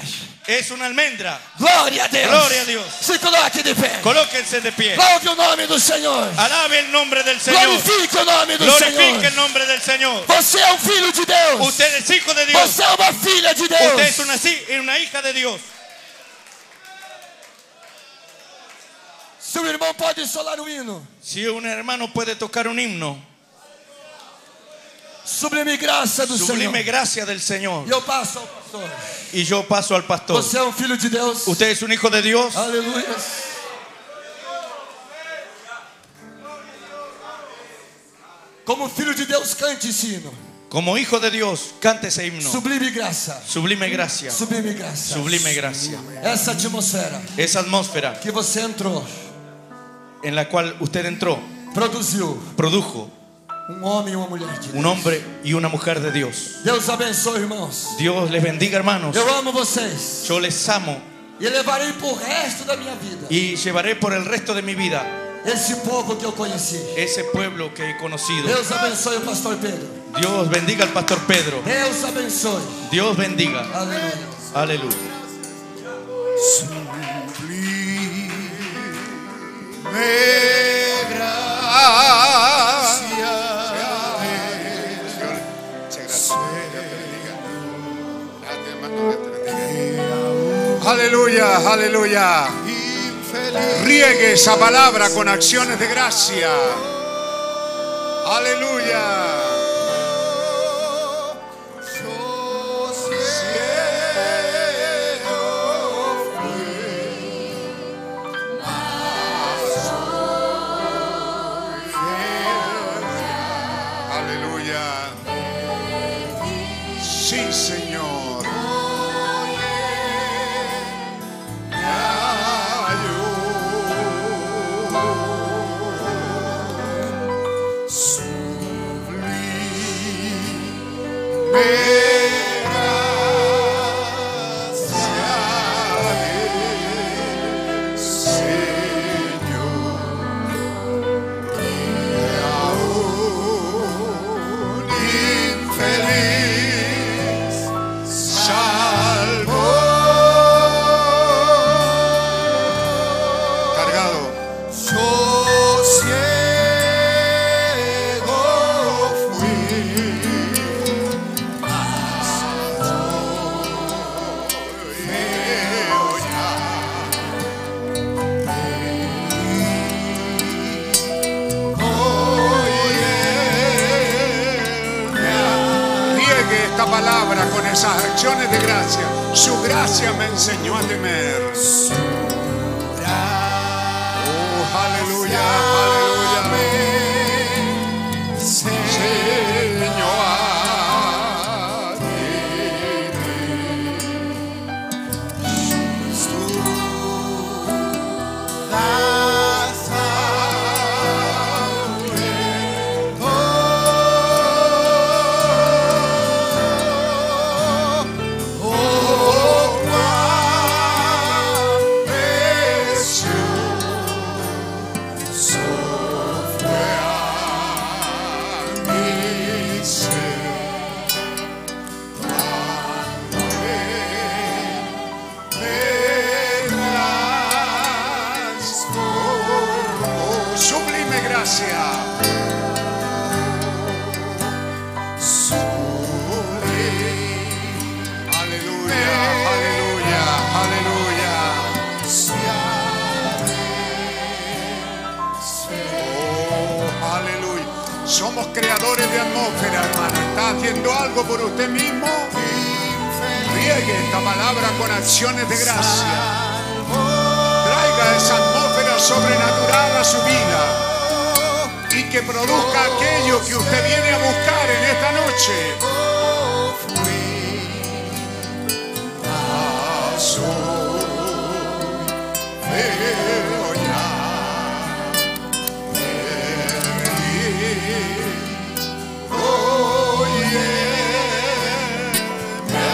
F: es una almendra.
E: Glória a Deus.
F: Glória a Deus.
E: Se coloque de pé.
F: Colóquense de pie.
E: Louve o nome do Senhor.
F: Alabe el nombre del Señor.
E: Pues, Glorifique o nome do Senhor.
F: Ah, Glorifique el nombre del Señor.
E: Você é um filho de Deus.
F: Usted es hijo de Dios.
E: Você é uma filha de
F: Usted
E: Deus.
F: es una, si- una hija de Dios.
E: Se o irmão pode ensolar o hino,
F: Si un hermano puede tocar un himno,
E: sublime graça do
F: sublime
E: Senhor.
F: gracia del
E: E
F: Señor.
E: eu passo ao pastor.
F: Y yo paso al pastor.
E: Você é um filho de Deus.
F: Usted es un hijo de Dios.
E: Aleluia. Como filho de Deus, cante esse himno.
F: Como hijo de Dios, cante ese himno.
E: Sublime graça.
F: Sublime gracia.
E: Sublime graça.
F: Sublime gracia.
E: Essa atmosfera
F: Esa atmósfera
E: que você entrou
F: en la cual usted entró
E: produziu
F: produjo
E: um homem e uma mulher de Deus.
F: un hombre y una mujer de Dios.
E: Deus abençoe, irmãos.
F: Dios les bendiga, hermanos.
E: Eu amo vocês
F: Yo les amo
E: e levarei pro resto da minha vida
F: y llevaré por el resto de mi vida
E: esse povo que eu conheci.
F: ese pueblo que he conocido.
E: Deus abençoe o pastor Pedro.
F: Dios bendiga al pastor Pedro.
E: Deus abençoe.
F: Dios bendiga.
E: Aleluia.
F: Aleluya.
B: De gracia. Señor, muchas gracias. Dios te bendiga. Gracias, hermano, Dios te bendiga. Aleluya, aleluya. Riegue esa palabra con acciones de gracia. Aleluya. Aleluya. Sí, Señor. infeliz salvo cargado yo ciego fui mas hoy veo ya Riegue esta palabra con esas acciones de gracia. Su gracia me enseñó a temer. Oh, aleluya, aleluya. Señor. a temer. Su gracia Sublime gracia. Aleluya, aleluya, aleluya. Oh, aleluya. Somos creadores de atmósfera, hermano. ¿Está haciendo algo por usted mismo? Riegue esta palabra con acciones de gracia. Traiga esa atmósfera sobrenatural a su vida y que produzca aquello que usted viene a buscar en esta noche. Mas hoy veo ya el río y él me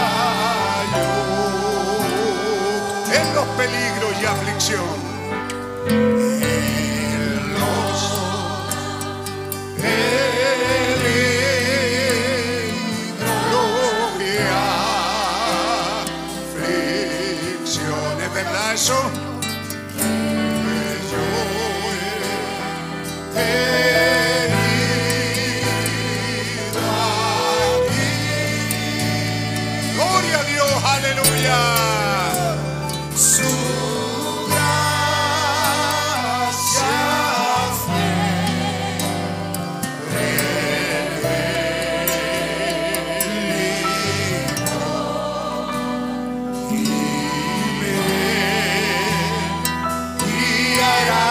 B: halló en los peligros y aflicción. En los peligros y aflicción aflicción. ¿Es verdad eso? Que ε, yo he venido aquí. Gloria a Dios, aleluya. Su gracia. me guiará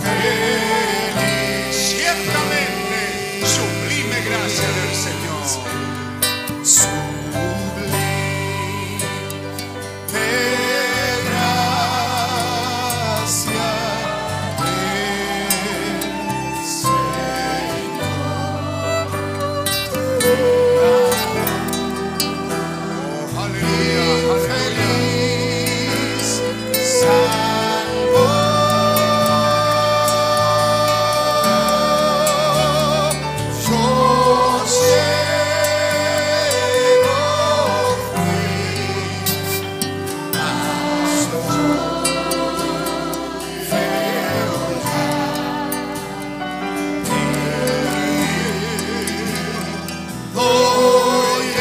B: feliz.
G: Ciertamente, sublime gracia del Señor.
B: gracia del
G: Oh, aleluya, aleluya.
B: feliz salvador. Yo ciego fui, mas no fui fiel. Hoy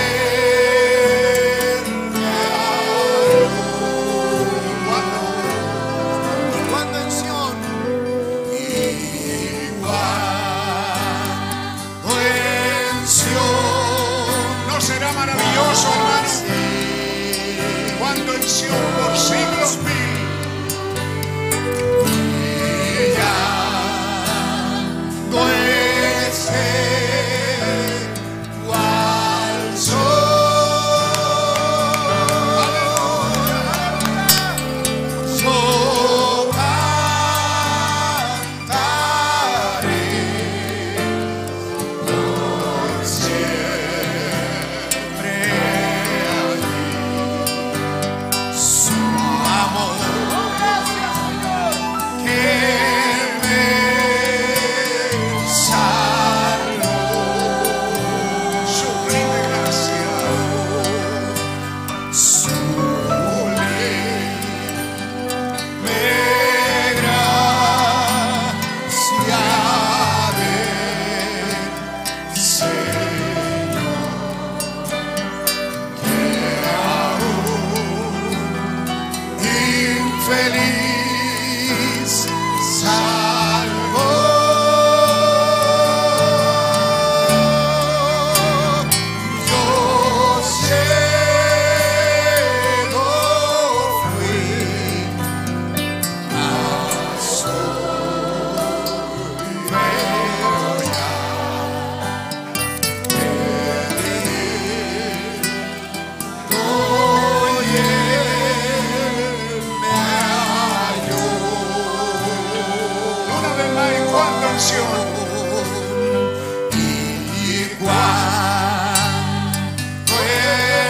H: Quando el Señor
G: ¿No será maravilloso, hermanos? Cuando en Sion por siglos mil sublime gracia,
B: Infeliz salvador, yo ciego fui, mas hoy veo ya venir. Hoy él me halló
G: una vez más y cuando en Sion
B: y cuando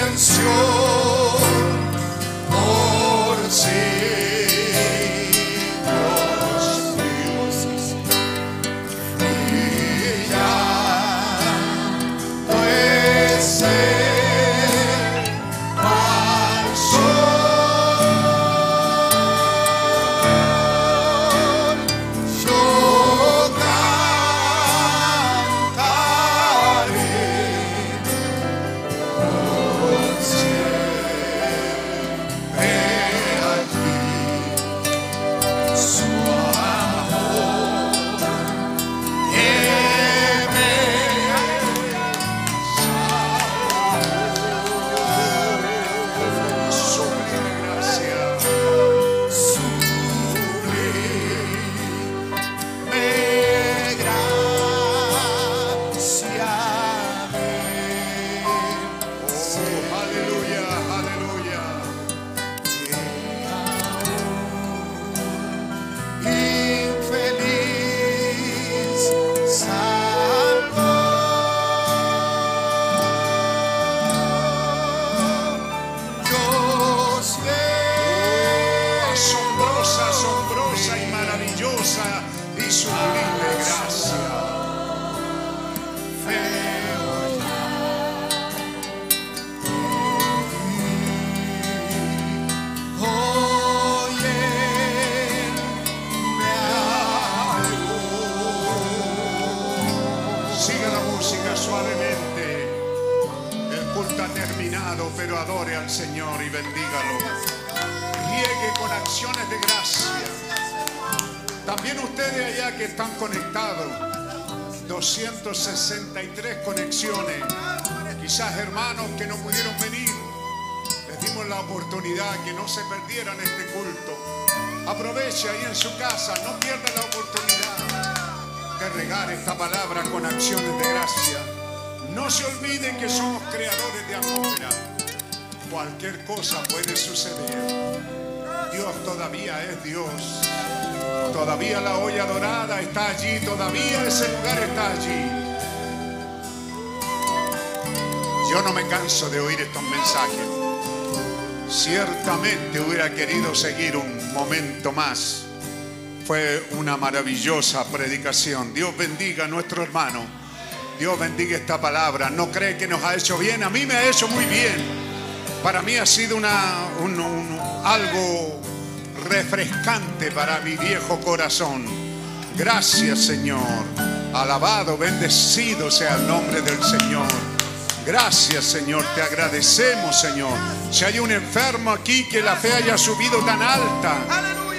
B: en Sion por siglos brillando es el al sol yo cantaré por siempre aquí su amor que me
G: sublime gracia.
B: sublime gracia me
G: Oh, aleluya, aleluya.
B: Infeliz salvador, yo sé
G: Asombrosa, asombrosa y maravillosa y sublime gracia.
B: feo ya. Oye, me
G: Siga la música suavemente. El culto ha terminado, pero adore al Señor y bendígalo. Riegue con acciones de gracia. También ustedes allá que están conectados, 263 conexiones. Quizás hermanos que no pudieron venir,
B: la oportunidad que no se perdieran este culto. Aproveche ahí en su casa, no pierda la oportunidad de regar esta palabra con acciones de gracia. No se olviden que somos creadores de atmósfera. Cualquier cosa puede suceder. Dios todavía es Dios. Todavía la olla dorada está allí, todavía ese lugar está allí. Yo no me canso de oír estos mensajes. Ciertamente hubiera querido seguir un momento más. Fue una maravillosa predicación. Dios bendiga a nuestro hermano. Dios bendiga esta palabra. No cree que nos ha hecho bien. A mí me ha hecho muy bien. Para mí ha sido una, un- un- algo refrescante para mi viejo corazón. Gracias Señor. Alabado, bendecido sea el nombre del Señor. Gracias, Señor, te agradecemos, Señor. Si hay un enfermo aquí que la fe haya subido tan alta,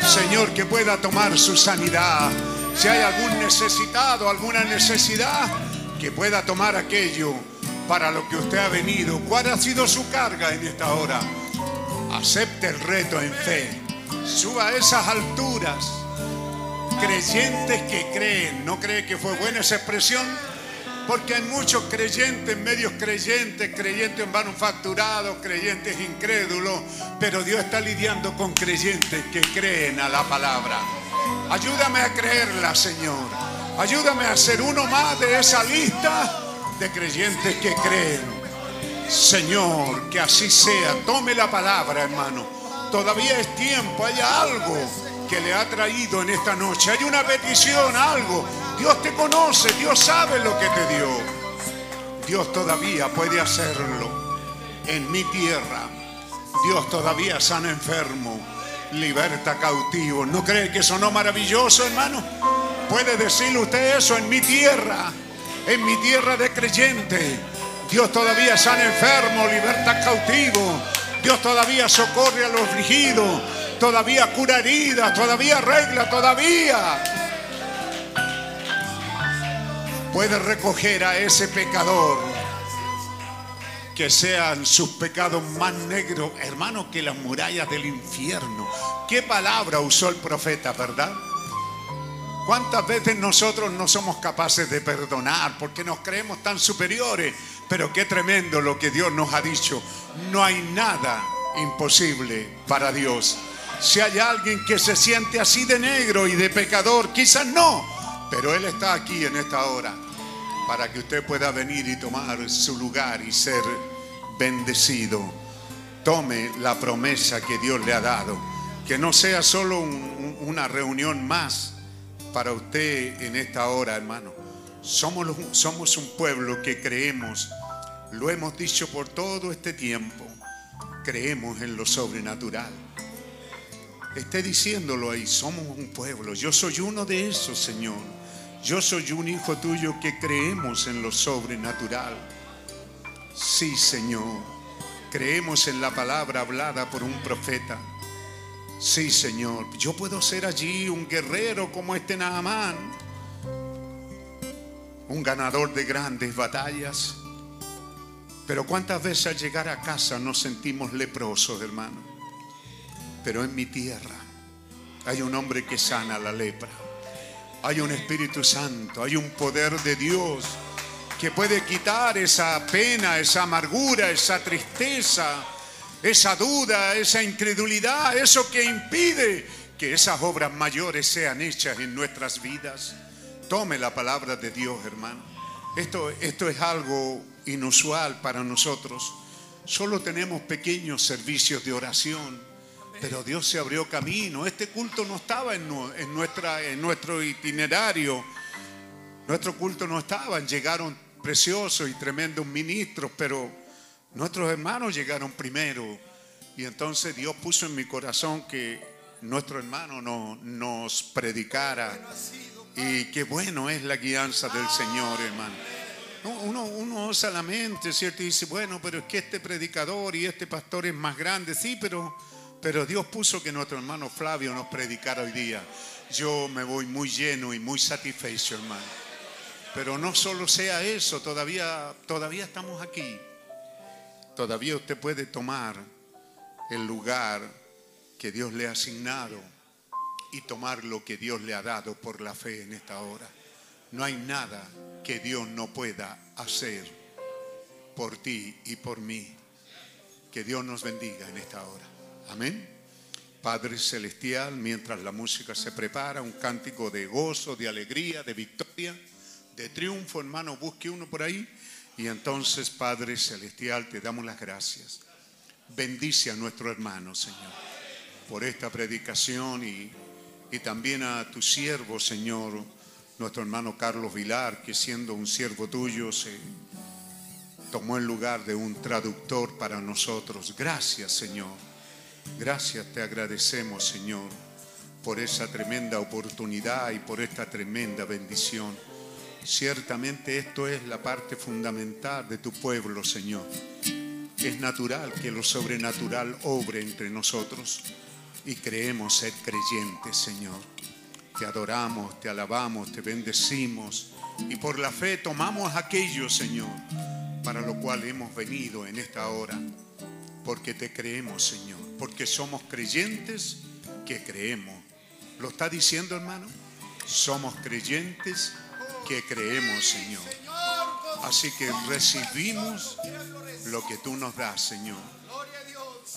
B: Señor, que pueda tomar su sanidad. Si hay algún necesitado, alguna necesidad, que pueda tomar aquello para lo que usted ha venido. ¿Cuál ha sido su carga en esta hora? Acepte el reto en fe. Suba a esas alturas. Creyentes que creen. ¿No cree que fue buena esa expresión? Porque hay muchos creyentes, medios creyentes, creyentes manufacturados, creyentes incrédulos, pero Dios está lidiando con creyentes que creen a la palabra. Ayúdame a creerla, Señor. Ayúdame a ser uno más de esa lista de creyentes que creen. Señor, que así sea. Tome la palabra, hermano. Todavía es tiempo, hay algo que le ha traído en esta noche. Hay una petición, algo. Dios te conoce, Dios sabe lo que te dio. Dios todavía puede hacerlo. En mi tierra, Dios todavía sana enfermo, liberta cautivo. ¿No cree que sonó maravilloso, hermano? ¿Puede decirle usted eso en mi tierra? En mi tierra de creyente, Dios todavía sana enfermo, liberta cautivo. Dios todavía socorre a los afligidos, todavía cura heridas, todavía arregla, todavía puede recoger a ese pecador. Que sean sus pecados más negros, hermano, que las murallas del infierno. ¿Qué palabra usó el profeta, verdad? ¿Cuántas veces nosotros no somos capaces de perdonar porque nos creemos tan superiores? Pero qué tremendo lo que Dios nos ha dicho. No hay nada imposible para Dios. Si hay alguien que se siente así de negro y de pecador, quizás no, pero Él está aquí en esta hora para que usted pueda venir y tomar su lugar y ser bendecido tome la promesa que Dios le ha dado. Que no sea solo un- un- una reunión más para usted en esta hora, hermano. Somos, los- somos un pueblo que creemos, lo hemos dicho por todo este tiempo, creemos en lo sobrenatural. Esté diciéndolo ahí, somos un pueblo. Yo soy uno de esos, Señor. Yo soy un hijo tuyo que creemos en lo sobrenatural. Sí, Señor. Creemos en la palabra hablada por un profeta. Sí, Señor. Yo puedo ser allí un guerrero como este Naamán. Un ganador de grandes batallas. Pero cuántas veces al llegar a casa nos sentimos leprosos, hermano. Pero en mi tierra hay un hombre que sana la lepra. Hay un Espíritu Santo, hay un poder de Dios que puede quitar esa pena, esa amargura, esa tristeza, esa duda, esa incredulidad, eso que impide que esas obras mayores sean hechas en nuestras vidas. Tome la palabra de Dios, hermano. Esto, esto es algo inusual para nosotros. Solo tenemos pequeños servicios de oración, pero Dios se abrió camino. Este culto no estaba en, nu- en nuestra, en nuestro itinerario. Nuestro culto no estaban, llegaron preciosos y tremendos ministros, pero nuestros hermanos llegaron primero. Y entonces Dios puso en mi corazón que nuestro hermano no- nos predicara. Y qué bueno es la guianza del Señor, hermano. No, Uno, uno osa la mente, ¿cierto? Y dice, bueno, pero es que este predicador y este pastor es más grande. Sí, pero, pero Dios puso que nuestro hermano Flavio nos predicara hoy día. Yo me voy muy lleno y muy satisfecho, hermano. Pero no solo sea eso, todavía, todavía estamos aquí. Todavía usted puede tomar el lugar que Dios le ha asignado y tomar lo que Dios le ha dado por la fe en esta hora. No hay nada que Dios no pueda hacer por ti y por mí. Que Dios nos bendiga en esta hora. Amén. Padre Celestial, mientras la música se prepara, un cántico de gozo, de alegría, de victoria, de triunfo, hermano, busque uno por ahí. Y entonces, Padre Celestial, te damos las gracias. Bendice a nuestro hermano, Señor, por esta predicación y, y también a tu siervo, Señor, nuestro hermano Carlos Vilar, que siendo un siervo tuyo se tomó el lugar de un traductor para nosotros. Gracias, Señor. Gracias te agradecemos, Señor, por esa tremenda oportunidad y por esta tremenda bendición. Ciertamente esto es la parte fundamental de tu pueblo, Señor. Es natural que lo sobrenatural obre entre nosotros y creemos ser creyentes, Señor. Te adoramos, te alabamos, te bendecimos y por la fe tomamos aquello, Señor, para lo cual hemos venido en esta hora porque te creemos, Señor, porque somos creyentes que creemos. ¿Lo está diciendo, hermano? Somos creyentes que creemos, Señor. Así que recibimos lo que tú nos das, Señor.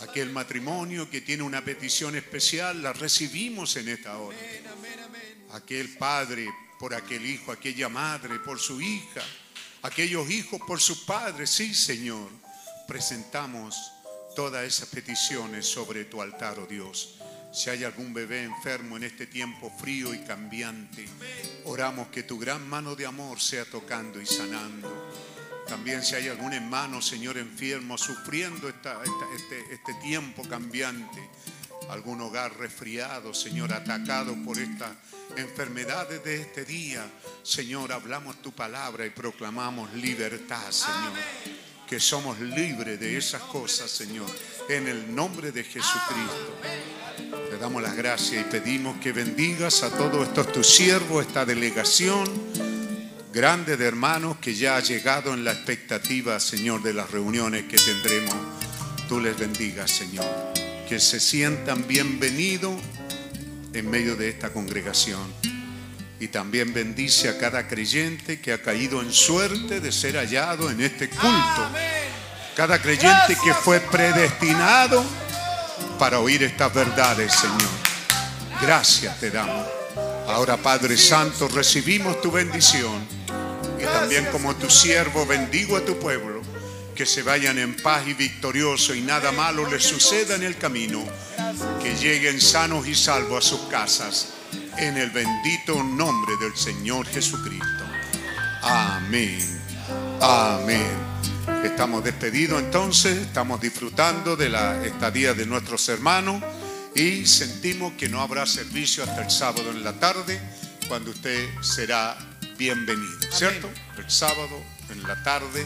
B: Aquel matrimonio que tiene una petición especial, la recibimos en esta hora. Aquel padre por aquel hijo, aquella madre por su hija, aquellos hijos por sus padres, sí, Señor. Presentamos todas esas peticiones sobre tu altar, oh Dios. Si hay algún bebé enfermo en este tiempo frío y cambiante, oramos que tu gran mano de amor sea tocando y sanando. También si hay algún hermano, Señor, enfermo, sufriendo esta- esta- este, este tiempo cambiante, algún hogar resfriado, Señor, atacado por estas enfermedades de este día, Señor, hablamos tu palabra y proclamamos libertad, Señor que somos libres de esas cosas, Señor, en el nombre de Jesucristo. Te damos las gracias y pedimos que bendigas a todos estos tus siervos, esta delegación grande de hermanos que ya ha llegado en la expectativa, Señor, de las reuniones que tendremos. Tú les bendigas, Señor, que se sientan bienvenidos en medio de esta congregación. Y también bendice a cada creyente que ha caído en suerte de ser hallado en este culto. Cada creyente que fue predestinado para oír estas verdades, Señor. Gracias te damos. Ahora, Padre Santo, recibimos tu bendición. Y también como tu siervo bendigo a tu pueblo. Que se vayan en paz y victorioso y nada malo les suceda en el camino. Que lleguen sanos y salvos a sus casas. En el bendito nombre del Señor Jesucristo. Amén. Amén. Estamos despedidos entonces, estamos disfrutando de la estadía de nuestros hermanos y sentimos que no habrá servicio hasta el sábado en la tarde, cuando usted será bienvenido, ¿cierto? El sábado en la tarde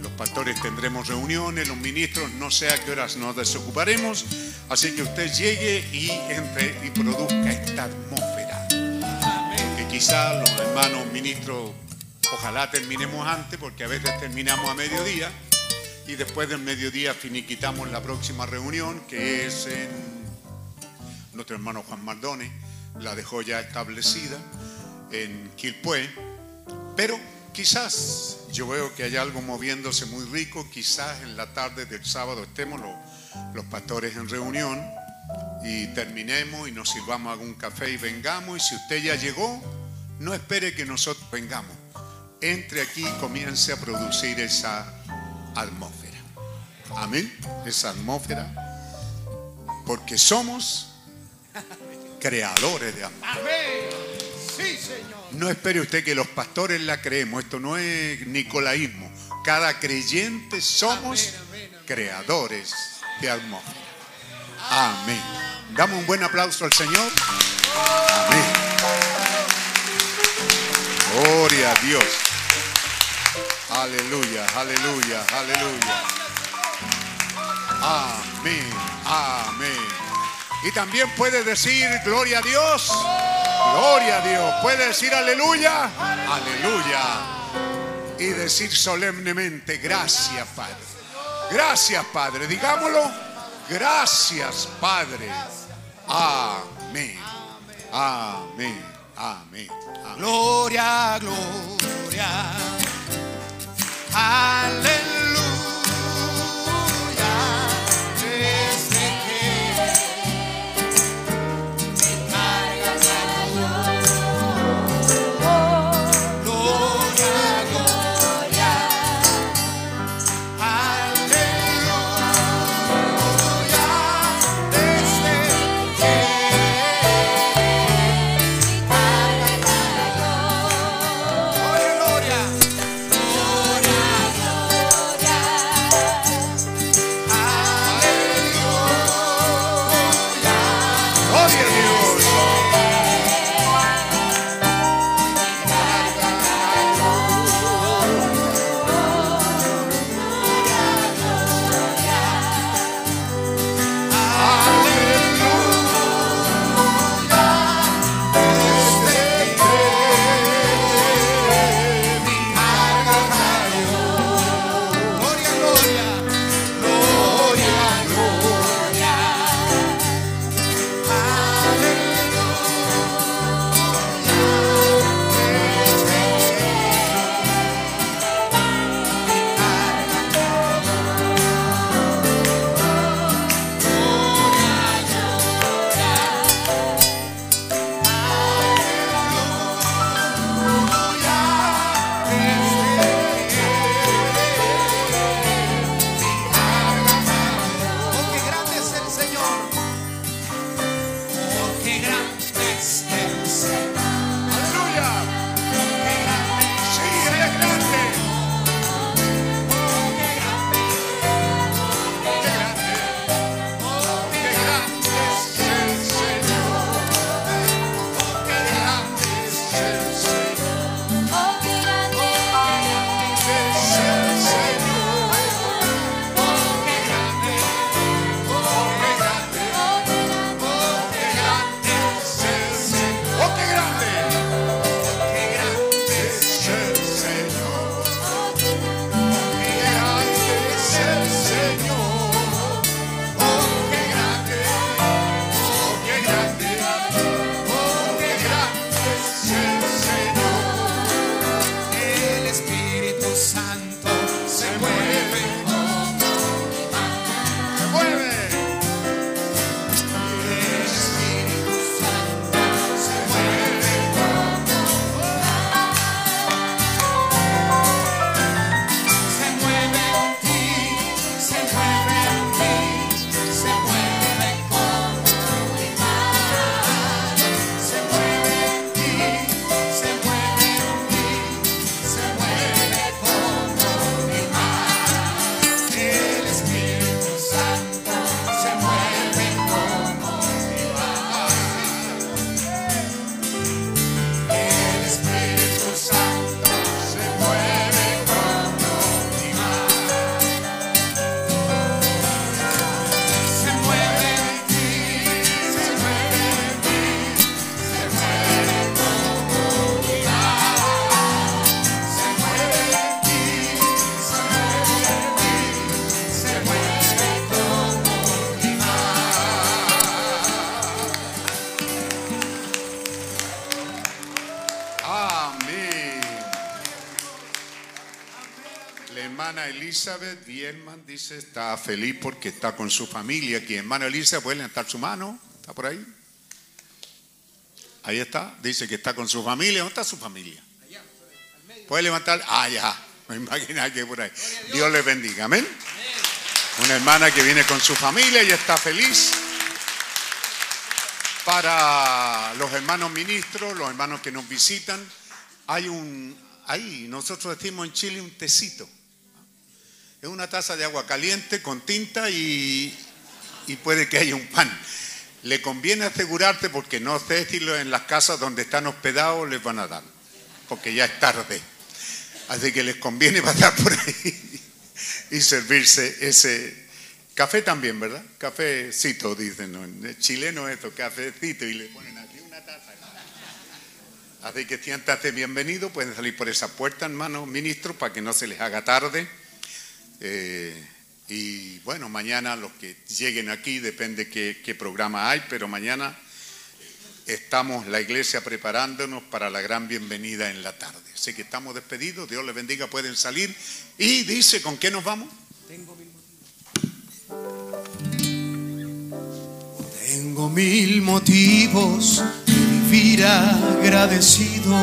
B: los pastores tendremos reuniones, los ministros, no sé a qué horas nos desocuparemos, así que usted llegue y entre y produzca esta atmósfera que quizá los hermanos ministros, ojalá terminemos antes, porque a veces terminamos a mediodía y después del mediodía finiquitamos la próxima reunión, que es en nuestro hermano Juan Maldone, la dejó ya establecida en Quilpué, pero quizás yo veo que hay algo moviéndose muy rico, quizás en la tarde del sábado estemos los, los pastores en reunión y terminemos y nos sirvamos algún café y vengamos. Y si usted ya llegó, no espere que nosotros vengamos. Entre aquí y comience a producir esa atmósfera. Amén. Esa atmósfera. Porque somos creadores de atmósfera. No espere usted que los pastores la creemos. Esto no es nicolaísmo. Cada creyente somos creadores de atmósfera. Amén. Damos un buen aplauso al Señor. Amén. Gloria a Dios. Aleluya, aleluya, aleluya. Amén, amén. Y también puede decir gloria a Dios. Gloria a Dios. Puede decir aleluya. Aleluya. Y decir solemnemente, gracias Padre. Gracias Padre. Digámoslo. Gracias, Padre. Amén. Amén. Amén. Amén.
I: Gloria, gloria. Aleluya. Desde que me cargas a Dios. Gloria, gloria. Aleluya. Desde que me cargas a Dios. Oye, gloria.
B: Gloria a Dios.
I: Gloria, gloria, gloria, gloria. Porque grande es el Señor. Porque grande es el Señor.
B: Aleluya. Sí, Él es grande. Oh, Qué grande. Oh, Qué grande es el Señor. Oh, Qué grande es el Señor. Qué grande es el Señor. Qué grande. Qué grande. Qué grande es el Señor. Oh, qué grande. Qué grande es el Señor. Qué grande es el Señor. Oh, qué grande. Oh, qué grande. Oh, qué grande es el Señor.
I: El Espíritu Santo se mueve.
B: Se mueve.
I: El Espíritu Santo se mueve. Se mueve en ti, se mueve en ti, se mueve con tu imagen. Se mueve en ti, se mueve en ti, se mueve con tu imagen. El Espíritu Santo se mueve como mi imagen. El Espíritu Santo se mueve como mi imagen. Se mueve en ti, se mueve en ti, se mueve como mi mar. Se mueve en ti, se mueve en ti, se mueve como mi mar.
B: Amén. La hermana Elizabeth Bierman dice está feliz porque está con su familia aquí. Hermana Elizabeth, puede levantar su mano. ¿Está por ahí? Ahí está. Dice que está con su familia. ¿Dónde está su familia? Puede levantar. Ah, ya. Me imagina que por ahí. Dios les bendiga. Amén. Una hermana que viene con su familia y está feliz para los hermanos ministros, los hermanos que nos visitan, hay un, ahí nosotros decimos en Chile un tecito. Es una taza de agua caliente con tinta y, y puede que haya un pan. Le conviene asegurarte porque no sé si lo- en las casas donde están hospedados les van a dar, porque ya es tarde. Así que les conviene pasar por ahí y servirse ese café también, ¿verdad? Cafecito, dicen. ¿no? En Chileno esto, cafecito, y le ponen aquí una taza. Así que siéntate bienvenido, pueden salir por esa puerta, hermanos ministros, para que no se les haga tarde. Eh, Y bueno, mañana los que lleguen aquí, depende qué, qué programa hay, pero mañana estamos la iglesia preparándonos para la gran bienvenida en la tarde. Así que estamos despedidos, Dios les bendiga, pueden salir. Y dice, ¿con qué nos vamos?
I: Tengo mil motivos de vivir agradecido.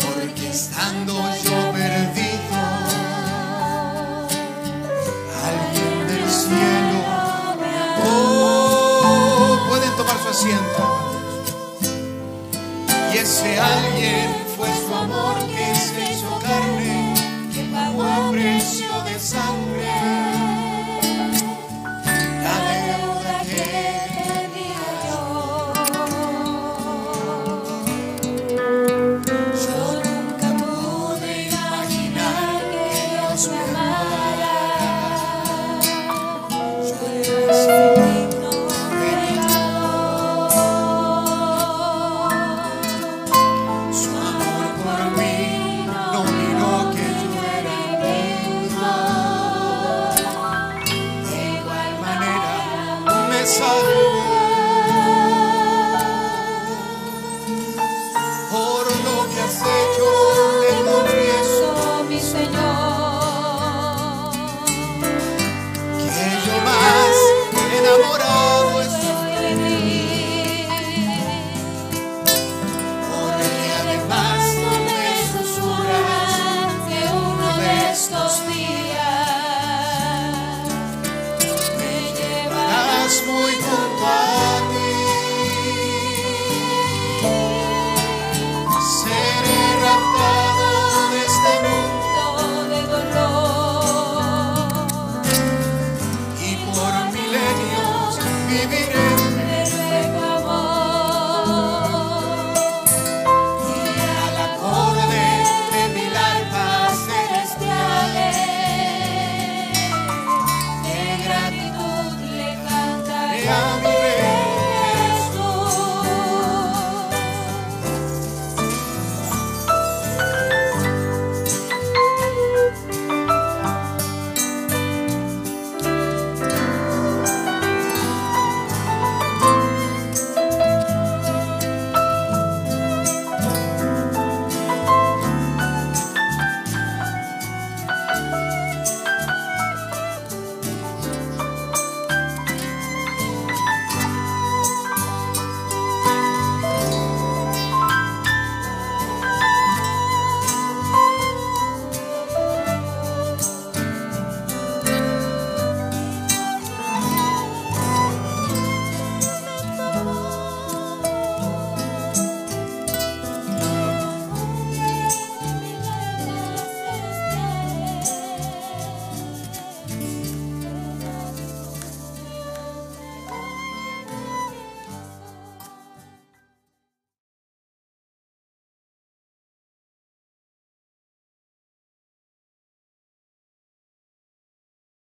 I: Porque estando yo perdido, alguien del cielo. Oh, pueden tomar su asiento. Y ese alguien fue su amor que se hizo carne, que pagó a precio de sangre. La deuda que tenía yo Yo nunca pude imaginar que Dios me amara Yo era su digno pecador Su amor por mí no miró que yo era digno de igual manera me salvo por lo que has hecho te confieso mi Señor que yo más enamorado estoy de ti porque además no me susurras que uno de estos días me llevarás muy este